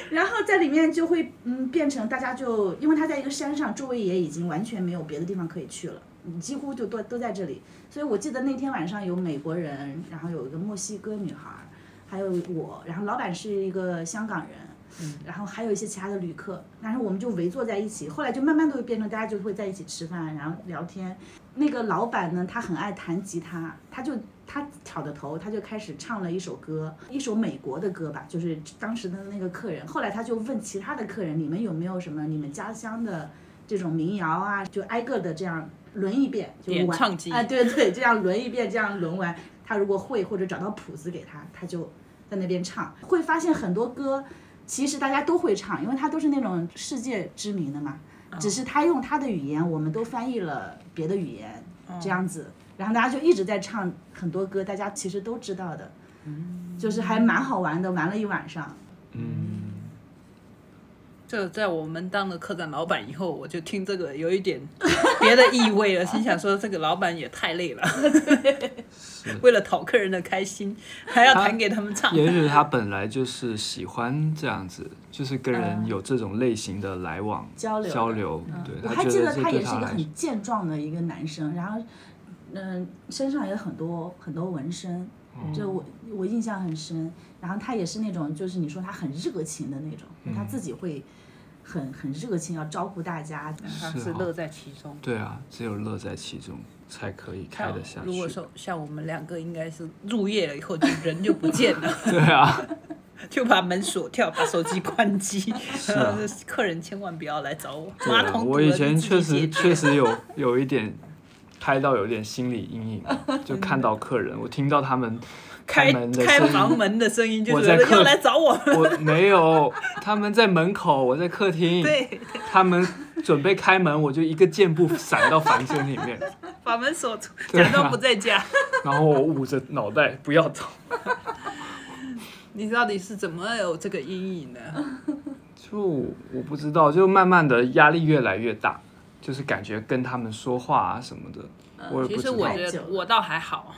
[SPEAKER 2] 然后在里面就会嗯变成大家就因为它在一个山上，周围也已经完全没有别的地方可以去了，你几乎就都都在这里。所以我记得那天晚上有美国人，然后有一个墨西哥女孩儿，还有我，然后老板是一个香港人。
[SPEAKER 4] 嗯
[SPEAKER 2] 然后还有一些其他的旅客，然后我们就围坐在一起，后来就慢慢都变成大家就会在一起吃饭，然后聊天。那个老板呢，他很爱弹吉他，他就他挑着头，他就开始唱了一首歌，一首美国的歌吧，就是当时的那个客人。后来他就问其他的客人，你们有没有什么你们家乡的这种民谣啊？就挨个的这样轮一遍，就
[SPEAKER 4] 点
[SPEAKER 2] 玩
[SPEAKER 4] 唱机
[SPEAKER 2] 啊，对对，这样轮一遍，这样轮完，他如果会或者找到谱子给他，他就在那边唱。会发现很多歌其实大家都会唱，因为它都是那种世界知名的嘛。只是他用他的语言，我们都翻译了别的语言，
[SPEAKER 4] 嗯
[SPEAKER 2] 这样子，然后大家就一直在唱很多歌，大家其实都知道的，就是还蛮好玩的，玩了一晚上。
[SPEAKER 3] 嗯
[SPEAKER 4] 这在我们当了客栈老板以后，我就听这个有一点别的意味了，心想说这个老板也太累了， 为了讨客人的开心，还要弹给他们唱。
[SPEAKER 3] 也许他本来就是喜欢这样子，就是跟
[SPEAKER 2] 嗯
[SPEAKER 3] 人有这种类型的来往、
[SPEAKER 2] 交流的嗯
[SPEAKER 3] 交流。对，
[SPEAKER 2] 我
[SPEAKER 3] 他
[SPEAKER 2] 还
[SPEAKER 3] 觉
[SPEAKER 2] 记得
[SPEAKER 3] 这
[SPEAKER 2] 他也
[SPEAKER 3] 对
[SPEAKER 2] 是
[SPEAKER 3] 他
[SPEAKER 2] 一个
[SPEAKER 3] 来说，
[SPEAKER 2] 很健壮的一个男生，然后，嗯、身上也有很多很多纹身，
[SPEAKER 3] 嗯
[SPEAKER 2] 这我我印象很深。然后他也是那种，就是你说他很热情的那种，
[SPEAKER 3] 嗯
[SPEAKER 2] 他自己会很很热情，要照顾大 家。
[SPEAKER 4] 他
[SPEAKER 3] 是
[SPEAKER 4] 是
[SPEAKER 3] 哦
[SPEAKER 4] 乐在其中。
[SPEAKER 3] 对啊，只有乐在其中才可以开得下去。
[SPEAKER 4] 如果说像我们两个，应该是入夜了以后就人就不见了，
[SPEAKER 3] 对啊，
[SPEAKER 4] 就把门锁掉，把手机关机。呃
[SPEAKER 3] 啊
[SPEAKER 4] 客人千万不要来找我，
[SPEAKER 3] 对
[SPEAKER 2] 啊
[SPEAKER 4] 马桶堵
[SPEAKER 3] 我
[SPEAKER 4] 了
[SPEAKER 3] 以前
[SPEAKER 4] 你自
[SPEAKER 3] 确
[SPEAKER 4] 己
[SPEAKER 3] 实
[SPEAKER 4] 解决
[SPEAKER 3] 确实有有一点开到有点心理阴 影嘛，就看到客人，我听到他 们
[SPEAKER 4] 开
[SPEAKER 3] 门的
[SPEAKER 4] 开
[SPEAKER 3] 声音
[SPEAKER 4] 房门的声音，就
[SPEAKER 3] 我
[SPEAKER 4] 觉
[SPEAKER 3] 在
[SPEAKER 4] 得
[SPEAKER 3] 客
[SPEAKER 4] 要来找我了。
[SPEAKER 3] 我没有，他们在门口，我在客厅，
[SPEAKER 4] 对，
[SPEAKER 3] 他们准备开门，我就一个箭步闪到房间里面，
[SPEAKER 4] 把门锁住，
[SPEAKER 3] 对啊
[SPEAKER 4] 假装不在家。
[SPEAKER 3] 然后我捂着脑袋不要走。
[SPEAKER 4] 你到底是怎么有这个阴影呢？
[SPEAKER 3] 就我不知道，就慢慢的压力越来越大，就是感觉跟他们说话啊什么的，我也
[SPEAKER 4] 嗯其
[SPEAKER 3] 不知
[SPEAKER 4] 实
[SPEAKER 3] 道。
[SPEAKER 4] 我
[SPEAKER 2] 太
[SPEAKER 4] 觉
[SPEAKER 2] 久
[SPEAKER 4] 得
[SPEAKER 2] 了嗯
[SPEAKER 4] 我倒还好，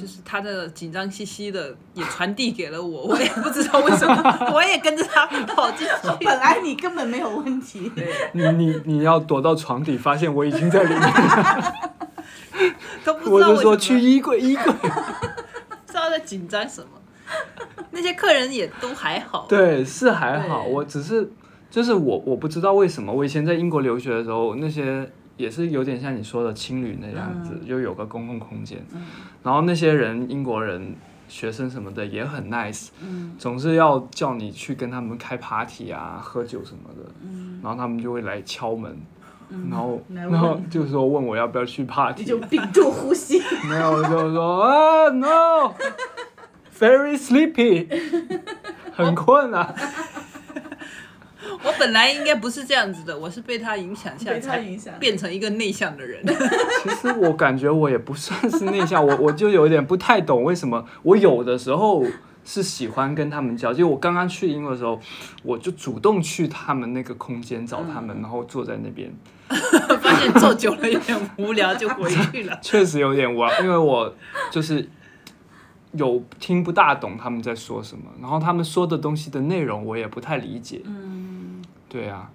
[SPEAKER 4] 就是他的紧张兮兮的也传递给了我，我也不知道为什么， 我也跟着他跑进 去。
[SPEAKER 2] 本来你根本没有问 题，
[SPEAKER 3] 你你你要躲到床底，发现我已经在里 面，
[SPEAKER 4] 都不
[SPEAKER 3] 我
[SPEAKER 4] 知道
[SPEAKER 3] 就
[SPEAKER 4] 为什
[SPEAKER 3] 说
[SPEAKER 4] 么，
[SPEAKER 3] 去衣柜，衣柜。
[SPEAKER 4] 不知道在紧张什么。那些客人也都还好，
[SPEAKER 3] 对，是还好，
[SPEAKER 4] 对
[SPEAKER 3] 我只是就是我我不知道为什么，我以前在英国留学的时候，那些也是有点像你说的青旅那样子，
[SPEAKER 2] 嗯
[SPEAKER 3] 就有个公共空间，然后那些人英国人。学生什么的也很 nice，、总
[SPEAKER 2] 嗯
[SPEAKER 3] 是要叫你去跟他们开 party 啊、喝酒什么的，然后他们就会来敲门，然后
[SPEAKER 2] 来
[SPEAKER 3] 然后
[SPEAKER 2] 嗯问
[SPEAKER 3] 就说问我要不要去 party，
[SPEAKER 2] 你就屏住呼 吸。
[SPEAKER 3] 没有，就是说啊，no，very sleepy，很困啊。
[SPEAKER 4] 我本来应该不是这样子的，我是被他影响下
[SPEAKER 2] 被他
[SPEAKER 4] 才
[SPEAKER 2] 影响
[SPEAKER 4] 变成一个内向的人。
[SPEAKER 3] 其实我感觉我也不算是内向， 我我就有点不太懂为什么我有的时候是喜欢跟他们交际。就我刚刚去英国的时候，我就主动去他们那个空间找他们，然后坐在那边，
[SPEAKER 4] 发现坐久了有点无聊，就回去了。
[SPEAKER 3] 确实有点我，因为我就是有听不大懂他们在说什么，然后他们说的东西的内容我也不太理解。嗯，对啊。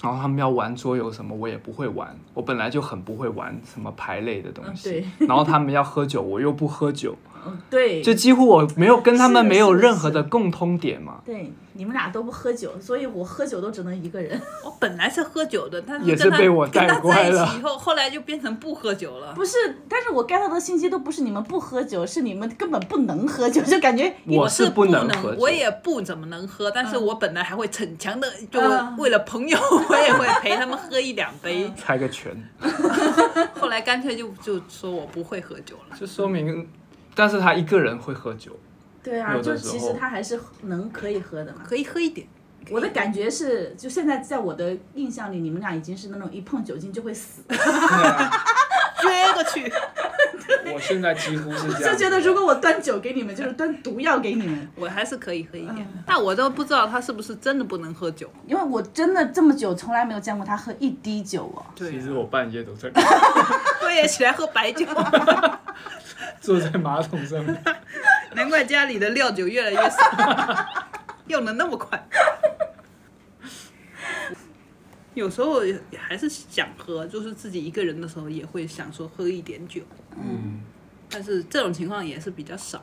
[SPEAKER 3] 然后他们要玩桌游什么，我也不会玩。我本来就很不会玩什么牌类的东西。
[SPEAKER 2] 嗯对，
[SPEAKER 3] 然后他们要喝酒，我又不喝酒，
[SPEAKER 2] 嗯， 对，
[SPEAKER 3] 就几乎我没有跟他们
[SPEAKER 2] 是的
[SPEAKER 3] 没有
[SPEAKER 2] 是的
[SPEAKER 3] 任何的共通点嘛。
[SPEAKER 2] 对，你们俩都不喝酒，所以我喝酒都只能一个人。
[SPEAKER 4] 我本来是喝酒的，但
[SPEAKER 3] 也是
[SPEAKER 4] 跟他
[SPEAKER 3] 被我带
[SPEAKER 4] 跟他
[SPEAKER 3] 歪
[SPEAKER 4] 在一
[SPEAKER 3] 了
[SPEAKER 4] 起以后，后来就变成不喝酒了。
[SPEAKER 2] 不是，但是我 get 到的信息都不是你们不喝酒，是你们根本不能喝酒，就感觉
[SPEAKER 3] 我
[SPEAKER 4] 我
[SPEAKER 3] 是
[SPEAKER 4] 不
[SPEAKER 3] 能
[SPEAKER 4] 能
[SPEAKER 3] 喝酒，
[SPEAKER 4] 我也不怎么能喝，但是我本来还会逞强的，就
[SPEAKER 2] 嗯
[SPEAKER 4] 为了朋 友，我也会陪他们喝一两杯。
[SPEAKER 3] 猜个拳，
[SPEAKER 4] 嗯后来干脆就就说我不会喝酒了。
[SPEAKER 3] 就说明，但是他一个人会喝酒。
[SPEAKER 2] 对啊，
[SPEAKER 3] 有
[SPEAKER 2] 就
[SPEAKER 3] 的
[SPEAKER 2] 其
[SPEAKER 3] 时候
[SPEAKER 2] 实他还是能可以喝的嘛。
[SPEAKER 4] 可以喝一点，
[SPEAKER 2] 我的感觉是，就现在在我的印象里，你们俩已经是那种一碰酒精就会死，
[SPEAKER 4] 撅过去。
[SPEAKER 3] 啊我现在几乎是 这
[SPEAKER 2] 就觉得如果我端酒给你们，就是端毒药给你们。
[SPEAKER 4] 我还是可以喝一点，但我都不知道他是不是真的不能喝酒。
[SPEAKER 2] 因为我真的这么久从来没有见过他喝一滴酒哦。
[SPEAKER 4] 对
[SPEAKER 3] 其
[SPEAKER 4] 啊
[SPEAKER 3] 实我半夜都在
[SPEAKER 4] 我也喜欢喝白酒，
[SPEAKER 3] 坐在马桶上面。
[SPEAKER 4] 难怪家里的料酒越来越少，用的那么快。有时候也还是想喝，就是自己一个人的时候也会想说喝一点酒，
[SPEAKER 3] 嗯，
[SPEAKER 4] 但是这种情况也是比较少。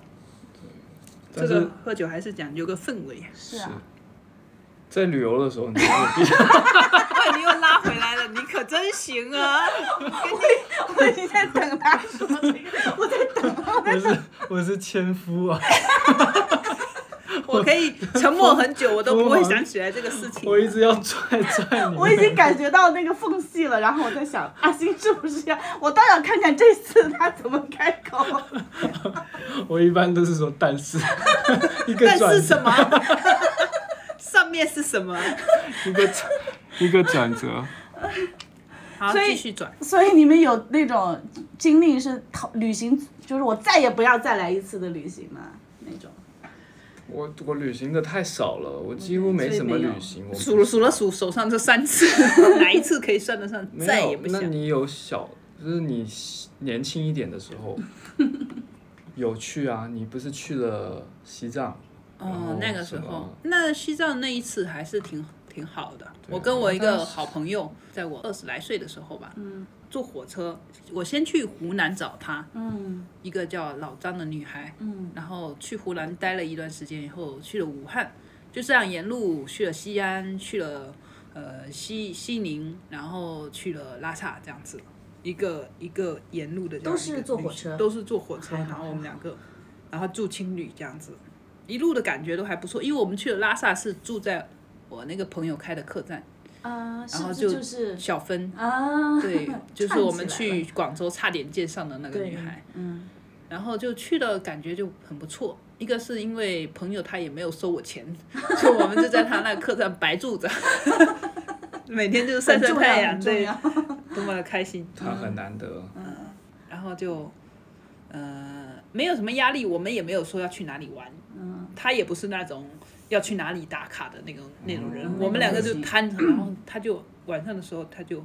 [SPEAKER 4] 这
[SPEAKER 3] 但
[SPEAKER 4] 个
[SPEAKER 3] 是
[SPEAKER 4] 喝酒还是讲究个氛围。
[SPEAKER 2] 是啊，
[SPEAKER 3] 在旅游的时候，你就 会比较
[SPEAKER 4] 哇，你又拉回来了，你可真行啊！
[SPEAKER 2] 啊 我已经在等他说这个， 我在等。
[SPEAKER 3] 我是我是千夫 啊，
[SPEAKER 4] 我可以沉默很久，我都不会想起来这个事情。
[SPEAKER 3] 我一直要拽拽你。
[SPEAKER 2] 我已经感觉到那个缝隙了，然后我在想，阿星是不是要？我倒要看看这次他怎么开口。
[SPEAKER 3] 我一般都是说但 是，一个
[SPEAKER 4] 但
[SPEAKER 3] 转
[SPEAKER 4] 是
[SPEAKER 3] 折
[SPEAKER 4] 什么？ 上面是什么？
[SPEAKER 3] 一个转 一个转折。
[SPEAKER 4] 好，
[SPEAKER 2] 所以
[SPEAKER 4] 继续转。
[SPEAKER 2] 所以你们有那种经历是逃旅行，就是我再也不要再来一次的旅行吗？那种
[SPEAKER 3] 我我旅行的太少了，我几乎没什么旅行。我不
[SPEAKER 4] 数了数了数手上这三次， 哪一次可以算得上？
[SPEAKER 3] 没
[SPEAKER 4] 再
[SPEAKER 3] 有
[SPEAKER 4] 也不
[SPEAKER 3] 那
[SPEAKER 4] 想。
[SPEAKER 3] 你有小，就是你年轻一点的时 候有去啊？你不是去了西藏？
[SPEAKER 4] 哦，那个时
[SPEAKER 3] 然
[SPEAKER 4] 候
[SPEAKER 3] 后，
[SPEAKER 4] 那西藏那一次还是挺挺好的。
[SPEAKER 3] 对啊
[SPEAKER 4] 我跟我一
[SPEAKER 3] 当
[SPEAKER 4] 个
[SPEAKER 3] 时
[SPEAKER 4] 好朋友，在我二十来岁的时候吧，嗯，坐火车，我先去湖南找她，
[SPEAKER 2] 嗯
[SPEAKER 4] 一个叫老张的女孩，
[SPEAKER 2] 嗯，
[SPEAKER 4] 然后去湖南待了一段时间以后，去了武汉，就这样沿路去了西安，去了呃西西宁，然后去了拉萨，这样子，一个一个沿路的这样
[SPEAKER 2] 都是
[SPEAKER 4] 一个
[SPEAKER 2] 坐火
[SPEAKER 4] 旅行
[SPEAKER 2] 车
[SPEAKER 4] 都是坐火车，
[SPEAKER 2] 还
[SPEAKER 4] 然
[SPEAKER 2] 好
[SPEAKER 4] 后我们两个，然后住青旅这样子，一路的感觉都还不错，因为我们去了拉萨是住在我那个朋友开的客栈，
[SPEAKER 2] 啊，是
[SPEAKER 4] 然后
[SPEAKER 2] 不
[SPEAKER 4] 呃就是
[SPEAKER 2] 就是
[SPEAKER 4] 小芬，
[SPEAKER 2] 啊？，
[SPEAKER 4] 对 就是我们
[SPEAKER 2] 串起来了
[SPEAKER 4] 去广州差点见上的那个
[SPEAKER 2] 对
[SPEAKER 4] 女孩，
[SPEAKER 2] 嗯，
[SPEAKER 4] 然后就去了，感觉就很不错。一个是因为朋友他也没有收我钱， 就我们就在他那个客栈白住着， 每天就是晒晒
[SPEAKER 2] 很重要
[SPEAKER 4] 太阳，
[SPEAKER 2] 很重
[SPEAKER 4] 对
[SPEAKER 2] 要，
[SPEAKER 4] 多么的开心。
[SPEAKER 3] 他很难得，
[SPEAKER 4] 嗯然后就，呃，没有什么压力，我们也没有说要去哪里玩，嗯，他也不是那种要去哪里打卡的那种那种人，
[SPEAKER 2] 嗯
[SPEAKER 4] 我们两个
[SPEAKER 2] 那
[SPEAKER 4] 就
[SPEAKER 2] 种类型
[SPEAKER 4] 摊着，然后他就晚上的时候他就，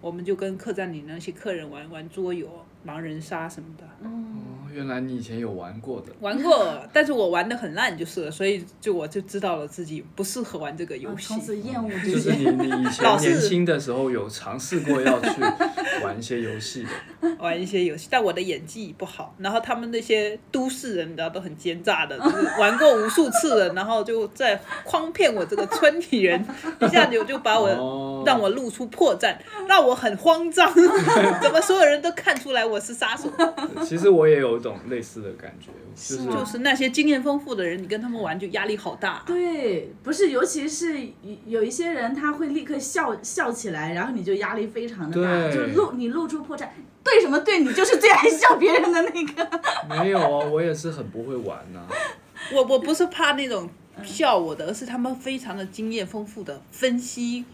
[SPEAKER 4] 我们就跟客栈里那些客人玩玩桌游、狼人杀什么的，
[SPEAKER 3] 哦，原来你以前有玩过的，
[SPEAKER 4] 玩 过，但是我玩的很烂就是了，所以就我就知道了自己不适合玩这个游 戏
[SPEAKER 2] 啊从。此厌恶
[SPEAKER 3] 就
[SPEAKER 2] 这
[SPEAKER 3] 是
[SPEAKER 2] 些。
[SPEAKER 3] 你你以前
[SPEAKER 4] 老是
[SPEAKER 3] 年轻的时候有尝试过要去玩一些游戏的，
[SPEAKER 4] 玩一些游戏，但我的演技不好。然后他们那些都市人，你知道都很奸诈的，就是玩过无数次了，然后就在诓骗我这个村里人，一下子就把我、
[SPEAKER 3] 哦
[SPEAKER 4] 让我露出破绽，让我很慌张。怎么所有人都看出来我是杀手？
[SPEAKER 3] 其实我也有种类似的感觉，就是是
[SPEAKER 2] 吗
[SPEAKER 4] 就是那些经验丰富的人，你跟他们玩就压力好大。
[SPEAKER 2] 对，不是，尤其是有有一些人，他会立刻笑笑起来，然后你就压力非常的大，
[SPEAKER 3] 对
[SPEAKER 2] 就露你露出破绽，对什么对？你就是最爱笑别人的那个。
[SPEAKER 3] 没有啊，我也是很不会玩啊呐、
[SPEAKER 4] 我我不是怕那种笑我的，而是他们非常的经验丰富的分析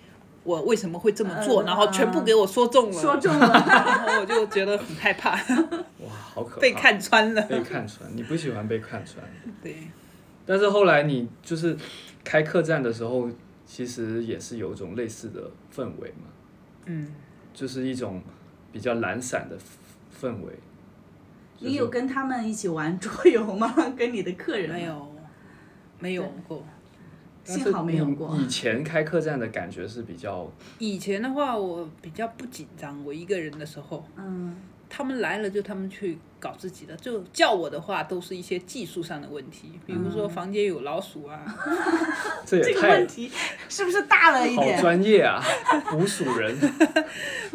[SPEAKER 4] 我为什么会这么做，
[SPEAKER 2] 嗯
[SPEAKER 4] 然后全部给我说中了，
[SPEAKER 2] 说中了，
[SPEAKER 4] 然后我就觉得很害怕，
[SPEAKER 3] 哇，好可怕！
[SPEAKER 4] 被看穿了。
[SPEAKER 3] 被看穿，你不喜欢被看穿，
[SPEAKER 4] 对，
[SPEAKER 3] 但是后来你就是开客栈的时候，其实也是有一种类似的氛围嘛，
[SPEAKER 4] 嗯，
[SPEAKER 3] 就是一种比较懒散的氛围。 就是
[SPEAKER 2] 你有跟他们一起玩桌游吗？ 跟你的客人？
[SPEAKER 4] 没，有，没有过。
[SPEAKER 3] 但是
[SPEAKER 2] 幸好没有过啊
[SPEAKER 3] 你以前开客栈的感觉是比较
[SPEAKER 4] 以前的话，我比较不紧张，我一个人的时候，
[SPEAKER 2] 嗯，
[SPEAKER 4] 他们来了就他们去搞自己的，就叫我的话都是一些技术上的问题，比如
[SPEAKER 3] 嗯
[SPEAKER 4] 说房间有老鼠啊，
[SPEAKER 3] 这也
[SPEAKER 2] 这个
[SPEAKER 3] 太
[SPEAKER 2] 问题是不是大了一
[SPEAKER 3] 好
[SPEAKER 2] 点？
[SPEAKER 3] 专业啊，捕鼠 人。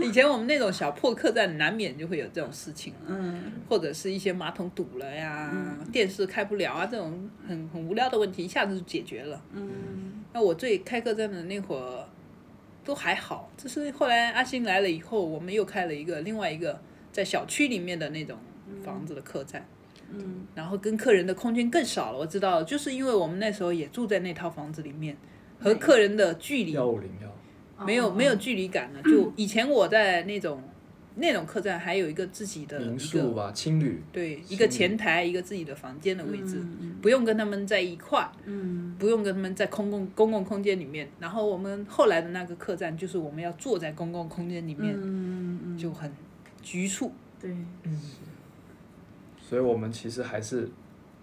[SPEAKER 4] 以前我们那种小破客栈难免就会有这种事情，
[SPEAKER 2] 嗯，
[SPEAKER 4] 或者是一些马桶堵了呀、
[SPEAKER 3] 嗯
[SPEAKER 4] 电视开不了啊，这种很很无聊的问题一下子就解决了。
[SPEAKER 2] 嗯，
[SPEAKER 4] 那我最开客栈的那会儿都还好，就是后来阿星来了以后，我们又开了一个另外一个在小区里面的那种房子的客栈，
[SPEAKER 2] 嗯，
[SPEAKER 4] 然后跟客人的空间更少了。我知道了，就是因为我们那时候也住在那套房子里面，和客人的距离
[SPEAKER 3] 幺五零啊幺，
[SPEAKER 4] 没
[SPEAKER 2] 哦
[SPEAKER 4] 有没有距离感了。就以前我在那种那种客栈，还有一个自己的
[SPEAKER 3] 民
[SPEAKER 4] 一
[SPEAKER 3] 宿
[SPEAKER 4] 个
[SPEAKER 3] 吧，青旅。
[SPEAKER 4] 对一
[SPEAKER 3] 是
[SPEAKER 4] 个前台，一个自己的房间的位置，
[SPEAKER 2] 嗯
[SPEAKER 4] 不用跟他们在一块儿，
[SPEAKER 2] 嗯
[SPEAKER 4] 不用跟他们在公共公共空间里面。然后我们后来的那个客栈，就是我们要坐在公共空间里面，
[SPEAKER 2] 嗯嗯，
[SPEAKER 4] 就很局促。
[SPEAKER 2] 对，
[SPEAKER 3] 所以我们其实还是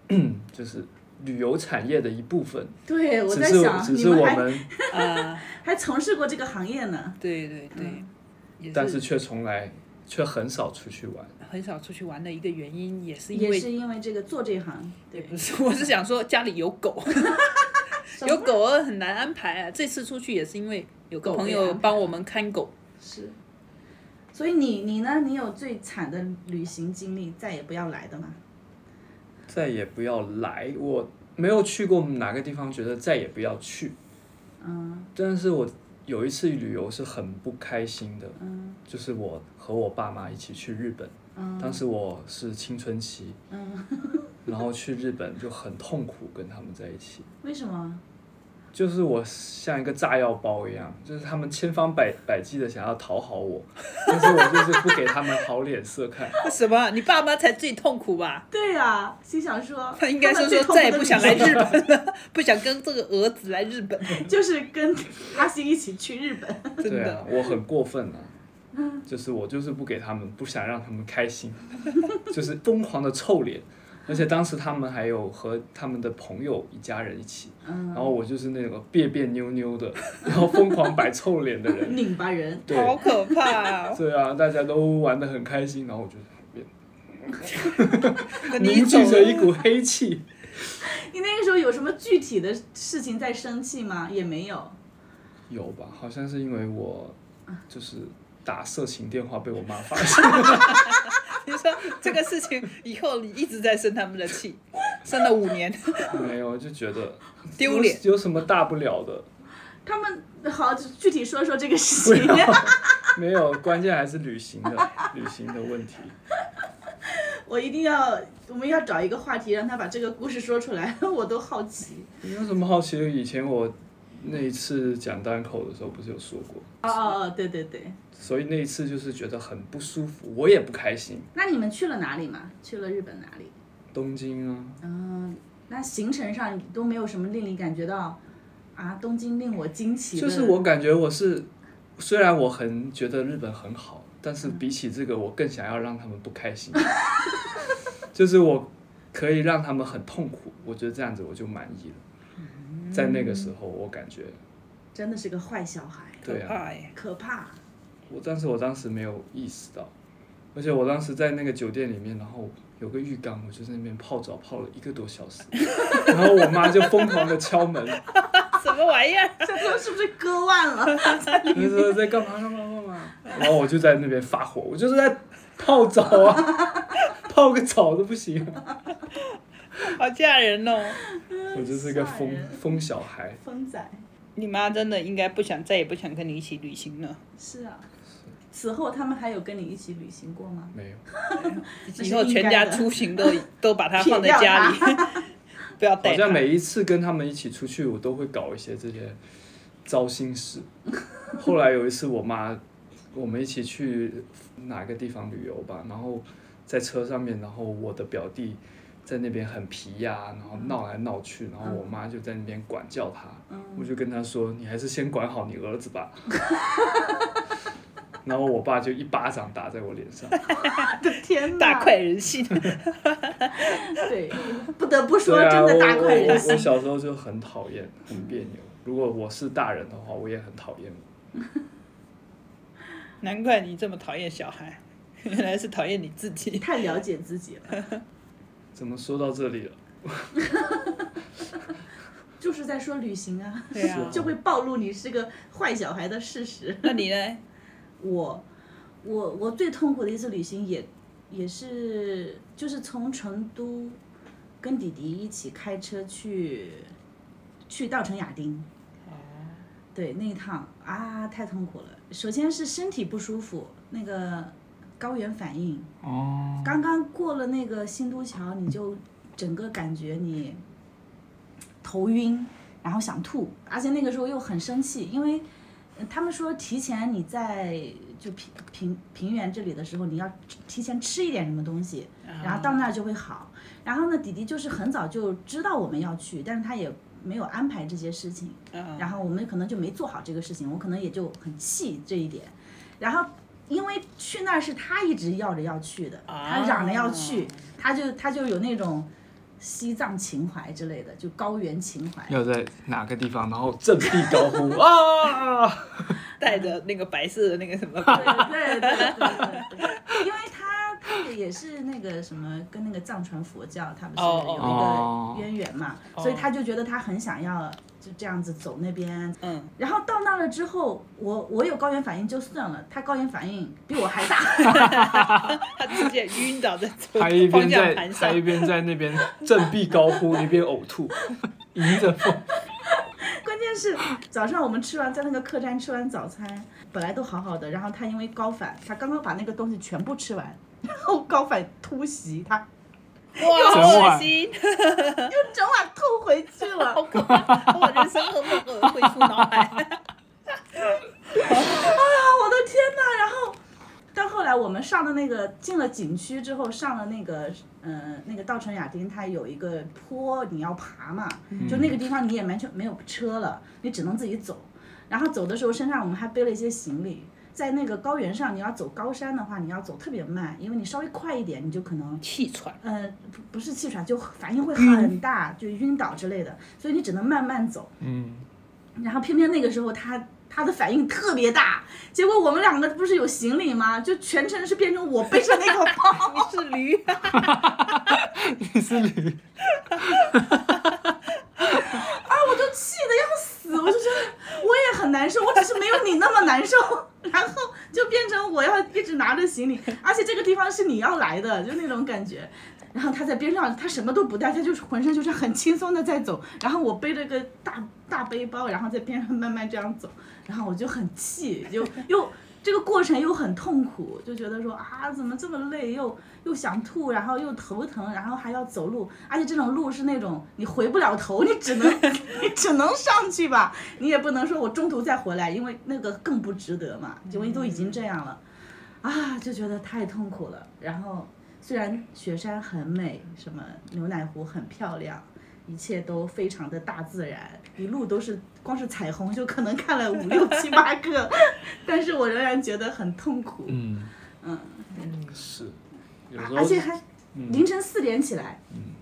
[SPEAKER 3] 就是旅游产业的一部分，
[SPEAKER 2] 对，哎我
[SPEAKER 3] 只
[SPEAKER 2] 在
[SPEAKER 3] 是
[SPEAKER 2] 想，
[SPEAKER 3] 只
[SPEAKER 2] 你
[SPEAKER 3] 是我
[SPEAKER 2] 们还
[SPEAKER 3] 们，
[SPEAKER 4] 啊，
[SPEAKER 2] 还从事过这个行业呢。嗯
[SPEAKER 4] 对对对，也
[SPEAKER 3] 但是却从来却很少出去玩。
[SPEAKER 4] 很少出去玩的一个原因，也是因
[SPEAKER 2] 也
[SPEAKER 4] 为
[SPEAKER 2] 是因为这个做这行，
[SPEAKER 4] 也
[SPEAKER 2] 对，
[SPEAKER 4] 不是， 我是想说家里有狗，有狗儿很难安排啊。这次出去也是因为有个
[SPEAKER 2] 狗被
[SPEAKER 4] 朋
[SPEAKER 2] 安
[SPEAKER 4] 友
[SPEAKER 2] 排
[SPEAKER 4] 帮我们看狗，
[SPEAKER 2] 是。所以你你呢？你有最惨的旅行经历，再也不要来的吗？
[SPEAKER 3] 再也不要来，我没有去过哪个地方，觉得再也不要去。
[SPEAKER 2] 嗯
[SPEAKER 3] 但是我有一次旅游是很不开心的，
[SPEAKER 2] 嗯
[SPEAKER 3] 就是我和我爸妈一起去日本，
[SPEAKER 2] 嗯
[SPEAKER 3] 当时我是青春期，
[SPEAKER 2] 嗯，
[SPEAKER 3] 然后去日本就很痛苦，跟他们在一起。
[SPEAKER 2] 为什么？
[SPEAKER 3] 就是我像一个炸药包一样，就是他们千方百百计的想要讨好我，但是我就是不给他们好脸色看。
[SPEAKER 4] 为什么？你爸妈才最痛苦吧？
[SPEAKER 2] 对呀、心想说，
[SPEAKER 4] 他应该是
[SPEAKER 2] 们最痛苦
[SPEAKER 4] 说
[SPEAKER 2] 的
[SPEAKER 4] 再也不想来
[SPEAKER 2] 旅行
[SPEAKER 4] 日本了， 不想跟这个儿子来日本，
[SPEAKER 2] 就是跟阿星一起去日本。
[SPEAKER 3] 对
[SPEAKER 4] 真的。
[SPEAKER 3] 啊，我很过分啊，就是我就是不给他们，不想让他们开心， 就是疯狂的臭脸。而且当时他们还有和他们的朋友一家人一起，然
[SPEAKER 2] 嗯，
[SPEAKER 3] 后我就是那个别别扭扭的，然后疯狂摆臭脸的 人。
[SPEAKER 2] 拧巴人。
[SPEAKER 3] 对，
[SPEAKER 4] 好可怕、哦！
[SPEAKER 3] 对啊，大家都玩得很开心，然后我就
[SPEAKER 4] 等你
[SPEAKER 3] 凝
[SPEAKER 4] 走
[SPEAKER 3] 聚着一
[SPEAKER 4] 了，
[SPEAKER 3] 股黑气。
[SPEAKER 2] 你那个时候有什么具体的事情在生气吗？也没有。
[SPEAKER 3] 有吧？好像是因为我就是打色情电话被我妈发现，
[SPEAKER 4] 你说这个事情以后你一直在生他们的气，生了五年，
[SPEAKER 3] 没有就觉得
[SPEAKER 4] 丢脸。
[SPEAKER 3] 有，有什么大不了的？
[SPEAKER 2] 他们好，具体说说这个事情。
[SPEAKER 3] 没有，关键还是旅行的 旅行的问题。
[SPEAKER 2] 我一定要，我们要找一个话题，让他把这个故事说出来， 我都好奇。
[SPEAKER 3] 你有什么好奇的？以前我那一次讲单口的时候不是有说过，
[SPEAKER 2] 哦哦哦，对对对。
[SPEAKER 3] 所以那一次就是觉得很不舒服，我也不开心。
[SPEAKER 2] 那你们去了哪里嘛？去了日本哪里？
[SPEAKER 3] 东京啊，
[SPEAKER 2] 嗯，那行程上都没有什么令你感觉到啊，东京令我惊奇的。
[SPEAKER 3] 就是我感觉我是虽然我很觉得日本很好，但
[SPEAKER 2] 嗯
[SPEAKER 3] 是比起这个，我更想要让他们不开心， 就是我可以让他们很痛苦，我觉得这样子我就满意了。
[SPEAKER 2] 嗯
[SPEAKER 3] 在那个时候，我感觉
[SPEAKER 2] 真的是个坏小孩，
[SPEAKER 3] 对啊，
[SPEAKER 4] 怕耶，
[SPEAKER 2] 可怕。
[SPEAKER 3] 我但是我当时没有意识到，而且我当时在那个酒店里面，然后有个浴缸，我就在那边泡澡，泡了一个多小时， 然后我妈就疯狂的敲门，
[SPEAKER 4] 什么玩意儿？
[SPEAKER 2] 这他们是不是割腕了？
[SPEAKER 3] 那时候在干嘛干嘛干嘛，然后我就在那边发火，我就是在泡澡啊， 泡个澡都不行，
[SPEAKER 4] 好吓人哦！
[SPEAKER 3] 我就是 个疯
[SPEAKER 2] 吓人
[SPEAKER 3] 疯小孩。
[SPEAKER 2] 疯仔。
[SPEAKER 4] 你妈真的应该不想，再也不想跟你一起旅行了。
[SPEAKER 2] 是啊。此后他们还有跟你一起旅行过 吗？
[SPEAKER 3] 没有，
[SPEAKER 4] 以后全家出行 都都把它放
[SPEAKER 2] 撇
[SPEAKER 4] 在
[SPEAKER 2] 掉
[SPEAKER 4] 家里， 不要
[SPEAKER 3] 好
[SPEAKER 4] 带它。
[SPEAKER 3] 像每一次跟他们一起出去，我都会搞一些这些糟心事。后来有一次，我妈我们一起去哪个地方旅游吧，然后在车上面，然后我的表弟在那边很皮呀、然后闹来闹去，然后我妈就在那边管教他，我就跟他说：“你还是先管好你儿子吧。” 然后我爸就一巴掌打在我脸上，
[SPEAKER 2] 天
[SPEAKER 4] 大快人心，
[SPEAKER 2] 对，不得不说，
[SPEAKER 3] 对啊，
[SPEAKER 2] 真
[SPEAKER 3] 我
[SPEAKER 2] 的大快人
[SPEAKER 3] 我我我
[SPEAKER 2] 心。
[SPEAKER 3] 小时候就很讨厌，很别扭。如果我是大人的话，我也很讨厌。
[SPEAKER 4] 难怪你这么讨厌小孩，原来是讨厌你自己。
[SPEAKER 2] 太了解自己了，
[SPEAKER 3] 怎么说到这里了？
[SPEAKER 2] 就是在说旅行啊，
[SPEAKER 4] 对啊，
[SPEAKER 2] 就会暴露你是个坏小孩的事实。
[SPEAKER 4] 那你呢？
[SPEAKER 2] 我，我，我最痛苦的一次旅行也，也是就是从成都跟弟弟一起开车去，去稻城亚丁。对，那一趟啊，太痛苦了。首先是身体不舒服，那个高原反应。
[SPEAKER 3] 哦，
[SPEAKER 2] 刚刚过了那个新都桥，你就整个感觉你头晕，然后想吐，而且那个时候又很生气，因为呃他们说提前你在就平平平原这里的时候，你要提前吃一点什么东西，然后到那儿就会好。然后呢，弟弟就是很早就知道我们要去，但是他也没有安排这些事情。
[SPEAKER 4] 嗯
[SPEAKER 2] 然后我们可能就没做好这个事情，我可能也就很气这一点。然后因为去那儿是他一直要着要去的，他嚷着要去，他就他就有那种西藏情怀之类的，就高原情怀。
[SPEAKER 3] 要在哪个地方，然后振臂高呼 啊！
[SPEAKER 4] 带着那个白色的那个什么，
[SPEAKER 2] 对对对对对，因为他他也是那个什么，跟那个藏传佛教他们是
[SPEAKER 4] 哦
[SPEAKER 2] 有
[SPEAKER 3] 哦
[SPEAKER 2] 一个渊源嘛，所以他就觉得他很想要就这样子走那边。
[SPEAKER 4] 嗯，
[SPEAKER 2] 然后到那了之后，我我有高原反应就算了，他高原反应比我还大。
[SPEAKER 4] 他直接晕倒在桌
[SPEAKER 3] 他一边
[SPEAKER 4] 方向
[SPEAKER 3] 在，
[SPEAKER 4] 盘
[SPEAKER 3] 他
[SPEAKER 4] 上
[SPEAKER 3] 一。边在那边 振臂高呼，一边呕吐，迎着风。
[SPEAKER 2] 关键是早上我们吃完在那个客栈吃完早餐，本来都好好的，然后他因为高反，他刚刚把那个东西全部吃完，然后高反突袭他，
[SPEAKER 4] 哇，
[SPEAKER 3] 整
[SPEAKER 4] 好恶
[SPEAKER 3] 晚
[SPEAKER 4] 心！
[SPEAKER 2] 就整碗吐回去 了。哎
[SPEAKER 4] 好可怕，我人生噩梦都会出脑海。
[SPEAKER 2] 啊，我的天呐，然后到后来我们上的那个进了景区之后，上了那个呃那个稻城亚丁，它有一个坡你要爬嘛，就那个地方你也完全没有车了，你只能自己走。然后走的时候身上我们还背了一些行李。在那个高原上，你要走高山的话，你要走特别慢，因为你稍微快一点，你就可能
[SPEAKER 4] 气喘，
[SPEAKER 2] 呃，不不是气喘，就反应会很大，就晕倒之类的，所以你只能慢慢走。
[SPEAKER 3] 嗯，
[SPEAKER 2] 然后偏偏那个时候他他的反应特别大，结果我们两个不是有行李吗？就全程是变成我背着那个包，
[SPEAKER 4] 你是驴，
[SPEAKER 3] 你是驴，
[SPEAKER 2] 我就气得要死，我就觉得我也很难受，我只是没有你那么难受， 然后就变成我要一直拿着行李，而且这个地方是你要来的，就那种感觉。然后他在边上，他什么都不带，他就是浑身就是很轻松的在走。然后我背着个大大背包，然后在边上慢慢这样走，然后我就很气，就又这个过程又很痛苦，就觉得说啊，怎么这么累，又又想吐，然后又头疼，然后还要走路，而且这种路是那种你回不了头，你只 能你只能上去吧，你也不能说我中途再回来，因为那个更不值得嘛，因为都已经这样了，啊，就觉得太痛苦了。然后虽然雪山很美，什么牛奶湖很漂亮，一切都非常的大自然，一路都是光是彩虹就可能看了五六七八个， 但是我仍然觉得很痛苦，
[SPEAKER 3] 嗯，
[SPEAKER 2] 嗯，
[SPEAKER 3] 是，有时候
[SPEAKER 2] 而且还
[SPEAKER 3] 嗯
[SPEAKER 2] 凌晨四点起来，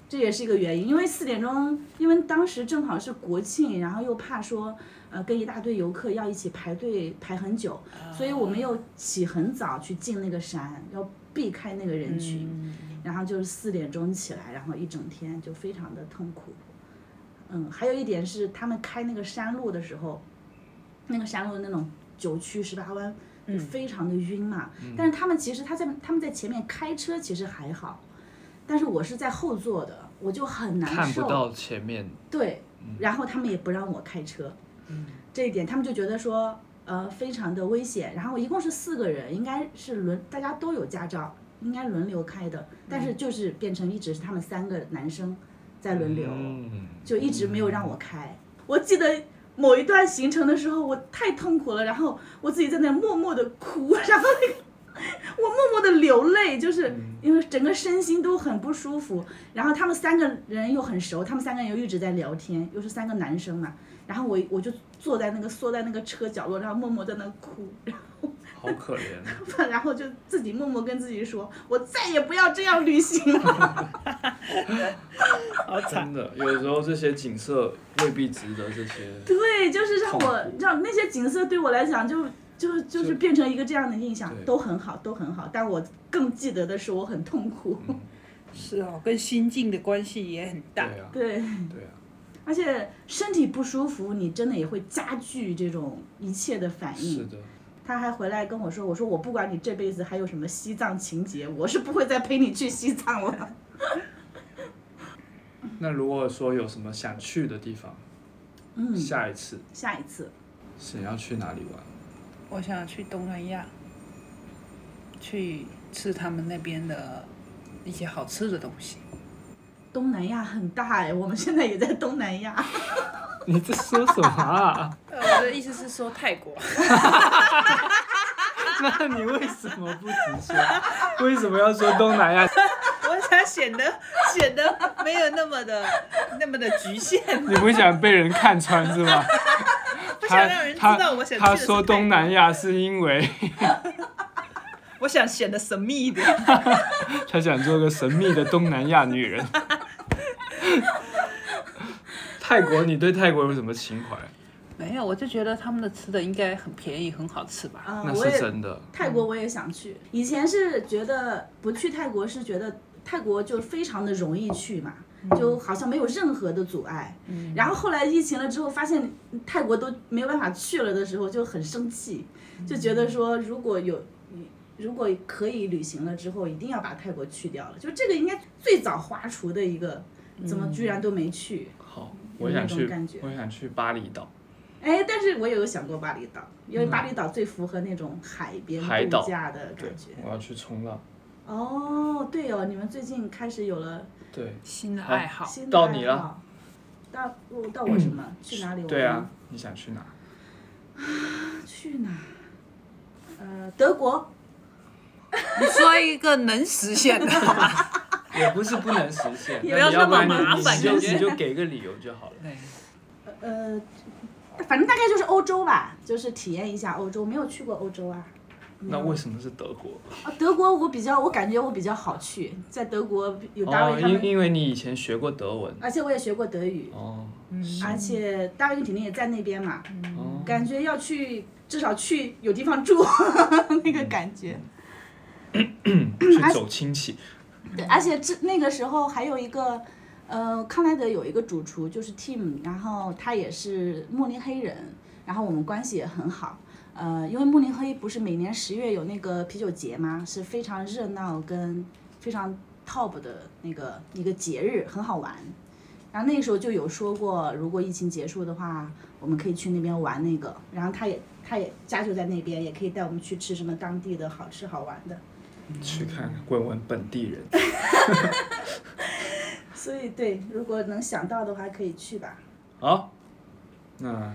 [SPEAKER 2] 这也是一个原因，因为四点钟，因为当时正好是国庆，然后又怕说，呃，跟一大堆游客要一起排队排很久，所以我们又起很早去进那个山，要避开那个人
[SPEAKER 4] 嗯
[SPEAKER 2] 群，然后就是四点钟起来，然后一整天就非常的痛苦。嗯，还有一点是他们开那个山路的时候，那个山路那种九曲十八弯，
[SPEAKER 3] 嗯
[SPEAKER 2] 就非常的晕嘛。但是他们其实他在他们在前面开车其实还好，但是我是在后座的，我就很难受。
[SPEAKER 3] 看不到前面，
[SPEAKER 2] 对，然后他们也不让我开车，这一点他们就觉得说，呃，非常的危险。然后一共是四个人，应该是轮，大家都有驾照，应该轮流开的，但是就是变成一直是他们三个男生在轮流，
[SPEAKER 3] 嗯，
[SPEAKER 2] 就一直没有让我开。我记得。某一段行程的时候，我太痛苦了，然后我自己在那默默的哭，然后那个我默默的流泪，就是因为整个身心都很不舒服。然后他们三个人又很熟，他们三个人又一直在聊天，又是三个男生嘛。然后我我就坐在那个缩在那个车角落，然后默默在那哭，然
[SPEAKER 3] 好可怜，啊
[SPEAKER 2] 后然后就自己默默跟自己说，我再也不要这样旅行了。
[SPEAKER 4] 好 惨，
[SPEAKER 3] 真的，有时候这些景色未必值得这些，
[SPEAKER 2] 对，就是让我
[SPEAKER 3] 痛苦
[SPEAKER 2] 让那些景色对我来讲就。就就是
[SPEAKER 3] 就
[SPEAKER 2] 变成一个这样的印象，
[SPEAKER 3] 对
[SPEAKER 2] 都很好，都很好。但我更记得的是，我很痛苦。
[SPEAKER 3] 嗯
[SPEAKER 4] 是哦，跟心境的关系也很大。
[SPEAKER 3] 对啊，
[SPEAKER 2] 对，
[SPEAKER 4] 嗯
[SPEAKER 3] 对啊，
[SPEAKER 2] 而且身体不舒服，你真的也会加剧这种一切的反应。
[SPEAKER 3] 是的，
[SPEAKER 2] 他还回来跟我说：“我说我不管你这辈子还有什么西藏情节，我是不会再陪你去西藏 了。
[SPEAKER 3] 那如果说有什么想去的地方，”
[SPEAKER 2] 嗯，
[SPEAKER 3] 下一次
[SPEAKER 2] 下一次
[SPEAKER 3] 想要去哪里玩？
[SPEAKER 4] 我想去东南亚，去吃他们那边的一些好吃的东西。
[SPEAKER 2] 东南亚很大哎，我们现在也在东南亚。
[SPEAKER 3] 你在说什么啊？
[SPEAKER 4] 呃，我的意思是说泰国，
[SPEAKER 3] 那你为什么不直说？ 为什么要说东 南亚？
[SPEAKER 4] 我想显得显得没有那么的那么的局限，
[SPEAKER 3] 你不想被人看穿是吗？
[SPEAKER 4] 不想让
[SPEAKER 3] 他
[SPEAKER 4] 人知
[SPEAKER 3] 他
[SPEAKER 4] 道我想去
[SPEAKER 3] 他
[SPEAKER 4] 的是
[SPEAKER 3] 说东南亚是因为
[SPEAKER 4] 我想显得神秘一点。
[SPEAKER 3] 他想做个神秘的东南亚女人。 泰国，你对泰国有什么情怀？啊
[SPEAKER 4] 没有，我就觉得他们的吃的应该很便宜，很好吃吧？
[SPEAKER 2] 啊、
[SPEAKER 3] 那
[SPEAKER 2] 我
[SPEAKER 3] 是
[SPEAKER 2] 也
[SPEAKER 3] 真的。
[SPEAKER 2] 泰国我也想去。以前是觉得不去泰国是觉得泰国就非常的容易去嘛，
[SPEAKER 3] 嗯
[SPEAKER 2] 就好像没有任何的阻碍。然后后来疫情了之后，发现泰国都没有办法去了的时候，就很生气，
[SPEAKER 3] 嗯
[SPEAKER 2] 就觉得说如果有。如果可以旅行了之后，一定要把泰国去掉了。就这个应该最早划除的一个，怎
[SPEAKER 3] 嗯
[SPEAKER 2] 么居然都没去？
[SPEAKER 3] 好，
[SPEAKER 2] 有
[SPEAKER 3] 我想
[SPEAKER 2] 那
[SPEAKER 3] 去
[SPEAKER 2] 种感觉，
[SPEAKER 3] 我想去巴厘岛。
[SPEAKER 2] 哎，但是我也有想过巴厘岛，因为巴厘岛最符合那种海边
[SPEAKER 3] 海岛
[SPEAKER 2] 度假的
[SPEAKER 3] 对
[SPEAKER 2] 感觉。，
[SPEAKER 3] 我要去冲浪。
[SPEAKER 2] 哦，对哦，你们最近开始有了
[SPEAKER 3] 对，
[SPEAKER 4] 新的
[SPEAKER 3] 好
[SPEAKER 4] 爱好，
[SPEAKER 2] 新的
[SPEAKER 3] 到
[SPEAKER 2] 爱
[SPEAKER 3] 你了嗯
[SPEAKER 2] 好。到我到我什么？去哪里玩？
[SPEAKER 3] 对啊，，你想去哪？
[SPEAKER 2] 去哪？呃，德国。
[SPEAKER 4] 你说一个能实现的好吗？
[SPEAKER 3] 也不是不能实 现，
[SPEAKER 4] 也
[SPEAKER 3] 那
[SPEAKER 4] 不
[SPEAKER 3] 你
[SPEAKER 4] 要那么
[SPEAKER 3] 然你
[SPEAKER 4] 麻
[SPEAKER 3] 你
[SPEAKER 4] 烦
[SPEAKER 3] 就
[SPEAKER 4] 感觉
[SPEAKER 3] 你就给个理由就好了。
[SPEAKER 4] 对，
[SPEAKER 2] 呃，反正大概就是欧洲吧，就是体验一下欧洲。没有去过欧洲啊。
[SPEAKER 3] 那为什么是德国？
[SPEAKER 2] 啊，德国我比较，我感觉我比较好去，在德国有大
[SPEAKER 3] 哦，
[SPEAKER 2] 卫他
[SPEAKER 3] 因
[SPEAKER 2] 们，
[SPEAKER 3] 因为你以前学过德文。
[SPEAKER 2] 而且我也学过德语，
[SPEAKER 3] 哦
[SPEAKER 2] 而且大卫肯定也在那边嘛，
[SPEAKER 3] 哦，
[SPEAKER 2] 感觉要去，至少去有地方住 那个感觉。
[SPEAKER 3] 去走亲戚。
[SPEAKER 2] 对，而且这那个时候还有一个，呃，康奈德有一个主厨就是 Tim，然后他也是慕尼黑人，然后我们关系也很好。呃，因为慕尼黑不是每年十月有那个啤酒节吗？是非常热闹跟非常 top 的那个一个节日，很好玩。然后那个时候就有说过，如果疫情结束的话，我们可以去那边玩那个。然后他也他也家就在那边，也可以带我们去吃什么当地的好吃好玩的。
[SPEAKER 3] 去看
[SPEAKER 2] 嗯
[SPEAKER 3] 问问本地人。
[SPEAKER 2] 所以对，如果能想到的话，可以去吧。
[SPEAKER 3] 好，那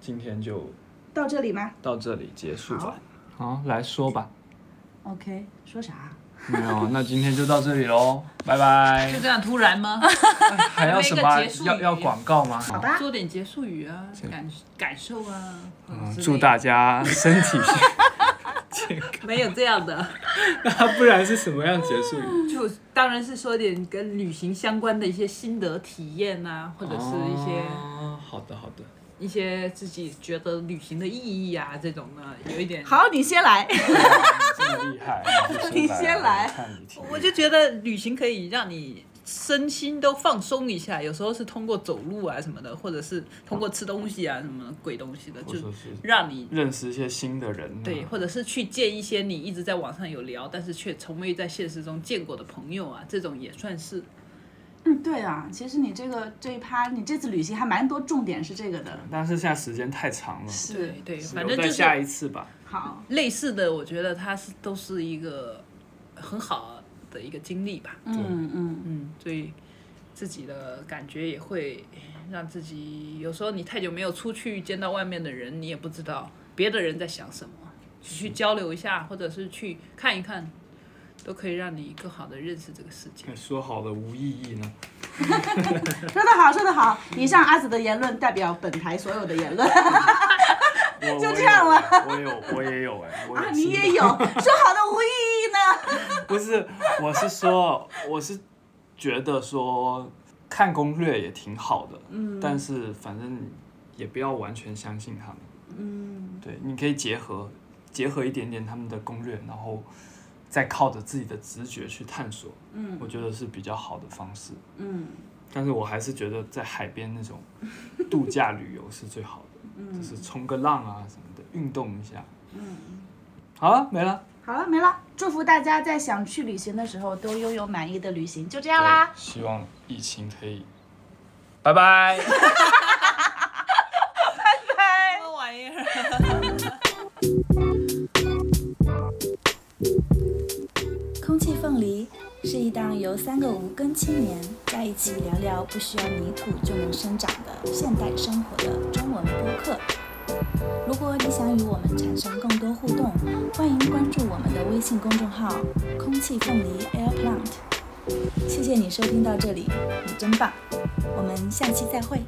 [SPEAKER 3] 今天就
[SPEAKER 2] 到这里吗？
[SPEAKER 3] 到这里结束
[SPEAKER 2] 好
[SPEAKER 3] 吧。好，来说吧。
[SPEAKER 2] OK，说啥？
[SPEAKER 3] 没有，那今天就到这 里喽，拜拜
[SPEAKER 4] 就。这样突然吗？
[SPEAKER 3] 还要什么
[SPEAKER 4] 还
[SPEAKER 3] 啊
[SPEAKER 4] 没一个结束语
[SPEAKER 3] 要要广告吗？好
[SPEAKER 2] 吧
[SPEAKER 4] 做点结束语啊，感感受啊，嗯之类的
[SPEAKER 3] 祝大家身体，
[SPEAKER 4] 没有这样的，
[SPEAKER 3] 不然是什么样结束语？
[SPEAKER 4] 就当然是说点跟旅行相关的一些心得体验啊，或者是一些、
[SPEAKER 3] 哦好的好的，
[SPEAKER 4] 一些自己觉得旅行的意义啊这种呢，有一点。
[SPEAKER 2] 好，你先来。
[SPEAKER 3] 这么厉害，啊
[SPEAKER 4] 你先来
[SPEAKER 3] 我看你听
[SPEAKER 4] 我就觉得旅行可以让你身心都放松一下，有时候是通过走路啊什么的，或者是通过吃东西啊什么鬼东西的，
[SPEAKER 3] 或
[SPEAKER 4] 就
[SPEAKER 3] 者是
[SPEAKER 4] 让你
[SPEAKER 3] 认识一些新的人啊，
[SPEAKER 4] 对，或者是去见一些你一直在网上有聊，但是却从未在现实中见过的朋友啊，这种也算是
[SPEAKER 2] 嗯，对啊，其实你这个这一趴，你这次旅行还蛮多重点是这个的。
[SPEAKER 3] 但是现在时间太长了，
[SPEAKER 2] 是
[SPEAKER 4] 对对，反
[SPEAKER 3] 留
[SPEAKER 4] 正就
[SPEAKER 3] 在下
[SPEAKER 4] 是
[SPEAKER 3] 一次吧。
[SPEAKER 2] 好，
[SPEAKER 4] 类似的，我觉得它是都是一个很好的一个经历吧。
[SPEAKER 2] 嗯嗯，
[SPEAKER 4] 嗯，所以自己的感觉也会让自己，有时候你太久没有出去见到外面的人，你也不知道别的人在想什么，
[SPEAKER 3] 嗯
[SPEAKER 4] 去交流一下，或者是去看一看，都可以让你更好的认识这个世界。
[SPEAKER 3] 哎说好的无意义呢？
[SPEAKER 2] 说得好，说得好。以上阿紫的言论代表本台所有的言论啊，
[SPEAKER 3] 就
[SPEAKER 2] 这样了。
[SPEAKER 3] 我有，我也有哎，我
[SPEAKER 4] 啊
[SPEAKER 3] 有
[SPEAKER 2] 你
[SPEAKER 3] 新的
[SPEAKER 2] 也有。说好的无意义呢？
[SPEAKER 3] 不是，我是说，我是觉得说看攻略也挺好的，嗯，但是反正也不要完全相信他们，嗯，对，你可以结合结合一点点他们的攻略，然后再靠着自己的直觉去探索，嗯，我觉得是比较好的方式，嗯，但是我还是觉得在海边那种度假旅游是最好的，嗯，就是冲个浪啊什么的，运动一下，嗯，好了，没了，
[SPEAKER 2] 好了，没了。祝福大家在想去旅行的时候都拥有满意的旅行，就这样啦。
[SPEAKER 3] 对希望疫情可以，拜拜。
[SPEAKER 4] 什么玩意儿？
[SPEAKER 1] 空气凤梨是一档由三个无根青年在一起聊聊不需要泥土就能生长的现代生活的中文播客。如果你想与我们产生更多互动，欢迎关注我们的微信公众号“空气凤梨 Air Plant”。谢谢你收听到这里，你真棒！我们下期再会。